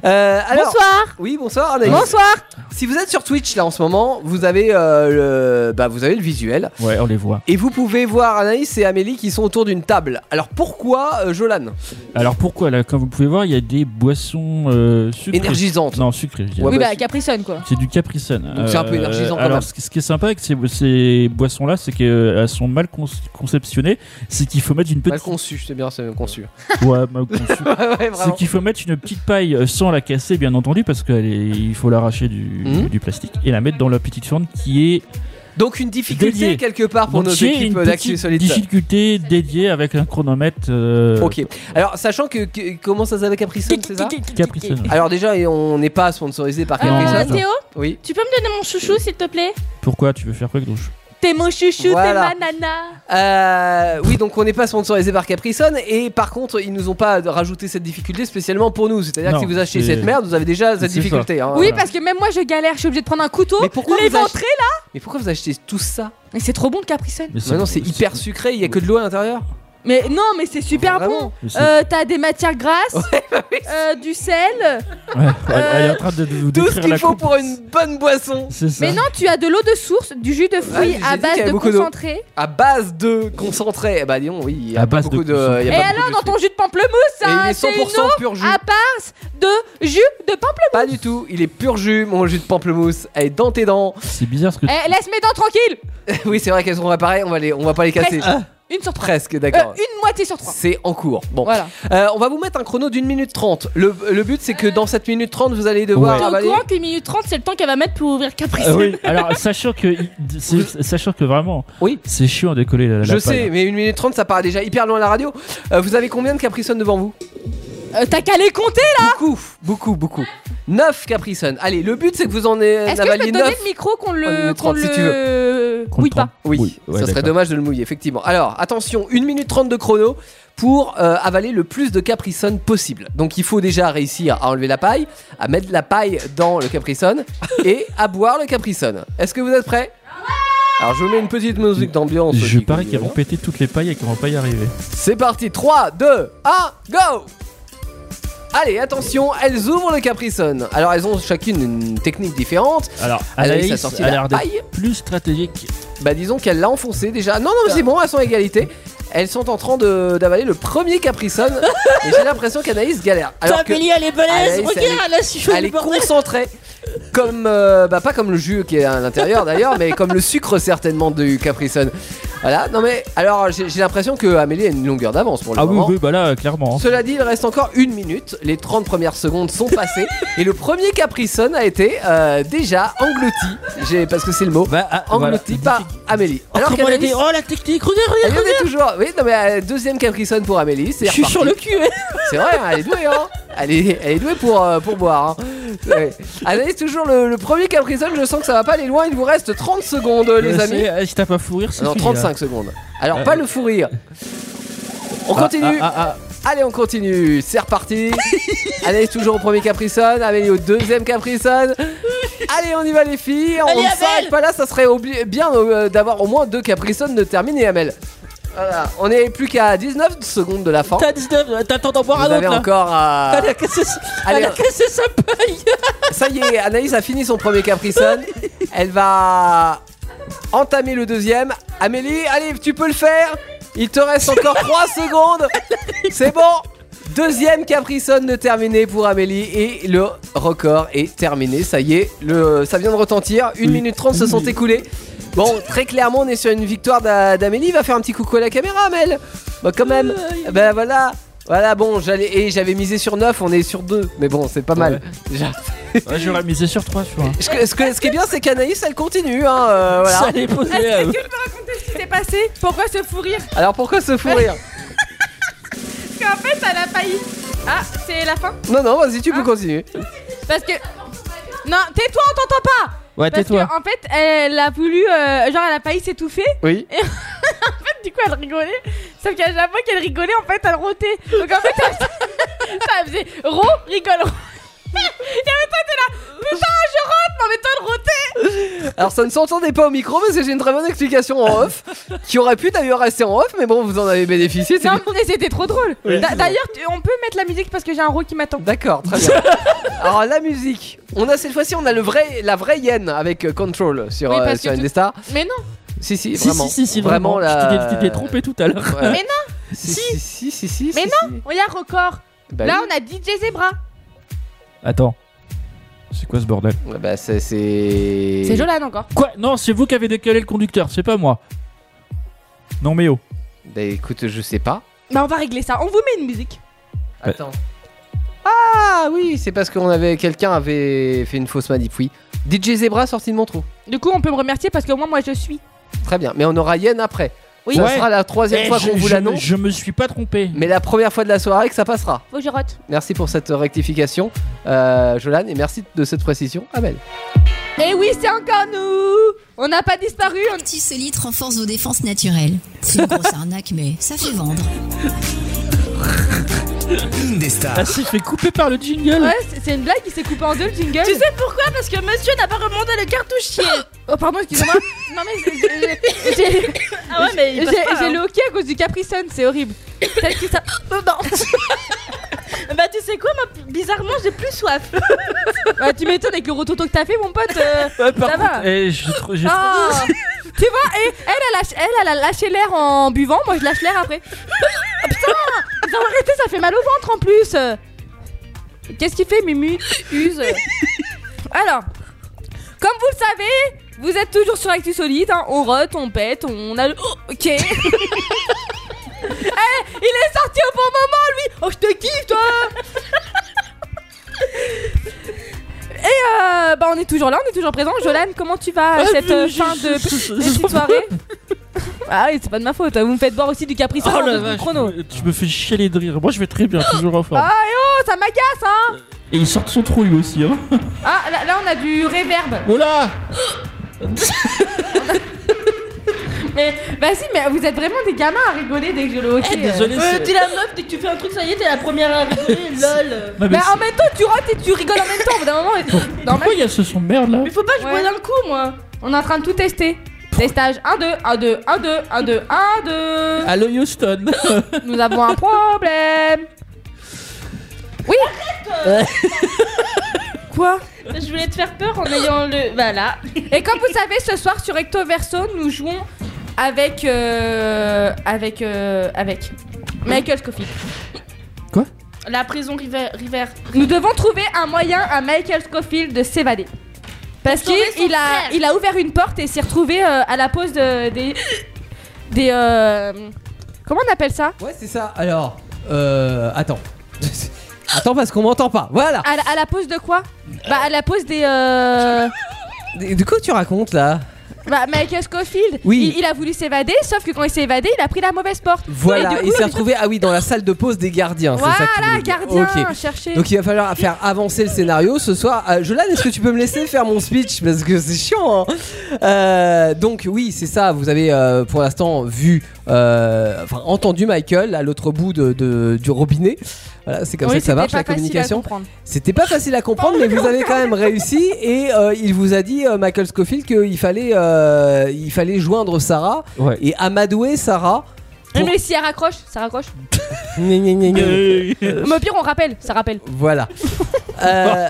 S6: Euh, alors-
S3: Bonsoir.
S6: Oui, bonsoir Anaïs.
S3: Bonsoir.
S6: Si vous êtes sur Twitch là en ce moment, vous avez, euh, le... Bah, vous avez le visuel.
S9: Ouais, on les voit.
S6: Et vous pouvez voir Anaïs et Amélie qui sont autour d'une table. Alors pourquoi euh, Jolan
S9: Alors pourquoi là, comme vous pouvez voir, il y a des boissons euh, sucrées.
S6: Énergisantes.
S9: Non, sucrées. je dirais.
S3: Oui, bah, Capricorne quoi.
S9: C'est du Capricène. Euh,
S6: Donc c'est un peu énergisant quand même.
S9: Alors ce qui- ce qui est sympa avec ces, ces boissons-là, c'est qu'elles sont mal con- conceptionnées. C'est qu'il faut mettre une
S6: Mal
S9: petite.
S6: conçu, c'est bien, c'est conçu.
S9: Ouais, mal conçu.
S6: ouais,
S9: c'est
S6: vraiment.
S9: qu'il faut mettre une petite paille euh, sans la casser, bien entendu, parce qu'il faut l'arracher du,
S6: Mmh.
S9: du plastique et la mettre dans la petite fourne qui est
S6: Donc une difficulté
S9: Dédié.
S6: quelque part pour
S9: Donc,
S6: nos
S9: j'ai
S6: équipes
S9: Ah, une
S6: d'actu
S9: petite
S6: solide.
S9: difficulté dédiée avec un chronomètre. euh,
S6: Ok. Alors sachant que, que- comment ça s'appelle Capricorn, c'est ça
S9: Capricène.
S6: Alors déjà, on n'est pas sponsorisé par
S8: Euh,
S9: Ah.
S6: Capricorn.
S8: Théo,
S6: Oui.
S8: tu peux me donner mon chouchou s'il te plaît
S9: Pourquoi tu veux faire quoi, Grouche
S3: T'es mon chouchou,
S6: Voilà.
S3: t'es ma nana.
S6: Euh, oui, donc on n'est pas sponsorisé par Capricorn et par contre, ils nous ont pas rajouté cette difficulté spécialement pour nous. C'est-à-dire que
S9: Non,
S6: si vous achetez
S9: c'est-
S6: cette merde, vous avez déjà
S9: C'est
S6: cette
S9: ça.
S6: difficulté. hein.
S3: Oui, parce que même moi je galère, je suis obligée de prendre un couteau,
S6: Mais pourquoi
S3: les
S6: vous ach-
S3: ventrer là.
S6: Mais pourquoi vous achetez tout ça
S3: Mais c'est trop bon le Capricorne.
S9: Mais
S6: Maintenant, Bah c'est hyper sucré, il y a que de l'eau à l'intérieur.
S3: Mais non, mais c'est super
S6: Vraiment bah
S3: bon.
S9: Mais c'est-
S3: Euh, T'as des matières grasses, euh, du sel.
S9: Ouais, elle, elle est en train de vous
S6: euh, Tout ce
S9: décrire
S6: qu'il
S9: la
S6: faut
S9: coupe.
S6: pour une bonne boisson.
S9: C'est ça.
S3: Mais non, tu as de l'eau de source, du jus de
S6: Ah, j'ai
S3: fruits
S6: dit
S3: à
S6: qu'il y avait
S3: base de
S6: beaucoup d'eau.
S3: concentré.
S6: À base de concentré. Eh bah, disons, oui, il y a
S9: À
S6: pas
S9: base de
S6: beaucoup de.
S9: concentré.
S6: il y
S3: Et
S6: a pas
S3: alors,
S6: beaucoup de
S3: dans ton Ah,
S6: trucs.
S3: jus de pamplemousse,
S6: Et il
S3: hein,
S6: est
S3: c'est une
S6: 100%
S3: eau
S6: pur jus.
S3: à base de jus de pamplemousse.
S6: Pas du tout, il est pur jus, mon jus de pamplemousse. Elle est dans tes dents.
S9: C'est bizarre ce que.
S3: Eh, laisse mes dents tranquilles.
S6: oui, c'est vrai qu'elles seront réparées, on va, les, on va pas les casser.
S3: Presque. Une sur trois.
S6: Presque,
S3: Euh,
S6: d'accord.
S3: une moitié sur trois.
S6: C'est en cours. Bon.
S3: Voilà.
S6: Euh, on va vous mettre un chrono d'une minute trente. Le, le but, c'est que dans cette minute trente, vous allez devoir
S8: T'es au
S6: avaler-
S8: courant qu'une minute 30 c'est le temps qu'elle va mettre pour ouvrir Capricorne
S9: Euh, oui. Alors sachant que c'est- sachant que vraiment.
S6: Oui.
S9: C'est chiant de coller la. la
S6: Je
S9: paille.
S6: sais, mais une minute trente, ça paraît déjà hyper loin à la radio. Euh, vous avez combien de Capricorn devant vous
S3: Euh, T'as qu'à les compter là.
S6: Beaucoup, beaucoup, beaucoup. 9 Capricorn. Allez, le but, c'est que vous en ayez
S3: Est-ce que je peux te
S6: avaliez
S3: donner
S6: 9.
S3: le micro qu'on
S6: Oh,
S3: le.
S6: minute
S3: qu'on
S6: 30, si tu
S3: le.
S9: Qu'on
S3: Oui,
S9: le
S3: pas.
S6: Oui,
S9: ouais,
S6: ça serait
S9: d'accord.
S6: dommage de le mouiller, effectivement. Alors, attention, 1 minute 30 de chrono pour euh, avaler le plus de Capricorn possible. Donc, il faut déjà réussir à enlever la paille, à mettre la paille dans le Capricorn et à boire le Capricorn. Est-ce que vous êtes prêts Alors, je vous mets une petite musique d'ambiance.
S9: Je
S6: aussi,
S9: parie
S6: comme
S9: qu'ils vont
S6: vous
S9: péter toutes les pailles et qu'ils vont pas y arriver.
S6: C'est parti, 3, 2, 1, go Allez, attention, elles ouvrent le Capricorn. Alors, elles ont chacune une technique différente.
S9: Alors,
S6: Anaïs a
S9: Anaïs
S6: sorti
S9: a
S6: la
S9: l'air d'être
S6: paille.
S9: plus stratégique.
S6: Bah, disons qu'elle l'a enfoncé déjà. Non, non, mais c'est bon, elles sont à égalité. Elles sont en train de- d'avaler le premier Capricorn. et j'ai l'impression qu'Anaïs galère. Alors que
S7: Amélie, elle est balèze
S6: Allez,
S7: Regarde,
S6: salut.
S7: Ah, là, si je fais
S6: elle
S7: le
S6: est
S7: bordel
S6: concentrée. comme euh, bah pas comme le jus qui est à l'intérieur d'ailleurs, mais comme le sucre certainement du Capri Sun. Voilà. Non mais alors j'ai j'ai l'impression que Amélie a une longueur d'avance pour le
S9: Ah oui,
S6: moment.
S9: oui, bah là, clairement.
S6: Cela dit, il reste encore une minute. Les 30 premières secondes sont passées. et le premier Capri Sun a été euh, déjà englouti. J'ai- Parce que c'est le mot.
S9: Bah, ah,
S6: englouti par Amélie. Alors
S7: comment elle
S6: qu'Anaïs-
S7: était Oh, la technique, regarde,
S6: Elle
S7: regarde,
S6: y en est toujours. Oui, non, mais euh, deuxième Capri Sun pour Amélie. c'est
S7: Je suis sur le
S6: reparti.
S7: cul, hein.
S6: C'est vrai, hein, elle est douée, hein. Elle est, elle est douée pour, euh, pour boire. Hein. Ouais. Anaïs, toujours le, le premier Capri Sun. Je sens que ça va pas aller loin. Il vous reste 30 secondes, les
S9: Euh,
S6: amis.
S9: c'est- euh, Si t'as pas fou rire, c'est
S6: Non,
S9: fini,
S6: 35
S9: là.
S6: secondes. Alors,
S9: Euh,
S6: pas le fou rire. On
S9: Ah,
S6: continue.
S9: ah, ah,
S6: Allez, on continue. C'est reparti. Anaïs toujours au premier Capricorne. Amélie au deuxième Capricorne. Allez, on y va, les filles. on
S7: Allez,
S6: ne s'arrête pas là. Ça serait obli- bien euh, d'avoir au moins deux Capricornes de terminer, Amel. Voilà. On est plus qu'à 19 secondes de la fin.
S7: T'as 19, euh, t'attends d'en boire
S6: Vous
S7: un autre
S6: avez
S7: là.
S6: encore à.
S7: Elle a cassé, sa-
S6: Allez,
S7: elle
S6: euh.
S7: a
S6: on-
S7: cassé sa paille.
S6: Ça y est, Anaïs a fini son premier Capricorne. Elle va entamer le deuxième. Amélie, allez, tu peux le faire. Il te reste encore 3 secondes. C'est bon. Deuxième Capricorne de terminé pour Amélie et le record est terminé. Ça y est, le, ça vient de retentir. 1 minute 30 se sont écoulées. Bon, très clairement, on est sur une victoire d'A- d'Amélie. Va faire un petit coucou à la caméra, Amel. Bah, quand même. Ben voilà. Voilà, bon, j'allais et j'avais misé sur 9, on est sur 2. Mais bon, c'est pas mal. Déjà.
S9: Ouais, J'aurais misé sur 3, tu vois.
S6: Ce que- ce, que- ce qui est bien, c'est qu'Anaïs, elle continue. Hein, euh, voilà.
S9: Ça allait poser, euh,
S3: Est-ce que tu peux raconter ce qui s'est passé Pourquoi se fou rire
S6: Alors pourquoi se fou rire
S3: Parce qu'en fait, elle a failli. Ah, c'est la fin
S6: Non, non, vas-y, tu peux continuer.
S3: Parce que. Non, tais-toi, on t'entend pas
S6: Ouais,
S3: Parce
S6: tais-toi.
S3: que, En fait, elle a voulu. euh, genre, elle a failli s'étouffer.
S6: Oui.
S3: Et en fait, du coup, elle rigolait. Sauf qu'à chaque fois qu'elle rigolait, en fait, elle rotait. Donc en fait, elle, ça faisait ro, rigole, ro. Et en même temps, t'es là. Putain, je rote, mais en même temps, elle rotait.
S6: Alors ça ne s'entendait pas au micro parce que j'ai une très bonne explication en off qui aurait pu d'ailleurs rester en off, mais bon, vous en avez bénéficié. c'est
S3: Non,
S6: bien.
S3: mais c'était trop drôle.
S6: Oui.
S3: D'a- D'ailleurs, tu- on peut mettre la musique parce que j'ai un ro qui m'attend.
S6: D'accord, très bien. Alors la musique, on a cette fois-ci on a le vrai, la vraie Yen avec euh, Control sur,
S3: Oui,
S6: euh,
S3: parce
S6: sur
S3: que tu-
S6: Indestar.
S3: Mais non.
S6: Si si
S9: Si,
S6: vraiment.
S9: si, si, si, vraiment.
S6: la-
S9: Tu t'es- tu t'es trompé tout à l'heure.
S6: Ouais.
S3: Mais non.
S6: Si si si si. si,
S3: Mais
S6: si,
S3: non, on y a record.
S6: Bah
S3: Là,
S6: oui.
S3: on a DJ Zebra.
S9: Attends. C'est quoi ce bordel
S6: Ouais, Bah c'est c'est.
S3: C'est Jolan encore.
S9: Quoi Non, c'est vous qui avez décalé le conducteur, c'est pas moi. Non, mais oh.
S6: Bah écoute, je sais pas.
S3: Bah, on va régler ça. On vous met une musique.
S6: Attends. Ah oui, c'est parce qu'on avait quelqu'un avait fait une fausse manip, oui. DJ Zebra sorti de mon trou.
S3: Du coup, on peut me remercier parce que moi, moi, je suis.
S6: Très bien, mais on aura Yen après.
S3: Oui.
S6: ça
S3: Ouais.
S6: sera la troisième
S3: Eh,
S6: fois
S3: je-
S6: qu'on vous
S3: je
S6: l'annonce.
S3: me-
S9: je me suis pas trompé.
S6: Mais la première fois de la soirée que ça passera.
S3: Faut que je rote.
S6: Merci pour cette rectification, euh, Jolan, et merci de cette précision, Amel.
S3: Et oui, c'est encore nous. On n'a pas disparu. On...
S4: Petit solide renforce vos défenses naturelles. C'est une grosse arnaque, mais ça fait vendre.
S5: Indestar.
S9: Ah, s'est fait couper par le jingle.
S3: Ouais, c'est- c'est une blague qui s'est coupée en deux, le jingle.
S8: Tu sais pourquoi Parce que monsieur n'a pas remonté le cartouchier.
S3: Oh, pardon, excusez-moi. non, mais c'est- j'ai- j'ai.
S8: Ah ouais, mais il
S3: J'ai
S8: passe pas,
S3: j'ai
S8: hein.
S3: le hockey à cause du Capri Sun, c'est horrible. Peut-être que ça. Oh, non.
S8: Bah tu sais quoi, moi, bizarrement j'ai plus soif.
S3: Ouais, tu m'étonnes avec le rototo que t'as fait, mon pote. euh,
S9: Par
S3: ça va.
S9: contre, eh, j'ai tr- j'ai-
S3: Ah. tu vois, et elle, elle, a lâché- elle, elle a lâché l'air en buvant, moi je lâche l'air après. Ah, putain, putain, arrêtez, ça fait mal au ventre en plus. Euh, Qu'est-ce qu'il fait, Mimu Use. Alors, comme vous le savez, vous êtes toujours sur Actu Solide. hein. On rote, on pète, on a le. Oh, ok. Eh, il est sorti au bon moment, lui. Oh, je te kiffe, toi. Et euh, bah on est toujours là, on est toujours présent. Jolan, comment tu vas à
S7: Ah,
S3: cette
S7: mais
S3: euh,
S7: je-
S3: fin
S7: je-
S3: de
S7: je-
S3: petite soirée Ah oui, c'est pas de ma faute. Vous me faites boire aussi du Capri Sun
S9: Oh
S3: en
S9: la
S3: deux
S9: vache,
S3: chrono.
S9: tu me- tu me fais chialer de rire. Moi, je vais très bien, toujours en forme.
S3: Ah et oh, ça m'agace, hein
S9: Et il sort de son trou lui aussi. Hein.
S3: Ah, là, là, on a du réverb.
S9: Oh là
S3: Mais vas-y, mais vous êtes vraiment des gamins à rigoler dès que je le hockey.
S8: Eh,
S3: euh.
S8: euh, t'es la meuf, dès que tu fais un truc, ça y est, t'es la première à rigoler, lol.
S9: Bah, mais
S3: Bah, en
S9: c'est-
S3: même temps, tu rotes et tu rigoles en même temps. Au bout d'un moment, normal.
S9: Pourquoi il y a ce son de merde là
S8: Mais faut pas que je bois d'un coup, moi.
S3: On est en train de tout tester. Testage 1, 2, 1, 2, 1, 2, 1, 2, 1, 2.
S9: Allo Houston
S3: Nous avons un problème. Oui. Quoi
S8: Je voulais te faire peur en ayant le. Voilà.
S3: Et comme vous savez, ce soir sur Recto Verso, nous jouons avec. euh, avec. euh, avec. Michael Scofield.
S8: La prison River. River.
S3: Nous devons trouver un moyen à Michael Scofield de s'évader. Parce qu'il
S8: sauver son
S3: il a,
S8: frère.
S3: il a ouvert une porte et s'est retrouvé euh, à la pose de- des. des. euh, comment on appelle ça
S6: Ouais, c'est ça. Alors, euh, attends. attends parce qu'on m'entend pas. Voilà.
S3: à, la- à la pose de quoi Bah, à la pose des. euh,
S6: De quoi tu racontes là
S3: Bah, Michael Scofield,
S6: Oui.
S3: il, il a voulu s'évader, sauf que quand il s'est évadé, il a pris la mauvaise porte. Et du
S6: Voilà,
S3: coup,
S6: il s'est
S3: le-
S6: retrouvé, ah oui, dans la salle de pause des gardiens. c'est ça que tu
S3: Voilà,
S6: voulais dire.
S3: gardien,
S6: Ok.
S3: cherchez.
S6: Donc il va falloir faire avancer le scénario ce soir. Euh, Jolan, est-ce que tu peux me laisser faire mon speech Parce que c'est chiant. hein. Euh, donc oui, c'est ça. Vous avez euh, pour l'instant vu, euh, enfin entendu Michael à l'autre bout de, de- du robinet. Voilà, c'est comme
S3: Oui,
S6: ça que ça
S3: c'était
S6: marche
S3: pas
S6: la
S3: facile à
S6: communication.
S3: comprendre.
S6: C'était pas facile à comprendre, mais vous avez quand même réussi. Et euh, il vous a dit, euh, Michael Scofield, qu'il fallait, euh, il fallait joindre Sarah et amadouer Sarah.
S3: Oui,
S6: pour-
S3: Mais si elle raccroche, ça raccroche.
S6: Gna, gna, gna, gna.
S3: Mais au pire, on rappelle, ça rappelle.
S6: Voilà. Euh...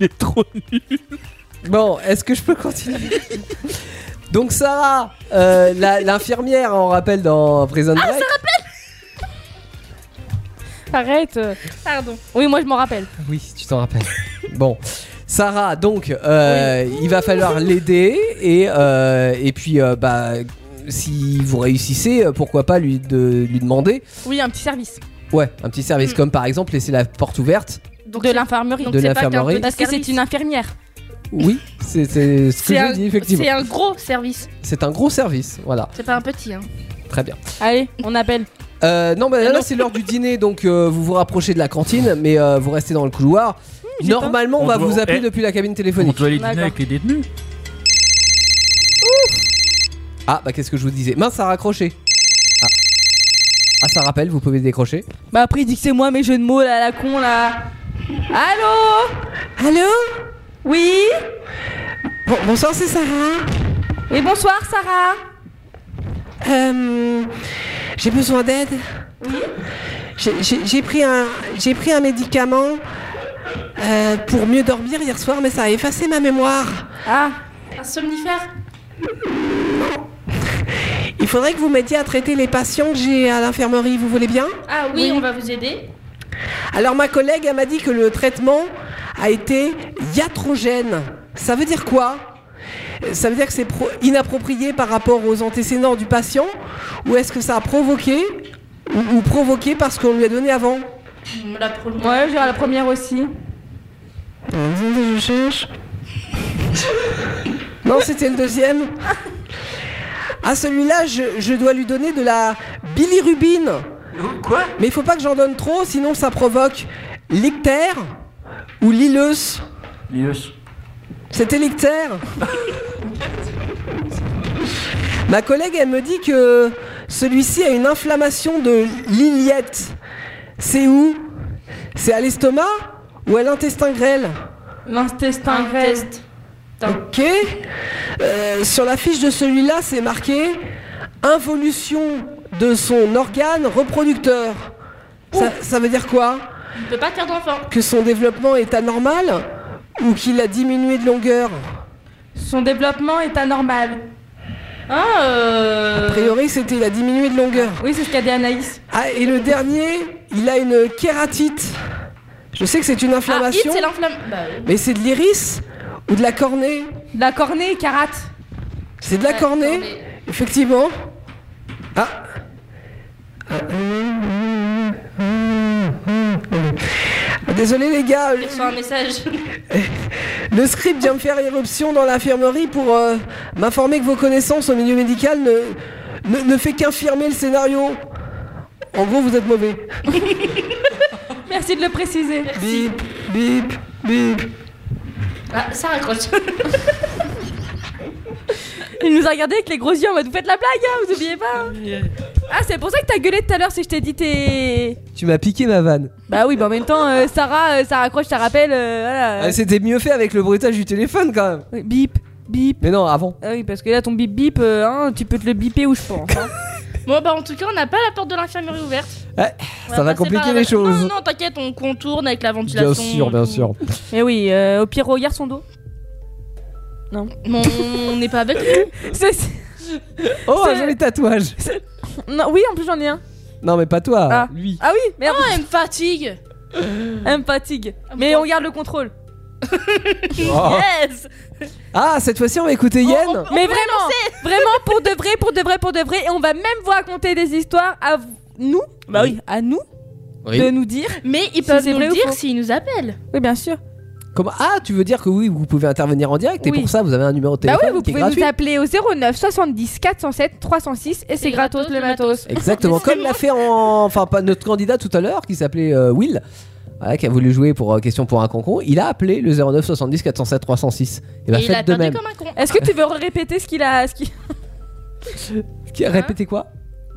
S6: Il est trop nul. Bon, est-ce que je peux continuer Donc Sarah, euh, la- l'infirmière, on rappelle dans Prison
S8: Ah,
S6: Break.
S3: Arrête. euh.
S8: Pardon.
S3: Oui, moi je m'en rappelle.
S6: Ah Oui, tu t'en rappelles. Bon. Sarah, donc, euh, il va falloir l'aider et, euh, et puis, euh, bah, si vous réussissez, euh, pourquoi pas lui, de, lui demander,
S3: Oui, un petit service.
S6: ouais, un petit service
S8: Mm.
S6: comme par exemple laisser la porte ouverte.
S3: de l'infirmerie.
S6: donc De c'est pas qu'un l'infirmerie. petit
S3: Parce que c'est une infirmière.
S6: Oui, c'est c'est ce que
S8: C'est
S6: je
S8: un,
S6: dis effectivement.
S8: c'est un gros service.
S6: C'est un gros service, voilà.
S8: C'est pas un petit, hein.
S6: Très bien.
S3: Allez, on appelle.
S6: Euh, non, bah, là c'est l'heure du dîner, donc euh, vous vous rapprochez de la cantine, mais euh, vous restez dans le couloir. Normalement, on,
S9: On
S6: va
S9: doit-
S6: vous appeler
S9: eh,
S6: depuis la cabine téléphonique.
S9: On doit aller dîner avec les détenus.
S6: Ah, bah qu'est-ce que je vous disais Mince, ça a raccroché. Ah. Ah, ça rappelle, vous pouvez décrocher.
S3: Bah après, il dit que c'est moi mes jeux de mots là, la con là. Allô Allô Oui
S14: bonsoir, c'est Sarah.
S3: Et bonsoir Sarah.
S14: Euh, j'ai besoin d'aide. J'ai- J'ai j'ai pris un, j'ai pris un médicament euh, pour mieux dormir hier soir, mais ça a effacé ma mémoire.
S3: Ah.
S8: Un somnifère
S14: Il faudrait que vous m'aidiez à traiter les patients que j'ai à l'infirmerie. Vous voulez bien
S8: Ah oui, on va vous aider.
S14: Alors ma collègue elle m'a dit que le traitement a été iatrogène. Ça veut dire quoi Euh, Ça veut dire que c'est pro- inapproprié par rapport aux antécédents du patient Ou est-ce que ça a provoqué ou, ou provoqué parce qu'on lui a donné avant
S8: La première.
S3: Ouais, j'ai la première aussi.
S14: Attendez, je cherche. Non, c'était le deuxième. À celui-là, je, je dois lui donner de la bilirubine. Quoi Mais il faut pas que j'en donne trop, sinon ça provoque l'ictère ou l'ileus. C'était l'ictère. Ma collègue, elle me dit que celui-ci a une inflammation de l'iliette. C'est où C'est à l'estomac ou à l'intestin grêle
S3: L'intestin grêle.
S14: Ok. Euh, sur la fiche de celui-là, c'est marqué involution de son organe reproducteur. Ça, ça veut dire quoi
S8: On peut pas faire d'enfant.
S14: Que son développement est anormal ou qu'il a diminué de longueur
S3: Son développement est anormal. Ah, euh...
S14: A priori, c'était il a diminué de longueur.
S3: Oui, c'est ce qu'a dit Anaïs.
S14: Ah, et le dernier, il a une kératite. Je sais que c'est une
S8: Ah, it,
S14: inflammation.
S8: c'est l'inflammation. Bah, euh,
S14: mais c'est de l'iris ou de la cornée
S3: De la cornée, carate.
S14: C'est de la
S3: Ouais,
S14: cornée,
S3: cornée.
S14: effectivement. Ah. Désolé les gars,
S8: je reçois un message.
S14: le script vient me faire éruption dans l'infirmerie pour euh, m'informer que vos connaissances au milieu médical ne, ne, ne fait qu'infirmer le scénario. En gros, vous êtes mauvais.
S3: Merci de le préciser.
S14: Bip, bip, bip.
S8: Ah, ça raccroche.
S3: Il nous a regardé avec les gros yeux en mode vous faites la blague, hein, vous oubliez pas. hein. Ah, c'est pour ça que t'as gueulé tout à l'heure si je t'ai dit t'es.
S6: Tu m'as piqué ma vanne.
S3: Bah oui, bah en même temps, euh, Sarah, euh, ça raccroche, ça rappelle. euh, voilà.
S6: Ah, C'était mieux fait avec le bruitage du téléphone quand même.
S3: Bip, bip.
S6: Mais non, avant.
S3: Ah oui, parce que là, ton bip bip, euh, hein, tu peux te le biper où je pense. hein.
S8: bon, bah, en tout cas, on n'a pas la porte de l'infirmerie ouverte.
S6: Ouais,
S8: On
S6: Eh, ça va
S8: passer par
S6: compliquer
S8: la-
S6: les choses.
S8: Non, non, t'inquiète, on contourne avec la ventilation.
S6: Bien sûr, bien sûr.
S3: Mais oui, euh, au pire, regarde son dos. Non.
S8: Bon, on n'est pas avec
S3: C'est.
S6: Oh, un
S3: C'est-
S6: joli tatouage.
S3: Non, oui, en plus, j'en ai un.
S6: Non, mais pas toi.
S3: Ah.
S6: Lui.
S3: Ah oui, merde.
S8: elle me fatigue.
S3: Elle me fatigue. Mais on garde le contrôle.
S6: Oh.
S8: Yes
S6: Ah, cette fois-ci, on va écouter Yen
S3: Mais vraiment, vraiment pour de vrai, pour de vrai, pour de vrai, et on va même vous raconter des histoires à vous- nous, bah oui, à nous,
S6: Oui.
S3: de nous dire.
S8: Mais ils
S3: si
S8: peuvent
S3: c'est
S8: nous
S3: vrai
S8: le
S3: ou
S8: dire
S3: faux.
S8: s'ils nous appellent.
S3: Oui, bien sûr.
S6: Comment Ah, tu veux dire que oui, vous pouvez intervenir en direct et
S3: Oui.
S6: pour ça, vous avez un numéro de
S3: Bah
S6: téléphone
S3: oui, vous
S6: qui est
S3: pouvez
S6: gratuit.
S3: nous appeler au 09 70 407 306 et c'est gratos le matos.
S6: Exactement, comme l'a fait en- enfin pas notre candidat tout à l'heure qui s'appelait euh, Will, voilà, qui a voulu jouer pour euh, question pour un concon, il a appelé le 09 70 407 306. Et bah faites de même.
S3: Est-ce que tu veux répéter ce qu'il a, ce qu'il- hein
S6: Qui a répété quoi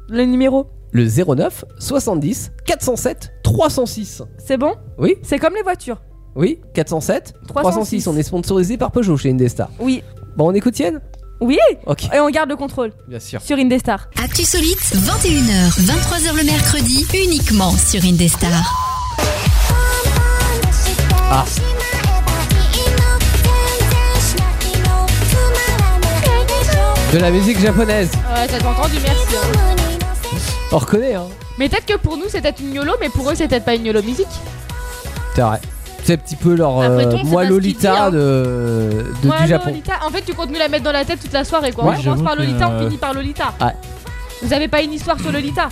S3: le numéro
S6: Le 09 70 407 306.
S3: C'est bon
S6: Oui.
S3: C'est comme les voitures.
S6: Oui, 407 306.
S3: 306.
S6: On est sponsorisé par Peugeot chez Indestar.
S3: Oui.
S6: Bon, on écoute Yann
S3: Oui.
S6: Ok.
S3: Et on garde le contrôle
S6: Bien sûr.
S3: sur Indestar.
S4: Actu Solite, 21h, 23h le mercredi, uniquement sur Indestar.
S6: Ah. De la musique japonaise.
S8: Ah
S3: Ouais, t'as entendu, merci.
S6: On reconnaît, hein.
S8: hein. Mais peut-être que pour nous c'est peut-être une YOLO, mais pour eux c'est peut-être pas une YOLO musique.
S6: C'est vrai. C'est un petit peu leur
S8: Après tout, on
S6: euh,
S8: sait
S6: moi
S8: pas ce qu'il
S6: Lolita
S8: dit, hein.
S6: de, de-
S8: Ouais,
S6: du Japon.
S8: Lolita. En fait, tu comptes nous la mettre dans la tête toute la soirée, quoi.
S6: Ouais,
S8: on commence
S6: j'avoue
S8: par
S6: que,
S8: Lolita,
S6: euh,
S8: on finit par Lolita.
S6: Ouais.
S8: Vous avez pas une histoire sur Lolita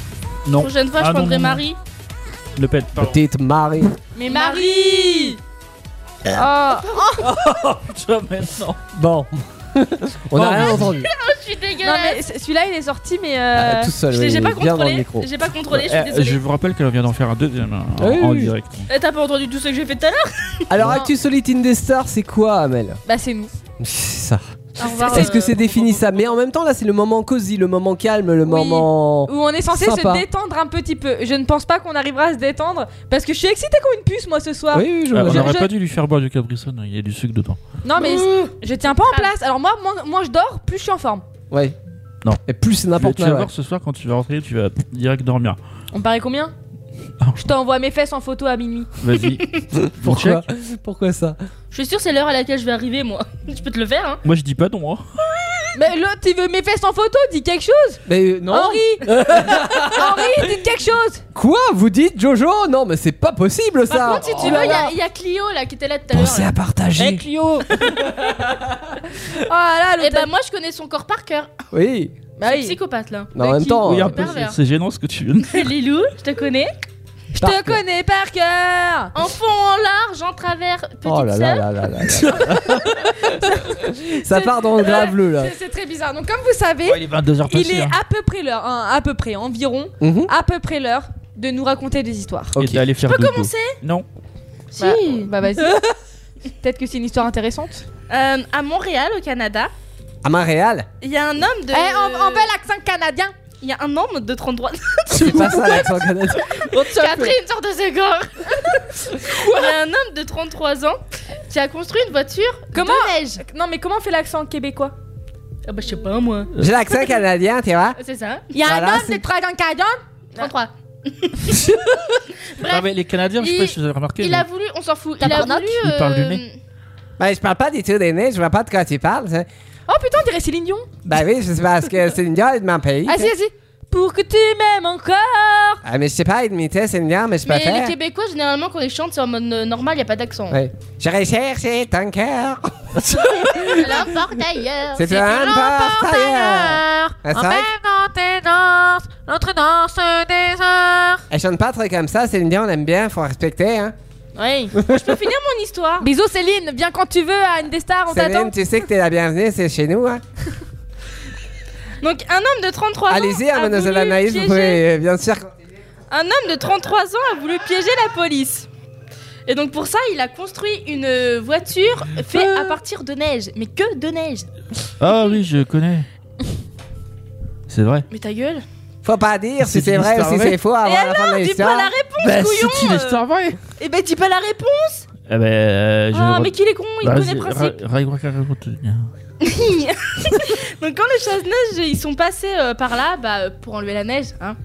S9: Non.
S8: Prochaine fois,
S9: Ah,
S8: je
S9: non,
S8: prendrai
S9: non, non.
S8: Marie.
S9: Le pète.
S6: Petite Marie.
S8: Mais Marie
S3: Oh,
S9: Putain, maintenant.
S6: Bon. on a
S9: Bon.
S6: rien entendu.
S8: Je suis dégueulasse.
S3: Non, mais c- celui-là, il est sorti, mais. euh,
S6: Ah, tout seul,
S3: je
S6: oui,
S3: l'ai- J'ai
S6: oui,
S3: pas
S6: bien dans le
S3: contrôlé.
S6: micro.
S3: J'ai pas contrôlé, je
S9: Eh,
S3: suis désolée.
S9: je vous rappelle qu'elle vient d'en faire un deuxième hein,
S6: Ah oui,
S9: en
S6: oui.
S9: direct.
S8: Eh, T'as pas entendu tout ce que j'ai fait tout à l'heure
S6: Alors, Actu Solite Indestar, c'est quoi, Amel
S3: Bah, c'est nous.
S6: C'est ça.
S3: Au revoir,
S6: Est-ce que
S3: euh,
S6: c'est défini ça Mais en même temps, là, c'est le moment cosy, le moment calme, le moment.
S3: Où on est censé
S6: sympa.
S3: se détendre un petit peu. Je ne pense pas qu'on arrivera à se détendre parce que je suis excitée comme une puce moi ce soir.
S6: Oui, oui,
S9: Ah, on
S3: Je-
S9: n'aurait
S3: je-
S9: pas dû lui faire boire du Caprisson, il y a du sucre dedans.
S3: Non mais je tiens pas
S8: Ah.
S3: en place. Alors moi, moins, moins je dors, plus je suis en forme.
S6: Ouais.
S9: Non.
S6: Et plus c'est
S9: n'importe quoi. Tu vas
S6: quoi,
S9: voir ce soir quand tu vas rentrer, tu vas direct dormir.
S3: On paraît combien
S6: Ah.
S3: Je t'envoie mes fesses en photo à minuit.
S9: Vas-y.
S6: Pourquoi
S9: Check.
S6: Pourquoi ça
S8: Je suis sûre c'est l'heure à laquelle je vais arriver, moi. Je peux te le faire, hein
S9: Moi je dis pas non. Hein.
S3: Mais l'autre, il veut mes fesses en photo, dis quelque chose
S6: Mais euh, non.
S3: Henri Henri, dites quelque chose
S6: Quoi Vous dites Jojo Non, mais c'est pas possible ça
S8: Par contre, si tu
S6: Oh
S8: veux,
S6: là
S8: il y,
S6: là.
S8: a- y a Clio là qui était là tout à l'heure.
S6: Pensez à partager. Eh,
S8: Clio
S3: Oh là,
S8: Et bah, moi je connais son corps par cœur.
S6: Oui.
S8: Bah, oui. psychopathe là.
S6: Mais en même temps.
S9: Oui,
S6: euh,
S9: un peu,
S8: pervers.
S9: c'est- c'est gênant ce que tu viens de dire.
S8: Lilou, je te connais.
S3: Je
S6: Par
S3: te
S6: cœur.
S3: connais par cœur
S8: En fond, en large, en travers, petite
S6: Oh là là
S8: sœur.
S6: là là là. ça part dans le grave bleu là.
S3: C'est- C'est très bizarre. Donc comme vous savez,
S9: il est 22h
S3: il
S9: passé,
S3: est
S9: hein.
S3: à peu près l'heure, hein, à peu près, environ,
S6: Mhm.
S3: à peu près l'heure de nous raconter des histoires.
S9: Et d'aller faire
S3: peux
S9: dodo.
S3: commencer
S9: Non.
S3: Si Bah, bah, vas-y. Peut-être que c'est une histoire intéressante.
S8: Euh, à Montréal, au Canada,
S6: À Montréal
S8: il y a un homme de.
S3: Eh, en, en bel accent canadien
S8: Il y a un homme de 33
S6: C'est pas ça l'accent canadien.
S8: Catherine, sort de ce corps Il y a un homme de 33 ans qui a construit une voiture
S3: Comment
S8: de neige.
S3: Non, mais comment on fait l'accent québécois
S8: Ah bah, je sais pas, moi.
S6: J'ai l'accent canadien, tu vois.
S8: Ah, C'est ça
S3: Il y a
S6: Voilà,
S3: un homme
S6: c'est-
S3: de 340
S8: 33.
S9: Ah, mais les Canadiens, je sais pas si vous avez remarqué.
S8: Il
S9: mais
S8: a voulu, on s'en fout, il a voulu.
S9: Il parle du
S8: euh,
S9: nez.
S6: Bah, je parle pas du tout des nez, je vois pas de quoi tu parles. ça.
S3: Oh putain, on dirait Céline Dion
S6: Bah oui, je sais pas, parce que Céline Dion est de mon pays.
S3: Ah si, ah, si Pour que tu m'aimes encore
S6: Ah, mais je sais pas imiter Céline Dion, mais je peux
S8: Mais les
S6: faire.
S8: Québécois, généralement, quand ils chantent, c'est en mode euh, normal, il a pas d'accent.
S6: Ouais. Je recherche ton cœur.
S8: L'importe d'ailleurs.
S6: C'est un porte ailleurs. Ah, ça va
S3: Emmène tes danses, notre danse des heures
S6: Elle chante pas très comme ça, Céline Dion, on aime bien, faut respecter. Hein.
S8: Oui. Je peux finir mon histoire.
S3: Bisous Céline, viens quand tu veux à Indestar, on t'attend
S6: Céline, tu sais que t'es la bienvenue, c'est chez nous. Hein.
S8: Donc, un homme de 33 ans.
S6: Allez-y,
S8: a
S6: mademoiselle
S8: voulu
S6: Anaïs, vous
S8: piéger-
S6: pouvez euh, bien sûr.
S8: Un homme de 33 ans a voulu piéger la police. Et donc, pour ça, il a construit une euh, voiture faite à partir de neige. Mais que de neige.
S9: Ah oui, je connais. C'est vrai.
S8: Mais ta gueule.
S6: Faut pas dire si
S9: C'est
S6: c'est
S9: une
S6: vrai ou
S9: histoire
S6: si
S9: vraie.
S6: c'est faux avant
S8: Et
S6: la fin de
S8: alors, dis pas
S6: l'histoire.
S8: la réponse,
S9: Bah,
S8: couillon
S9: c'est une
S8: euh.
S9: histoire vraie.
S8: Eh ben, dis pas la réponse
S9: Ah bah, euh, je
S8: Ah,
S9: re-
S8: mais qu'il est con, il
S9: Vas-y,
S8: connaît le principe
S9: ra- ra- ra- raconte.
S8: Donc, quand les chasse-neige, ils sont passés euh, par là, bah, euh, pour enlever la neige, hein.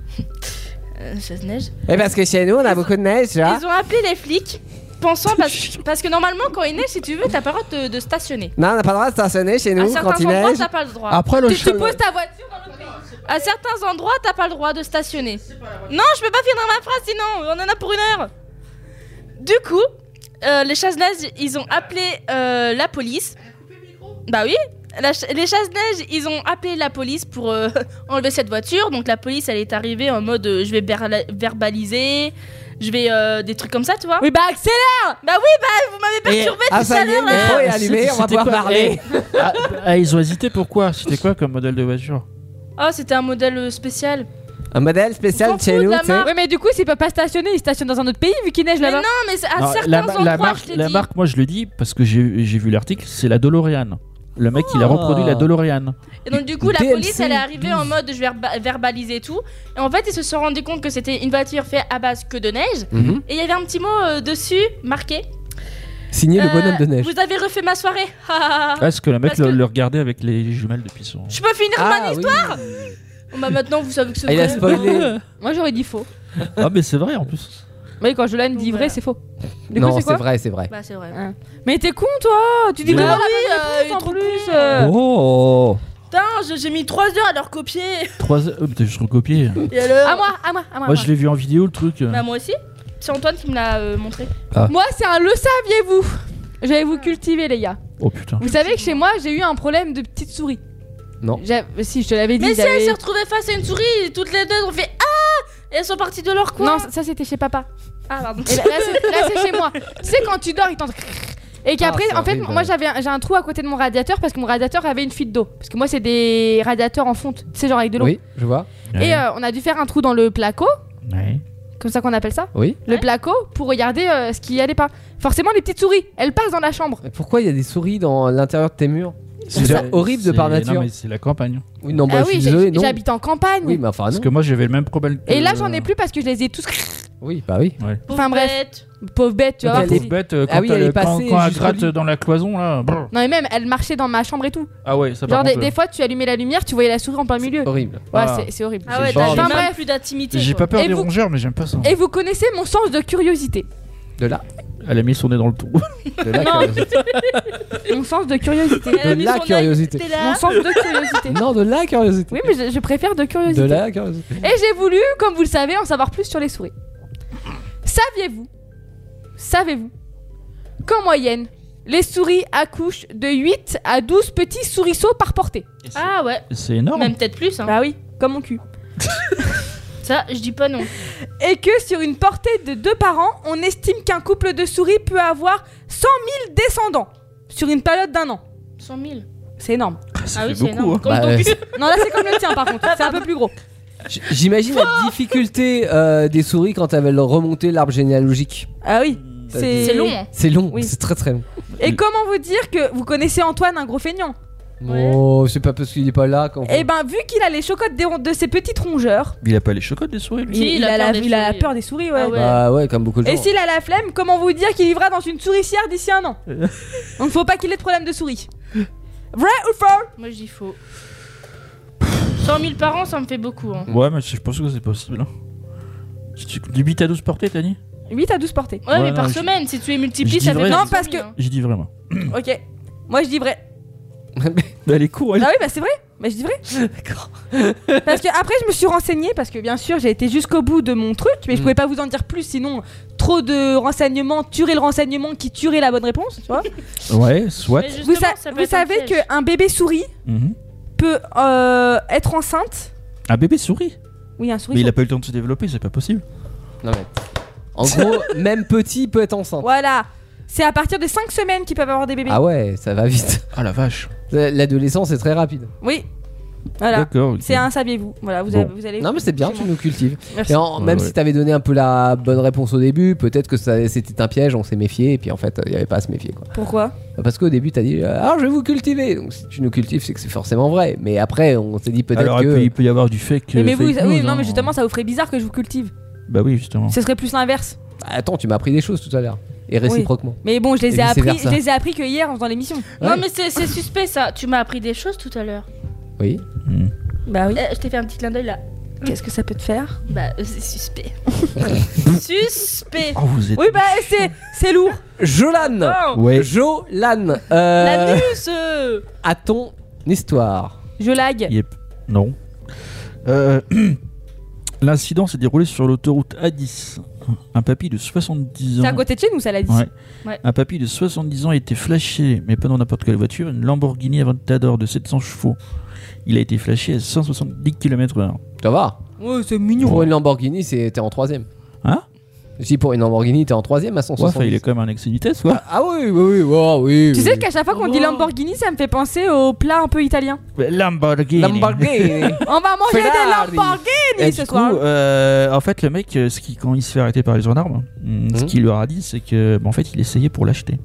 S8: Euh, chasse-neige.
S6: Et Eh, parce que chez nous, on a beaucoup de neige, tu vois.
S8: Ils ont appelé les flics, pensant parce, parce que normalement quand il neige, si tu veux, t'as pas le droit de, de stationner.
S6: Non, on n'a pas le droit de stationner chez
S8: À
S6: nous quand
S8: certains
S6: il
S8: endroits,
S6: neige.
S8: t'as pas le droit.
S6: Après, le
S8: tu,
S6: cheval-
S8: tu poses ta voiture dans le pays. À certains endroits, t'as pas le droit de stationner. Non, je peux pas finir ma phrase, sinon on en a pour une heure. Du coup, euh, les chasse-neige, ils ont appelé euh, la police. Bah oui. la ch- les chasse-neige, ils ont appelé la police pour euh, enlever cette voiture. Donc la police, elle est arrivée en mode euh, je vais berla- verbaliser, je vais euh, des trucs comme ça, tu vois.
S3: Oui, bah accélère
S8: Bah oui, bah vous m'avez perturbé
S6: Ah,
S8: tout
S6: ça
S8: à
S6: y est,
S8: l'heure
S6: le
S8: là
S6: micro est
S9: Ah,
S6: allumé,
S9: c'était-
S6: on va
S9: c'était
S6: pouvoir
S9: quoi
S6: parler.
S8: Eh.
S9: Ah, ils ont hésité pourquoi C'était quoi comme modèle de voiture
S8: Ah, c'était un modèle euh, spécial.
S6: Un modèle spécial chez nous, tu sais.
S3: Oui, mais du coup, s'il peut pas stationner, il stationne dans un autre pays vu qu'il neige
S8: Mais
S3: là-bas.
S8: non, mais c'est à
S9: Non,
S8: Ah, certains
S9: la,
S8: endroits,
S9: la marque,
S8: je te
S9: la
S8: dis.
S9: marque, moi je le dis parce que j'ai j'ai vu l'article, c'est la DeLorean. Le mec, il a
S6: Ah.
S9: reproduit la DeLorean.
S8: Et donc du coup, la
S9: DLC
S8: police, elle est arrivée en mode je vais verba- verbaliser et tout. Et en fait, ils se sont rendus compte que c'était une voiture faite à base que de neige.
S6: Mhm.
S8: Et il y avait un petit mot euh, dessus marqué.
S6: Signé le
S8: euh,
S6: bonhomme de neige.
S8: Vous avez refait ma soirée.
S9: Est-ce Ah, que le mec
S8: Parce que-
S9: le, le regardait avec les jumelles depuis son.
S8: Je peux finir
S6: Ah,
S8: mon
S6: oui.
S8: histoire Bon, Bah maintenant, vous savez que c'est
S9: Ah, il a
S8: vrai.
S9: spoilé.
S3: Moi, j'aurais dit faux.
S9: Ah, mais c'est vrai en plus.
S3: Oui, quand Jolane dit vrai, c'est faux. Du coup,
S6: Non,
S3: quoi
S6: c'est vrai, c'est vrai.
S8: Bah c'est vrai.
S3: Hein. Mais t'es con, toi Tu dis
S6: Mais
S3: quoi
S6: bah
S3: la bonne
S8: euh, il
S3: réponse
S8: est
S3: en
S8: trop
S3: plus
S8: con.
S3: euh.
S9: Oh
S8: Putain, je- j'ai mis 3 heures à leur copier.
S9: 3 Oh, putain, juste recopié.
S8: Et alors À moi, à moi, à
S9: Moi, je l'ai vu en vidéo le truc. euh.
S8: Bah moi aussi. C'est Antoine qui me l'a euh, montré.
S9: Ah.
S3: Moi, c'est un le saviez-vous J'allais vous cultiver, les gars.
S9: Oh putain.
S3: Vous savez que chez moi, j'ai eu un problème de petite souris.
S9: Non.
S3: J'a- Si, je te l'avais dit.
S8: Mais si
S3: j'avais-
S8: elle s'est retrouvée face à une souris, et toutes les deux ont fait Ah Et elles sont parties de leur coin.
S3: Non, Eh ben, ça, ça, c'était chez papa.
S8: Ah, pardon.
S3: Et là, là, c'est- là, c'est chez moi. Tu sais, quand tu dors, il t'entend.
S6: Ah,
S3: Et qu'après,
S8: c'est
S3: en fait,
S8: horrible.
S3: moi j'avais un- j'ai un trou à côté de mon radiateur parce que mon radiateur avait une fuite d'eau. Parce que moi, c'est des radiateurs en fonte, tu sais, genre avec de l'eau.
S6: Oui, je vois.
S3: Et euh, on a dû faire un trou dans le placo, comme ça qu'on appelle ça
S6: Oui.
S3: Le placo, pour regarder euh, ce qui allait pas. Forcément, les petites souris, elles passent dans la chambre.
S6: Pourquoi il y a des souris dans l'intérieur de tes murs C'est
S9: C'est-
S6: déjà horrible de par
S9: c'est-
S6: nature.
S9: Non, mais c'est la campagne.
S6: Oui, non, bah,
S3: ah
S6: je suis
S3: oui,
S6: désolé,
S3: j'ai-
S6: non.
S3: j'habite en campagne.
S6: Oui, euh, mais enfin,
S9: Parce
S6: non.
S9: que moi, j'avais le même problème.
S3: Et là, j'en ai plus parce que je les ai tous.
S6: Oui, bah oui.
S3: Enfin bref. Pauvre bête, tu vas voir.
S9: La pauvre bête, euh, quand,
S6: Ah oui, elle
S9: elle,
S6: est
S9: quand-
S6: passée
S9: quand elle
S6: jusqu'au
S9: gratte
S6: lit.
S9: dans la cloison, là. brr.
S3: Non, mais même, elle marchait dans ma chambre et tout.
S9: Ah ouais, ça
S3: Genre,
S9: par
S3: des,
S9: contre,
S3: des fois, tu allumais la lumière, tu voyais la souris en plein milieu.
S6: Horrible.
S3: Ouais,
S9: Ah.
S3: c'est- c'est horrible.
S9: Ah ouais, t'as
S3: Enfin,
S9: même
S3: bref.
S8: plus d'intimité.
S9: J'ai pas peur
S3: Et
S9: des
S3: vous-
S9: rongeurs, mais j'aime pas ça.
S3: Et vous connaissez mon sens de curiosité.
S6: De là
S9: euh, Elle a mis son nez dans le trou.
S3: Non. mon sens de curiosité.
S6: De la curiosité.
S3: Mon sens de curiosité.
S6: Non, de la curiosité.
S3: Oui, mais je, je préfère de
S6: De
S3: curiosité.
S6: la curiosité.
S3: Et j'ai voulu, comme vous le savez, en savoir plus sur les souris. Saviez-vous Savez-vous Qu'en moyenne, les souris accouchent de 8 à 12 petits souriceaux par portée.
S8: Ah ouais.
S9: C'est énorme.
S8: Même peut-être plus. Hein.
S3: Bah oui, comme mon cul.
S8: Ça, je dis pas non.
S3: Et que sur une portée de deux parents, on estime qu'un couple de souris peut avoir 100 000 descendants sur une période d'un an.
S8: 100 000.
S3: C'est énorme.
S9: ça Ah oui, fait c'est beaucoup, énorme. hein.
S8: Comme
S6: Bah,
S8: ton
S6: ouais,
S8: cul.
S6: c'est-
S3: Non, là c'est comme le tien par contre, c'est un peu plus gros.
S6: J- J'imagine la difficulté euh, des souris quand elles veulent remonter l'arbre généalogique.
S3: Ah oui, c'est
S6: C'est
S8: hein.
S3: long.
S6: C'est long, c'est très très long.
S3: Et comment vous dire que vous connaissez Antoine, un gros feignant
S6: Oh, c'est pas parce qu'il est pas là qu'on.
S3: Eh ben, vu qu'il a les chocottes des ron- de ses petites rongeurs,
S9: Il a pas les chocottes des souris, lui
S3: il, il a, la, il a la peur des souris, Ah ouais.
S6: Bah ouais, comme beaucoup de gens.
S3: Et s'il a la flemme, comment vous dire qu'il vivra dans une souricière d'ici un an Donc faut pas qu'il ait de problème de souris. Vrai ou faux
S8: Moi, je dis faux. 100 000 par an, ça me fait beaucoup.
S3: Mm.
S8: Hein.
S9: Ouais, mais je pense que c'est possible. hein. Si tu- Du 8 à 12 portées, t'as dit
S3: 8 à 12 portées.
S8: Ouais,
S9: Ouais,
S8: mais
S9: non,
S8: par
S9: je-
S8: semaine, si tu les
S9: Je
S8: multiplies,
S9: dis
S8: ça
S9: vrai.
S8: fait.
S3: Non, parce que.
S8: hein.
S9: J'ai dit vraiment.
S3: Ok, moi je dis vrai.
S9: Elle est courte.
S3: Ah oui, bah c'est vrai. Bah je dis vrai. D'accord. parce que après, je me suis renseignée parce que bien sûr, j'ai été jusqu'au bout de mon truc, mais je
S6: Mm.
S3: pouvais pas vous en dire plus, sinon trop de renseignements tuerait le renseignement qui tuerait la bonne réponse, tu vois.
S9: Ouais, soit.
S3: Vous, sa- vous savez qu'un bébé souris
S9: Mhm.
S3: peut euh, être enceinte.
S9: Un bébé souris.
S3: Oui, un souris.
S9: Mais il a pas eu le temps de se développer, c'est pas possible.
S6: Non, mais. En gros, même petit peut être enceinte.
S3: Voilà. C'est à partir de 5 semaines qu'ils peuvent avoir des bébés.
S6: Ah ouais, ça va vite.
S9: Ah la vache.
S6: L'adolescence est très rapide.
S3: Oui. Voilà.
S6: D'accord, ok.
S3: C'est un saviez-vous. Voilà, vous,
S6: Bon.
S3: avez- vous allez.
S6: Non mais c'est bien, tu nous cultives.
S3: Merci.
S6: Et en-
S3: Ouais,
S6: même
S3: ouais.
S6: si t'avais donné un peu la bonne réponse au début, peut-être que ça- c'était un piège, on s'est méfié et puis en fait il y avait pas à se méfier quoi.
S3: Pourquoi
S6: Parce qu'au début t'as dit ah je vais vous cultiver, donc si tu nous cultives c'est que c'est forcément vrai. Mais après on s'est dit peut-être
S9: Alors
S6: que
S9: il peut y avoir du fake.
S3: Mais,
S9: euh,
S3: mais vous,
S9: fake
S3: oui,
S9: news,
S3: non,
S9: hein.
S3: mais justement, ça vous ferait bizarre que je vous cultive.
S9: Bah oui, justement.
S3: Ce serait plus l'inverse.
S6: attends tu m'as appris des choses tout à l'heure et réciproquement.
S3: Mais bon, je les
S6: Et
S3: ai appris. Je
S6: vice-versa.
S3: les ai appris que hier dans l'émission.
S8: Non, mais c'est c'est suspect ça. Tu m'as appris des choses tout à l'heure. Eh,
S6: Oui.
S3: Bah oui.
S8: je t'ai fait un petit clin d'œil là.
S3: Qu'est-ce que ça peut te faire
S8: Bah, euh, c'est suspect. suspect.
S9: Oh, vous êtes-
S3: Oui, bah c'est c'est lourd.
S6: Jolane,
S3: Attends.
S9: Ouais.
S6: Jolane,
S8: La
S6: euh,
S8: puce
S6: à ton histoire.
S3: Je lag.
S9: Yep. Non. Euh, L'incident s'est déroulé sur l'autoroute A10 Un papy de 70 ans.
S3: C'est à côté de chez nous, ça l'a dit.
S9: Ouais. Un papy de 70 ans a été flashé, mais pas dans n'importe quelle voiture, une Lamborghini Aventador de 700 chevaux. Il a été flashé à 170 km/h.
S6: Ça va
S3: Ouais, c'est mignon.
S6: Pour une Lamborghini, c'est- t'es en troisième.
S9: Hein
S6: Si pour une Lamborghini, t'es en troisième à
S9: Ouais,
S6: 160.
S9: enfin, il est quand même un excès de vitesse, quoi.
S6: Ah oui, oui, oui, ouais, oui.
S3: Tu
S6: oui.
S3: sais qu'à chaque fois qu'on
S6: Oh.
S3: dit Lamborghini, ça me fait penser au plat un peu italien.
S9: Lamborghini.
S6: Lamborghini.
S3: On va manger des
S6: Ferrari.
S3: Lamborghini
S9: Et
S3: ce
S9: du coup,
S3: soir.
S9: euh, en fait, le mec, euh, ce qui, quand il se fait arrêter par les gendarmes, mm, ce qu'il leur a dit, c'est que, bah, en fait, il essayait pour l'acheter.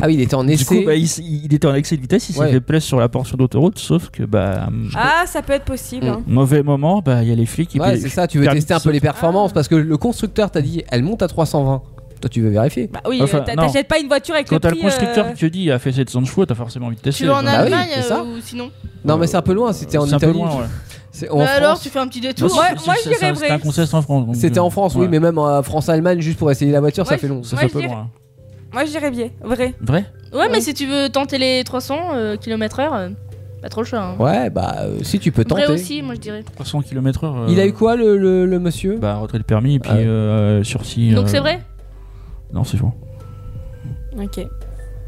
S6: Ah oui, il était en
S9: Du
S6: essai.
S9: coup, bah, il, s- il était en excès de vitesse, il s'est
S6: Ouais.
S9: fait plaisir sur la portion d'autoroute, sauf que, bah, m-
S3: Ah, ça peut être possible.
S6: Mm.
S3: hein.
S9: mauvais moment, bah, il y a les flics. et
S6: Ouais,
S9: puis-
S6: c'est ça, tu veux
S9: permis
S6: tester un
S9: de
S6: peu les
S9: sauter.
S8: Ah.
S6: performances parce que le constructeur t'a dit elle monte à 320. Toi, tu veux vérifier. Bah
S3: Oui, euh, t'a- t'achètes pas une voiture avec
S9: Quand
S3: le
S9: t'as
S3: prix.
S9: le constructeur
S3: euh,
S9: qui te dit ah, il a fait 700 chevaux, t'as forcément envie de tester.
S8: Tu vas en
S9: Bah oui.
S8: Allemagne
S6: c'est
S8: euh,
S6: ça.
S8: ou sinon
S6: Non, mais c'est un peu loin, c'était en
S9: Euh, C'est un peu
S6: Italie.
S9: loin, ouais.
S6: C'est
S8: Bah
S6: en
S8: alors
S6: France.
S8: tu fais un petit détour.
S9: Moi, c'est- c'est- c'est- C'était un concert en France. donc,
S6: C'était
S9: euh,
S6: en France, oui,
S9: ouais.
S6: mais même en France-Allemagne, juste pour essayer la voiture, ça
S3: Moi,
S6: fait long.
S3: Ça moi, fait je peu dirais- loin. Moi, je dirais bien. Vrai.
S9: Vrai
S8: Ouais, mais si tu veux tenter les 300 km/h, euh, pas trop le choix. hein.
S6: Ouais, bah euh, si tu peux
S8: Vrai
S6: tenter.
S8: aussi, moi je dirais.
S9: 300 km/h. euh,
S6: Il a eu quoi Ah. le, le- le monsieur
S9: Bah, retrait de permis, et puis euh, sursis.
S8: Donc
S9: euh,
S8: c'est vrai
S9: Non, c'est faux.
S3: Ok.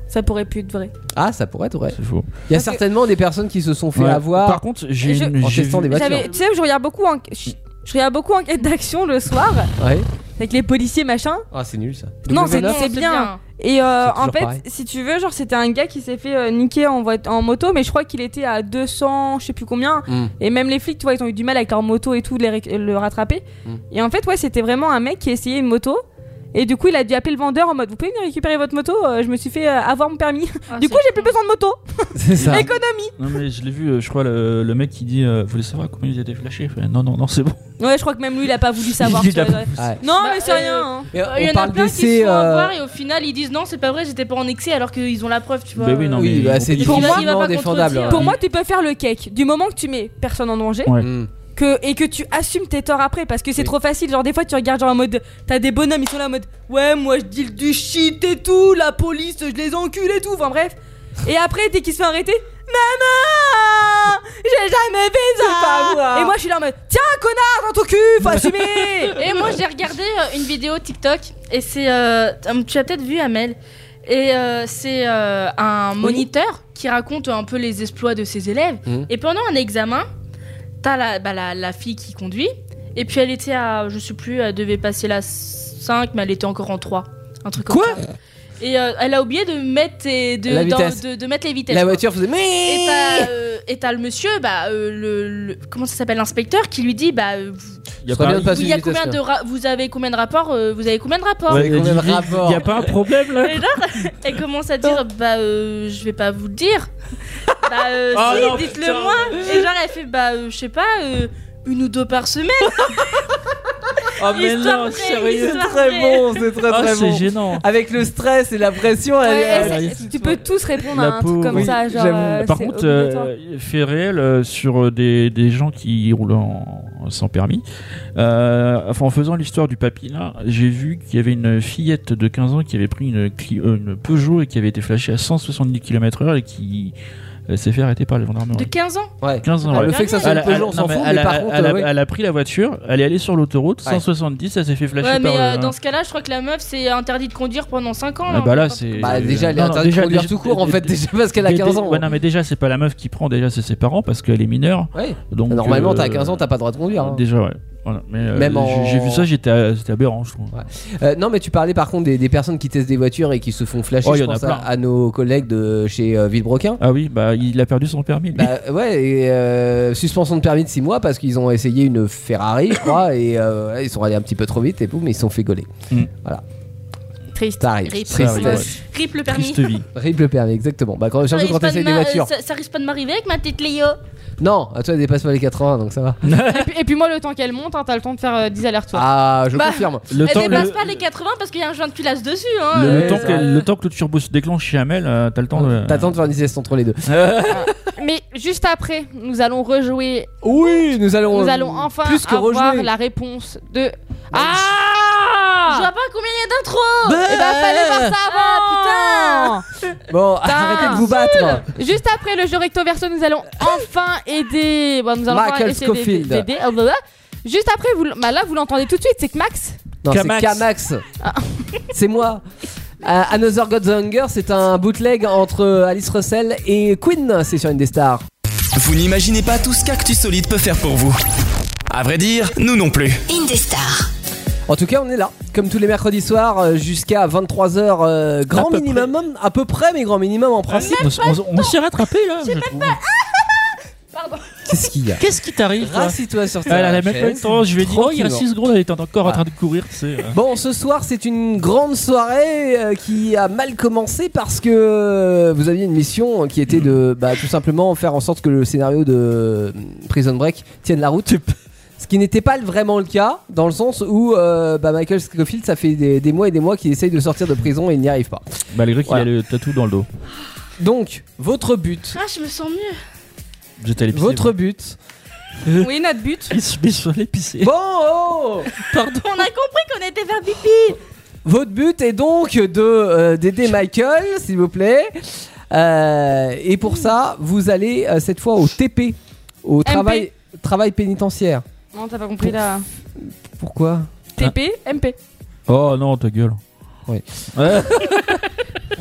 S3: Ça pourrait plus être vrai.
S6: Ah, ça pourrait être vrai.
S9: C'est faux.
S6: Il y a certainement des personnes qui se sont fait
S9: Ouais.
S6: avoir.
S9: Par contre, j'ai
S6: en
S9: une- j'ai
S6: testant
S9: vu-
S6: des voitures.
S3: J'avais- Tu sais, je regarde beaucoup en... je je regarde beaucoup Enquête d'action le soir.
S6: Ouais.
S3: Avec les policiers, machin.
S6: Ah, c'est nul ça.
S3: Non,
S6: Donc,
S3: c'est
S6: voilà.
S3: c'est bien. Et euh,
S6: C'est toujours
S3: en fait,
S6: pareil.
S3: si tu veux, genre, c'était un gars qui s'est fait euh, niquer en, voit- en moto, mais je crois qu'il était à 200, je sais plus combien.
S6: Mm.
S3: Et même les flics, tu vois, ils ont eu du mal avec leur moto et tout, de les réc- le rattraper.
S6: Mm.
S3: Et en fait, ouais, c'était vraiment un mec qui essayait une moto. Et du coup, il a dû appeler le vendeur en mode Vous pouvez venir récupérer votre moto Euh, Je me suis fait euh, avoir mon permis.
S8: Ah,
S3: du coup, j'ai plus besoin de moto.
S6: C'est ça.
S3: Économie.
S9: Non, mais je l'ai vu, euh, je crois, le, le mec qui dit euh, Vous voulez savoir combien ils étaient flashés Il fait, Non, non, non, c'est bon.
S3: Ouais, je crois que même lui, il a pas voulu savoir.
S9: Il
S3: tu
S9: a
S3: vois.
S9: pas voulu savoir.
S3: Non,
S8: Bah,
S3: mais c'est
S8: euh,
S3: rien. hein.
S6: Et
S8: Il y
S6: on
S8: en a
S6: parle
S8: plein qui
S6: d'essai,
S8: se font
S6: euh,
S8: avoir et au final ils disent non, c'est pas vrai, j'étais pas en excès alors qu'ils ont la preuve, tu vois.
S9: Bah oui, non,
S6: Oui,
S9: mais
S6: bah,
S9: ils
S6: c'est hein.
S3: Pour
S9: vont-
S3: moi,
S8: il va pas contredire.
S6: défendable.
S3: Pour moi, tu peux faire le cake. Du moment que tu mets personne en danger,
S9: Ouais.
S6: Hmm.
S3: que, et que tu assumes tes torts après parce que c'est trop facile. Genre, des fois, tu regardes genre en mode t'as des bonhommes, ils sont là en mode ouais, moi je deal du shit et tout, la police, je les encule et tout. Enfin, bref. Et après, dès qu'ils se font arrêter, maman, j'ai jamais fait ça.
S8: C'est pas moi.
S3: Et moi, je suis là en mode tiens, connard dans ton cul, faut assumer.
S8: Et moi j'ai regardé euh, une vidéo TikTok et c'est euh, hum, tu as peut-être vu Amel et euh, c'est euh, un moniteur qui raconte un peu les exploits de ses élèves
S6: Mmh.
S13: Mhm.
S8: et pendant un examen t'as la, bah, la la fille qui conduit et puis elle était à je sais plus elle devait passer la 5 mais elle était encore en 3 un truc comme ça. et euh, elle a oublié de mettre et de,
S6: La
S8: dans-
S6: vitesse.
S8: de- de mettre les vitesses
S6: La
S8: quoi.
S6: voiture faisait. Mais
S8: Et t'as, euh, et t'as le monsieur, bah, euh, le, le- comment ça s'appelle, l'inspecteur, qui lui dit, bah, euh, vous-
S9: Il y a
S6: Ça
S9: pas
S6: vient de passer
S8: il y a
S6: une vitesse,
S8: combien de ra- vous avez combien de rapports, euh, vous avez combien de rapports
S9: Ouais,
S6: combien de
S9: il dit,
S6: rapports
S9: Il y a pas un problème là
S8: Et là, elle commence à dire, bah, euh, je vais pas vous le dire. bah, euh,
S9: Oh
S8: si,
S9: non,
S8: dites-le
S9: putain.
S8: moi. Et genre, elle fait, bah, euh, je sais pas, euh, une ou deux par semaine.
S6: Oh
S8: mais Histoire non, vraie, sérieux.
S6: c'est
S8: histoire
S6: très
S8: vraie.
S6: bon, c'est très
S9: Ah,
S6: très
S9: c'est
S6: bon.
S9: gênant.
S6: Avec le stress et la pression, elle,
S3: Ouais,
S6: elle-
S3: c'est- tu peux tous répondre à
S9: La
S3: un truc
S9: pauvre.
S3: comme
S9: Oui,
S3: ça. Genre,
S9: j'avoue.
S3: euh,
S9: Par
S3: c'est
S9: contre,
S3: obligatoire.
S9: euh, fait réel euh, sur des, des gens qui roulent en- sans permis. Euh, enfin, en faisant l'histoire du papy là, j'ai vu qu'il y avait une fillette de 15 ans qui avait pris une, Clio- euh, une Peugeot et qui avait été flashée à 170 km/h et qui euh, s'est fait arrêter par les
S8: De
S9: gendarmerie.
S8: 15 ans.
S6: Ouais.
S9: 15 ans.
S6: Ah,
S9: ouais.
S6: Le fait que ça soit
S9: Elle
S6: une
S9: a-
S6: Peugeot, on
S9: elle-
S6: s'en
S9: non, mais
S6: fout, mais
S9: elle a-
S6: par contre,
S9: elle a-
S6: euh, oui.
S9: elle a pris la voiture, elle est allée sur l'autoroute, 170, elle s'est fait flasher
S8: Ouais, mais
S9: par.
S8: euh,
S9: le-
S8: dans ce cas-là, je crois que la meuf, c'est interdit de conduire pendant 5 ans. hein.
S9: Ah bah là, c'est.
S6: Bah, déjà, elle est
S9: Non, non,
S6: interdite de
S9: déjà,
S6: conduire
S9: déjà-
S6: tout court, en fait, déjà, parce qu'elle a
S9: dé- dé-
S6: 15 ans. hein.
S9: Ouais, non, mais déjà, c'est pas la meuf qui prend, déjà, c'est ses parents parce qu'elle est mineure.
S6: Ouais.
S9: Donc,
S6: Normalement, t'as
S9: euh,
S6: 15 ans, t'as pas le droit de conduire. hein.
S9: Déjà, ouais. Voilà. Mais, euh,
S6: Même
S9: j'ai-
S6: en-
S9: J'ai vu ça, j'étais à- c'était aberrant, je trouve.
S6: Euh, non, mais tu parlais par contre des, des personnes qui testent des voitures et qui se font flasher.
S9: Oh, il y
S6: je
S9: en a
S6: pense à,
S9: plein.
S6: à nos collègues de chez euh, Villebrequin.
S9: Ah oui, bah il a perdu son permis. lui.
S6: Bah, ouais, et, euh, suspension de permis de 6 mois parce qu'ils ont essayé une Ferrari, je crois, et euh, ils sont allés un petit peu trop vite et boum, ils se sont fait gauler.
S9: Mm.
S6: Voilà.
S8: Triste.
S6: Ça arrive.
S8: Rip.
S6: Tristesse.
S8: Ça arrive, ouais. Rip le permis. Triste vie.
S6: Rip le permis, exactement. Bah, quand,
S8: Ça
S6: surtout
S8: risque
S6: quand
S8: pas de
S6: t'essayes des
S8: ma- euh,
S6: voitures.
S8: ça, ça risque pas de m'arriver avec ma petite Léo.
S6: Non, à toi, elle dépasse pas les 80, donc ça va.
S3: et, puis, et puis moi, le temps qu'elle monte, hein, t'as le temps de faire euh, 10 allers-retours.
S6: Ah,
S3: Bah.
S6: je confirme.
S9: Le
S8: elle
S9: temps-
S8: dépasse
S9: le-
S8: Eh, pas les 80 parce qu'il y a un joint de culasse dessus. Hein,
S9: le,
S8: euh,
S9: temps que, le temps que le turbo se déclenche chez Amel, euh, t'as le temps de.
S6: T'attends de faire une sieste entre les deux.
S3: Mais juste après, nous allons rejouer.
S6: oui, nous allons.
S3: Nous allons enfin
S6: plus que
S3: avoir
S6: rejouer.
S3: la réponse de. Ah
S8: Je vois pas combien il y a d'intro
S3: Eh ben, fallait voir ça avant
S6: Ah,
S8: putain
S6: Bah. Bon,
S3: Putain.
S6: arrêtez de vous battre.
S3: putain Juste après le jeu recto verso, nous allons enfin aider. Bon, nous allons
S6: Ah. Michael
S3: enfin essayer d'aider- Oh, bah.
S6: Scofield.
S3: d'aider. Ah, blablabla. Juste après, vous, l- bah là, vous l'entendez tout de suite, c'est que Max
S6: Non, c'est
S14: Kamax.
S6: Kamax.
S3: Ah.
S6: C'est moi. Euh, Another God's Hunger, c'est un bootleg entre Alice Russell et Queen. C'est sur une des stars.
S5: Vous n'imaginez pas tout ce qu'Actu Solide peut faire pour vous. À vrai dire, nous non plus.
S4: Indestar.
S6: En tout cas, on est là, comme tous les mercredis soirs, euh, jusqu'à 23h, euh, grand minimum, à peu près, mais grand minimum en principe.
S7: même pas le
S9: on s'est rattrapé là.
S7: J'ai même pas.
S6: Qu'est-ce qu'il y a
S9: Qu'est-ce qui t'arrive toi Ah,
S6: Rassis-toi sur ta
S9: Elle a même pas eu le
S6: chaise.
S9: temps, je lui ai dit,
S6: Trop
S9: oh, il y a
S6: violent.
S9: 6 secondes, elle était encore en train de courir, tu sais. hein.
S6: Bon, ce soir, c'est une grande soirée euh, qui a mal commencé parce que euh, vous aviez une mission qui était de bah, tout simplement faire en sorte que le scénario de euh, Prison Break tienne la route. Ce qui n'était pas vraiment le cas, dans le sens où euh, bah, Michael Scofield, ça fait des, des mois et des mois qu'il essaye de sortir de prison et il n'y arrive pas.
S9: Malgré qu'il
S6: Voilà.
S9: a le tatou dans le dos.
S6: Donc, votre but,
S8: Ah, je me sens mieux.
S9: J'étais allé pisser.
S6: votre but,
S8: Oui, notre but.
S9: Je suis allé pisser.
S6: Bon, oh
S9: Pardon.
S8: On a compris qu'on était vers pipi.
S6: Votre but est donc de euh, d'aider Michael, s'il vous plaît. Euh, et pour ça, vous allez euh, cette fois au TP, au travail travail pénitentiaire.
S3: Non, t'as pas compris là. Ah.
S6: Pourquoi
S3: TP, MP.
S9: Oh non, ta gueule.
S6: Oui.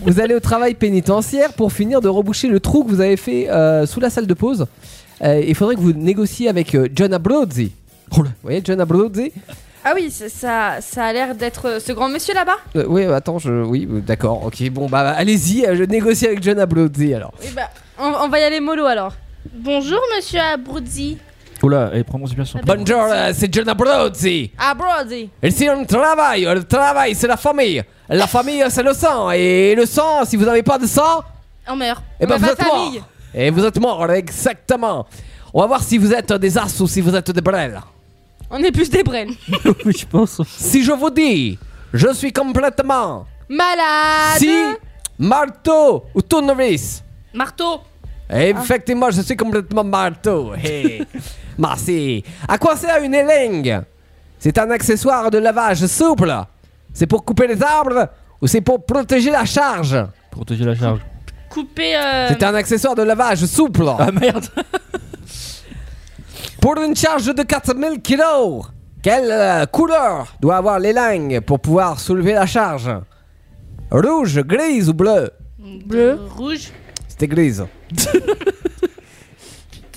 S6: Vous allez au travail pénitentiaire pour finir de reboucher le trou que vous avez fait euh, sous la salle de pause. Euh, Il faudrait que vous négociez avec euh, John Abruzzi. vous voyez John Abruzzi
S3: Ah oui, c'est- ça, ça a l'air d'être euh, ce grand monsieur là-bas.
S6: Euh, Oui, attends, je... oui, euh, d'accord, ok, bon, bah allez-y, euh, je négocie avec John Abruzzi alors.
S3: Eh ben, on, on va y aller mollo alors.
S8: Bonjour, monsieur Abruzzi.
S9: Oula, Oh elle prononce bien son prénom.
S6: Bonjour, euh, c'est John Abruzzi.
S3: Abruzzi.
S6: Et c'est un travail, le travail c'est la famille. La famille c'est le sang, et le sang, si vous n'avez pas de sang,
S8: On meurt.
S6: eh ben
S8: On a
S6: vous êtes
S8: pas
S6: mort. Et vous êtes mort, exactement. On va voir si vous êtes des as ou si vous êtes des brels.
S3: On est plus des brels.
S9: oui, je pense.
S6: Si je vous dis, je suis complètement.
S3: Malade.
S6: Si, marteau ou tournevis.
S8: Marteau.
S6: Effectivement, je suis complètement marteau. Hey. Merci. À quoi sert une élingue C'est un accessoire de lavage souple. C'est pour couper les arbres ou c'est pour protéger la charge
S9: Protéger la charge.
S8: Coupé. euh,
S6: C'est un accessoire de lavage souple. Ah
S9: merde.
S6: pour une charge de 4000 kilos, quelle euh, couleur doit avoir l'élingue pour pouvoir soulever la charge Rouge, grise ou bleu
S8: Bleu. Rouge.
S6: C'était grise.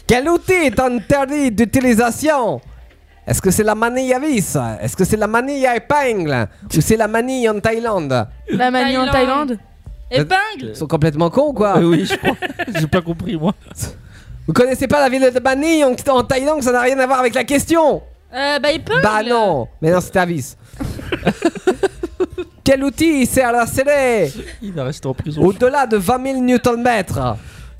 S6: Quel outil est interdit d'utilisation Est-ce que c'est la manille à vis Est-ce que c'est la manille à épingle Ou c'est la manille en Thaïlande
S3: La manie en Thaïlande.
S8: Épingle
S6: Ils sont complètement cons ou quoi
S9: Ah Euh, Oui, je crois. J'ai pas compris, moi.
S6: Vous connaissez pas la ville de Manille en, en Thaïlande Ça n'a rien à voir avec la question
S8: Euh, bah, épingle.
S6: Bah
S3: Ah
S6: non Mais non, c'était à vis. Quel outil sert à la serrer
S9: Il va rester en prison.
S6: Au-delà de 20 000 Nm,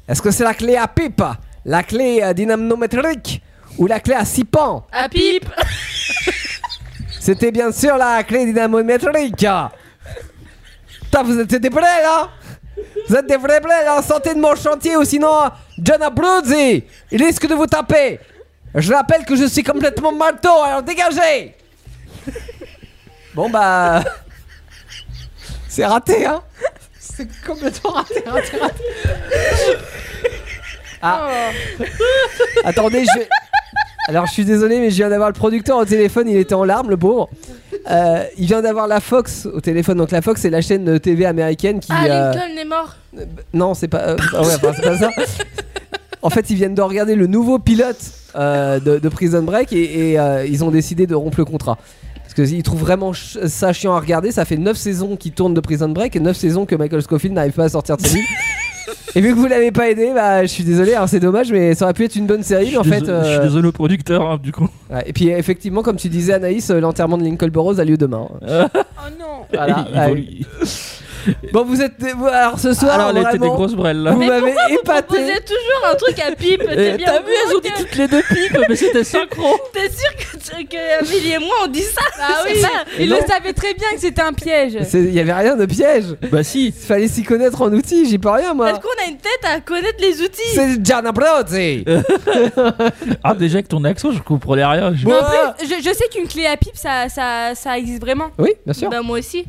S6: est-ce que c'est la clé à pipe, la clé euh, dynamométrique ou la clé à 6 pans
S8: À pipe.
S6: C'était bien sûr la clé dynamométrique. Putain, vous êtes des vrais là Vous êtes des vrais vrais là Sortez de mon chantier ou sinon euh, John Abruzzi, il risque de vous taper. Je rappelle que je suis complètement marteau, alors dégagez Bon bah... C'est raté hein C'est complètement raté, raté, raté. Ah. Attendez, je. Alors, je suis désolé, mais je viens d'avoir le producteur au téléphone. Il était en larmes, le pauvre. Euh, il vient d'avoir la Fox au téléphone. Donc, la Fox, c'est la chaîne de TV américaine qui.
S8: Ah,
S6: euh,
S8: Lincoln est mort.
S6: Non, c'est pas. euh, ah ouais, enfin, c'est pas ça. En fait, ils viennent de regarder le nouveau pilote euh, de, de Prison Break et, et, euh, ils ont décidé de rompre le contrat. Parce qu'ils trouvent vraiment ch- ça chiant à regarder. Ça fait 9 saisons qu'ils tournent de Prison Break et 9 saisons que Michael Scofield n'arrive pas à sortir de sa vie. Et vu que vous l'avez pas aidé, bah, je suis désolé, hein, c'est dommage, mais ça aurait pu être une bonne série, mais en fait.
S9: Désolé- Je suis
S6: euh,
S9: désolé au producteur, hein, du coup.
S6: Ouais, et puis effectivement, comme tu disais Anaïs, euh, l'enterrement de Lincoln Burrows a lieu demain.
S9: Ah
S3: Oh non.
S6: Voilà, ah
S9: Ils vont
S6: ouais.
S9: lui-
S6: Bon, vous êtes vous- alors ce soir,
S9: Alors, elle était
S6: vraiment,
S9: des grosses brelles, là.
S6: vous
S9: Mais
S6: m'avez
S8: Pourquoi vous
S6: épaté.
S8: proposez toujours un truc à pipe
S9: Eh,
S8: T'es bien
S9: T'as vu, elles ont dit toutes les deux pipes, mais c'était synchro.
S8: T'es sûr que, que Amélie et moi on dit ça
S3: Ah oui.
S6: Et
S3: Il le
S6: non.
S3: savait très bien que c'était un piège.
S6: C'est- Il y avait rien de piège.
S9: Bah si.
S6: Fallait s'y connaître en outils, j'y peux rien moi.
S3: Bah,
S8: Parce qu'on a une tête à connaître les outils.
S6: C'est Gianna Brozzi.
S9: Euh. Ah, déjà avec ton accent, je comprenais rien. Je-
S3: Mais en plus, je, je sais qu'une clé à pipe, ça, ça, ça existe vraiment.
S6: euh, Oui, bien sûr.
S8: Bah moi aussi.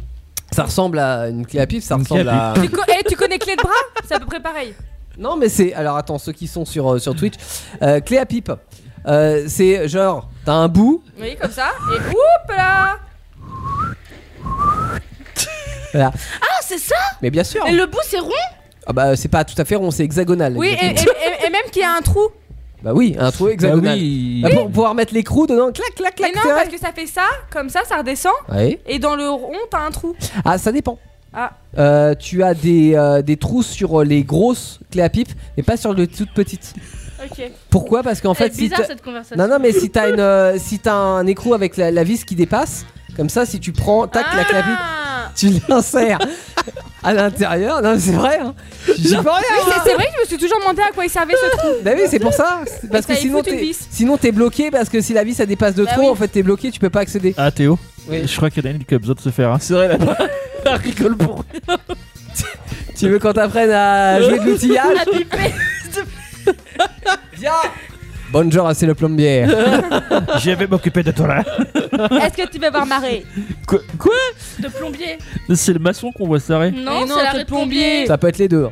S6: Ça ressemble à une clé à pif, ça ressemble
S9: clé à
S6: à.
S3: Tu, co- eh, tu connais clé de bras C'est à peu près pareil.
S6: Non, mais c'est. Alors attends, ceux qui sont sur, euh, sur Twitch, euh, clé à pipe. Euh, c'est genre, t'as un bout,
S3: Oui, comme ça. Et oup là
S6: Voilà.
S8: Ah, c'est ça
S6: Mais bien sûr.
S8: Et le bout, c'est rond
S6: Ah bah c'est pas tout à fait rond, c'est hexagonal.
S3: Oui, et,
S6: exactement.
S3: et- et- et même qu'il y a un trou.
S6: Bah oui, un
S9: Ah
S6: trou hexagonal.
S7: oui.
S6: Bah, pour pouvoir mettre l'écrou dedans, clac, clac,
S3: Mais
S6: clac.
S3: non,
S6: c'est vrai.
S3: parce que ça fait ça, comme ça, ça redescend.
S6: Ouais.
S3: Et dans le rond, t'as un trou.
S6: Ah, ça dépend.
S3: Ah.
S6: Euh, tu as des, euh, des trous sur les grosses clés à pipe, mais pas sur les toutes petites.
S8: Ok.
S6: Pourquoi Parce qu'en
S8: Elle est
S6: fait, si
S8: bizarre,
S6: t'as-
S8: cette conversation.
S6: non non, mais si t'as une, euh, si t'as un écrou avec la, la vis qui dépasse, comme ça, si tu prends tac la clé à
S3: Ah.
S6: pipe, tu l'insères à l'intérieur. Non, mais c'est vrai. Hein. J'y peux rien.
S3: Oui,
S6: hein.
S3: c'est- c'est vrai que je me suis toujours demandé à quoi il servait ce trou.
S6: Bah oui, c'est pour ça. C'est Parce
S3: Et
S6: que
S3: ça y
S6: sinon
S3: fout une
S6: t'es,
S3: vis.
S6: sinon t'es bloqué parce que si la vis ça dépasse de
S3: Bah
S6: trop,
S3: oui.
S6: en fait t'es bloqué, tu peux pas accéder.
S9: Ah Théo Je crois qu'il y a Daniel qui a besoin de se faire insérer là-bas. Elle rigole pour rien.
S6: tu veux qu'on t'apprenne à jouer de l'outillage
S7: À piper.
S6: Viens Bonjour, c'est le plombier.
S9: Je vais m'occuper de toi là.
S3: Est-ce que tu vas voir marrer
S9: Quoi, quoi
S8: De plombier
S9: C'est le maçon qu'on voit s'arrêter.
S8: Non,
S3: Mais non,
S8: c'est la
S3: t'es
S8: réponse.
S3: plombier.
S6: Ça peut être les deux.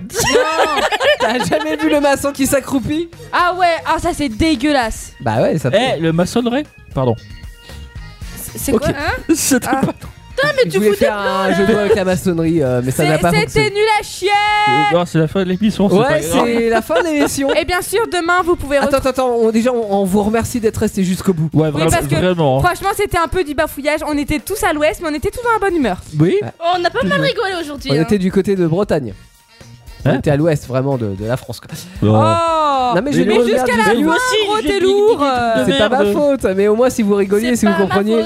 S3: T'as
S6: jamais vu le maçon qui s'accroupit
S3: Ah ouais, ah ça c'est dégueulasse.
S6: Bah ouais, ça
S9: peut. Eh, le maçonnerie Pardon.
S3: C'est
S9: Ok.
S3: quoi hein
S9: C'était
S3: Ah. Putain, mais
S6: Je
S3: tu
S6: voulais
S3: foutais
S6: faire un jeu de mots avec la maçonnerie, euh, mais ça n'a pas
S3: C'est-
S6: fonctionné.
S3: C'était nul à chier
S9: Euh, non, c'est la fin de l'émission. c'est pas
S6: Ouais,
S9: grave.
S6: c'est la fin de l'émission.
S3: Et bien sûr, demain vous pouvez
S6: Attends, attends, attends, on, déjà on, on vous remercie d'être resté jusqu'au bout.
S9: Ouais, hein.
S3: Oui, parce que franchement, c'était un peu du bafouillage. On était tous à l'ouest, mais on était tous dans la bonne humeur.
S6: Oui.
S8: Oh, on a pas mal rigolé aujourd'hui.
S6: On
S8: hein.
S6: était du côté de Bretagne. on était à l'ouest vraiment de, de la France. Quoi.
S3: Oh
S6: Non, mais je vais regarder
S3: jusqu'à la
S6: du
S3: fin,
S6: bout.
S3: gros, t'es lourd euh.
S6: C'est pas ma faute, mais au moins si vous rigoliez, si vous compreniez.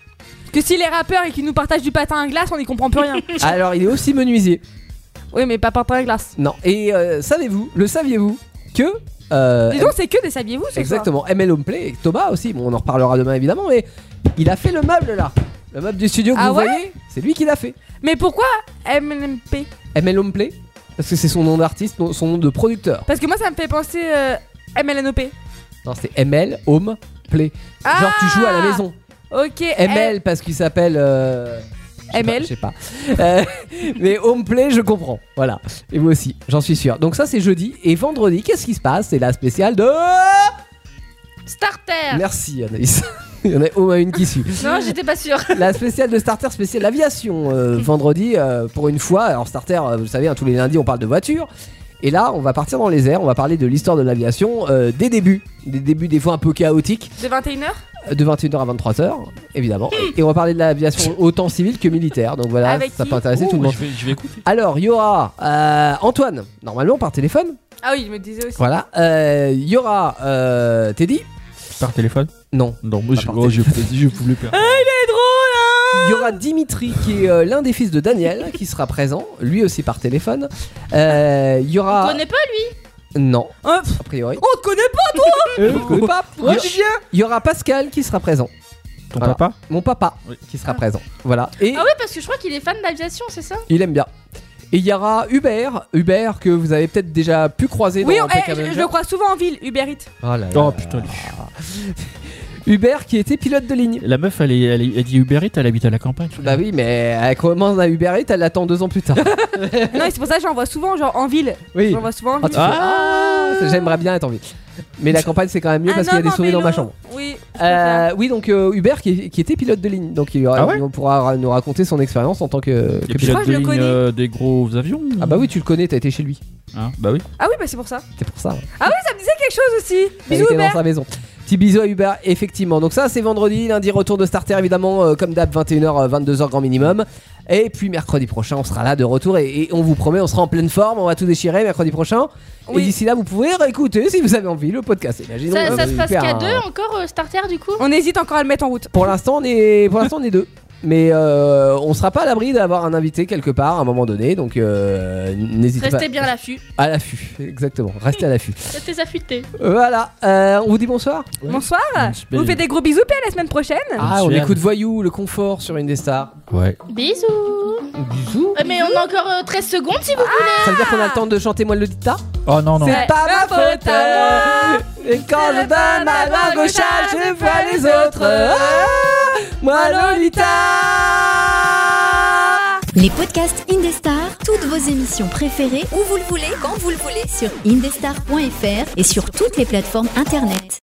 S3: Que si les rappeurs et qu'ils nous partagent du patin à glace, on n'y comprend plus rien.
S6: Alors il est aussi menuisier.
S3: Oui, mais pas patin à glace.
S6: Non, et euh, savez-vous, le saviez-vous, que. euh,
S3: Dis donc, c'est que des saviez-vous ce soir
S6: Exactement, ML Homeplay et Thomas aussi, bon, on en reparlera demain évidemment, mais il a fait le meuble là. Le meuble du studio que
S3: Ah
S6: vous
S3: ouais
S6: voyez, c'est lui qui l'a fait.
S3: Mais pourquoi MLMP
S6: ML Homeplay, parce que c'est son nom d'artiste, non, son nom de producteur.
S3: Parce que moi, ça me fait penser euh, MLNOP.
S6: Non, c'est ML Home Play.
S3: Ah
S6: Genre tu joues à la maison.
S3: Ok.
S6: ML
S3: Eh.
S6: parce qu'il s'appelle. euh, je sais pas,
S3: ML.
S6: Je sais pas. Euh, mais Homeplay, je comprends. Voilà. Et vous aussi, j'en suis sûr. Donc ça, c'est jeudi. Et vendredi, qu'est-ce qui se passe C'est la spéciale de.
S8: Starter
S6: Merci, Anaïs. Il y en a au moins une qui suit.
S8: Non, j'étais pas sûre.
S6: La spéciale de Starter spéciale aviation euh, vendredi euh, pour une fois. Alors Starter, euh, vous le savez, hein, tous les lundis on parle de voiture. Et là, on va partir dans les airs. On va parler de l'histoire de l'aviation euh, des débuts, des débuts des fois un peu chaotiques,
S3: De 21h
S6: euh, de 21h à 23h, évidemment. Et on va parler de l'aviation autant civile que militaire. Donc voilà,
S3: Avec
S6: ça
S3: qui
S6: peut intéresser
S9: Ouh,
S6: tout le monde.
S9: Je vais, je vais écouter.
S6: Alors, il y aura euh, Antoine, normalement par téléphone.
S3: Ah oui, je me disais aussi.
S6: Voilà. Euh, Il y aura euh, Teddy.
S9: Par téléphone
S6: Non.
S9: Non, moi je, oh, je, je voulais pas.
S3: il est drôle
S6: Il y aura Dimitri qui est euh, l'un des fils de Daniel qui sera présent, lui aussi par téléphone. Euh, Il y
S8: On
S6: aura.
S8: connaît pas lui
S6: Non,
S3: a
S6: priori.
S3: Hein On te connaît pas toi
S6: Euh, ou pas.
S3: Ouais,
S6: Il y- Il y aura Pascal qui sera présent.
S9: Ton
S6: papa Mon papa qui
S3: Ah.
S6: sera présent. Voilà. Et
S8: Ah oui, parce que je crois qu'il est fan d'aviation, c'est ça
S6: il aime bien. Et il y aura Hubert, Hubert que vous avez peut-être déjà pu croiser
S3: Oui,
S6: dans
S3: on-
S6: Peck
S3: eh, je,
S6: Avenger.
S3: je le crois souvent en ville, Uber Eats.
S6: Oh là là.
S9: Oh putain.
S6: Hubert qui était pilote de ligne.
S9: La meuf, elle, est, elle, est- elle dit Uber Eats, elle habite à la campagne.
S6: Bah oui, mais elle commence à Hubert Eats, elle l'attend deux ans plus tard.
S3: non, et c'est pour ça que j'en vois souvent, genre en ville.
S6: Oui.
S3: J'en vois souvent en
S6: Ah,
S3: ville.
S6: tu fais, Ah, J'aimerais bien être en ville. Mais la campagne, c'est quand même mieux
S3: Un
S6: parce qu'il y a
S3: homme
S6: des
S3: en
S6: souris dans
S3: vélo.
S6: ma chambre.
S3: Oui.
S6: Euh, oui, donc euh, Hubert qui, qui était pilote de ligne, donc il y aura- on pourra ra- nous raconter son expérience en tant que, que
S9: Et puis de ligne
S6: pilote.
S9: euh, des gros avions.
S6: Ah bah oui, tu le connais, t'as été chez lui,
S9: Hein, bah oui.
S3: Ah oui, bah c'est pour ça.
S6: c'est pour ça.
S3: Ah oui, ça me disait quelque chose aussi.
S6: Il
S3: Bisous,
S6: était
S3: Uber.
S6: dans sa maison. Petit bisou à Hubert, effectivement. Donc ça, c'est vendredi, lundi, retour de Starter, évidemment, euh, comme d'hab, 21h, euh, 22h grand minimum. Et puis mercredi prochain, on sera là de retour et, et on vous promet, on sera en pleine forme, on va tout déchirer mercredi prochain. Et d'ici là, vous pouvez réécouter, si vous avez envie, le podcast. Imaginons,
S8: Ça,
S6: euh,
S8: ça se
S6: vous
S8: passe
S6: faire
S8: qu'à
S6: un-
S8: deux encore, euh, Starter, du coup
S3: On hésite encore à le mettre en route.
S6: Pour l'instant, on est, pour l'instant, on est deux. Mais euh, on sera pas à l'abri d'avoir un invité quelque part à un moment donné, donc euh, n'hésitez pas.
S8: Restez bien à l'affût.
S6: À l'affût, exactement. Restez à l'affût.
S8: Restez affûtés.
S6: Voilà, euh, on vous dit bonsoir.
S3: Bonsoir.
S6: semaine.
S3: Ah, Vous faites des gros bisous, puis à la semaine prochaine.
S6: Ah, on écoute Voyou, le confort sur une des stars.
S9: Ouais.
S8: Bisous
S6: Bisous.
S8: Euh, Mais on a encore euh, 13 secondes si vous voulez.
S6: Ça veut dire qu'on a le temps de chanter moi le Lolita
S9: Oh non, non.
S6: C'est pas ma faute à moi. Et quand je donne ma main gauche, à- je vois les autres. Ah, moi Lolita.
S4: Les podcasts Indestar, toutes vos émissions préférées, où vous le voulez, quand vous le voulez, sur indestar.fr et sur toutes les plateformes internet.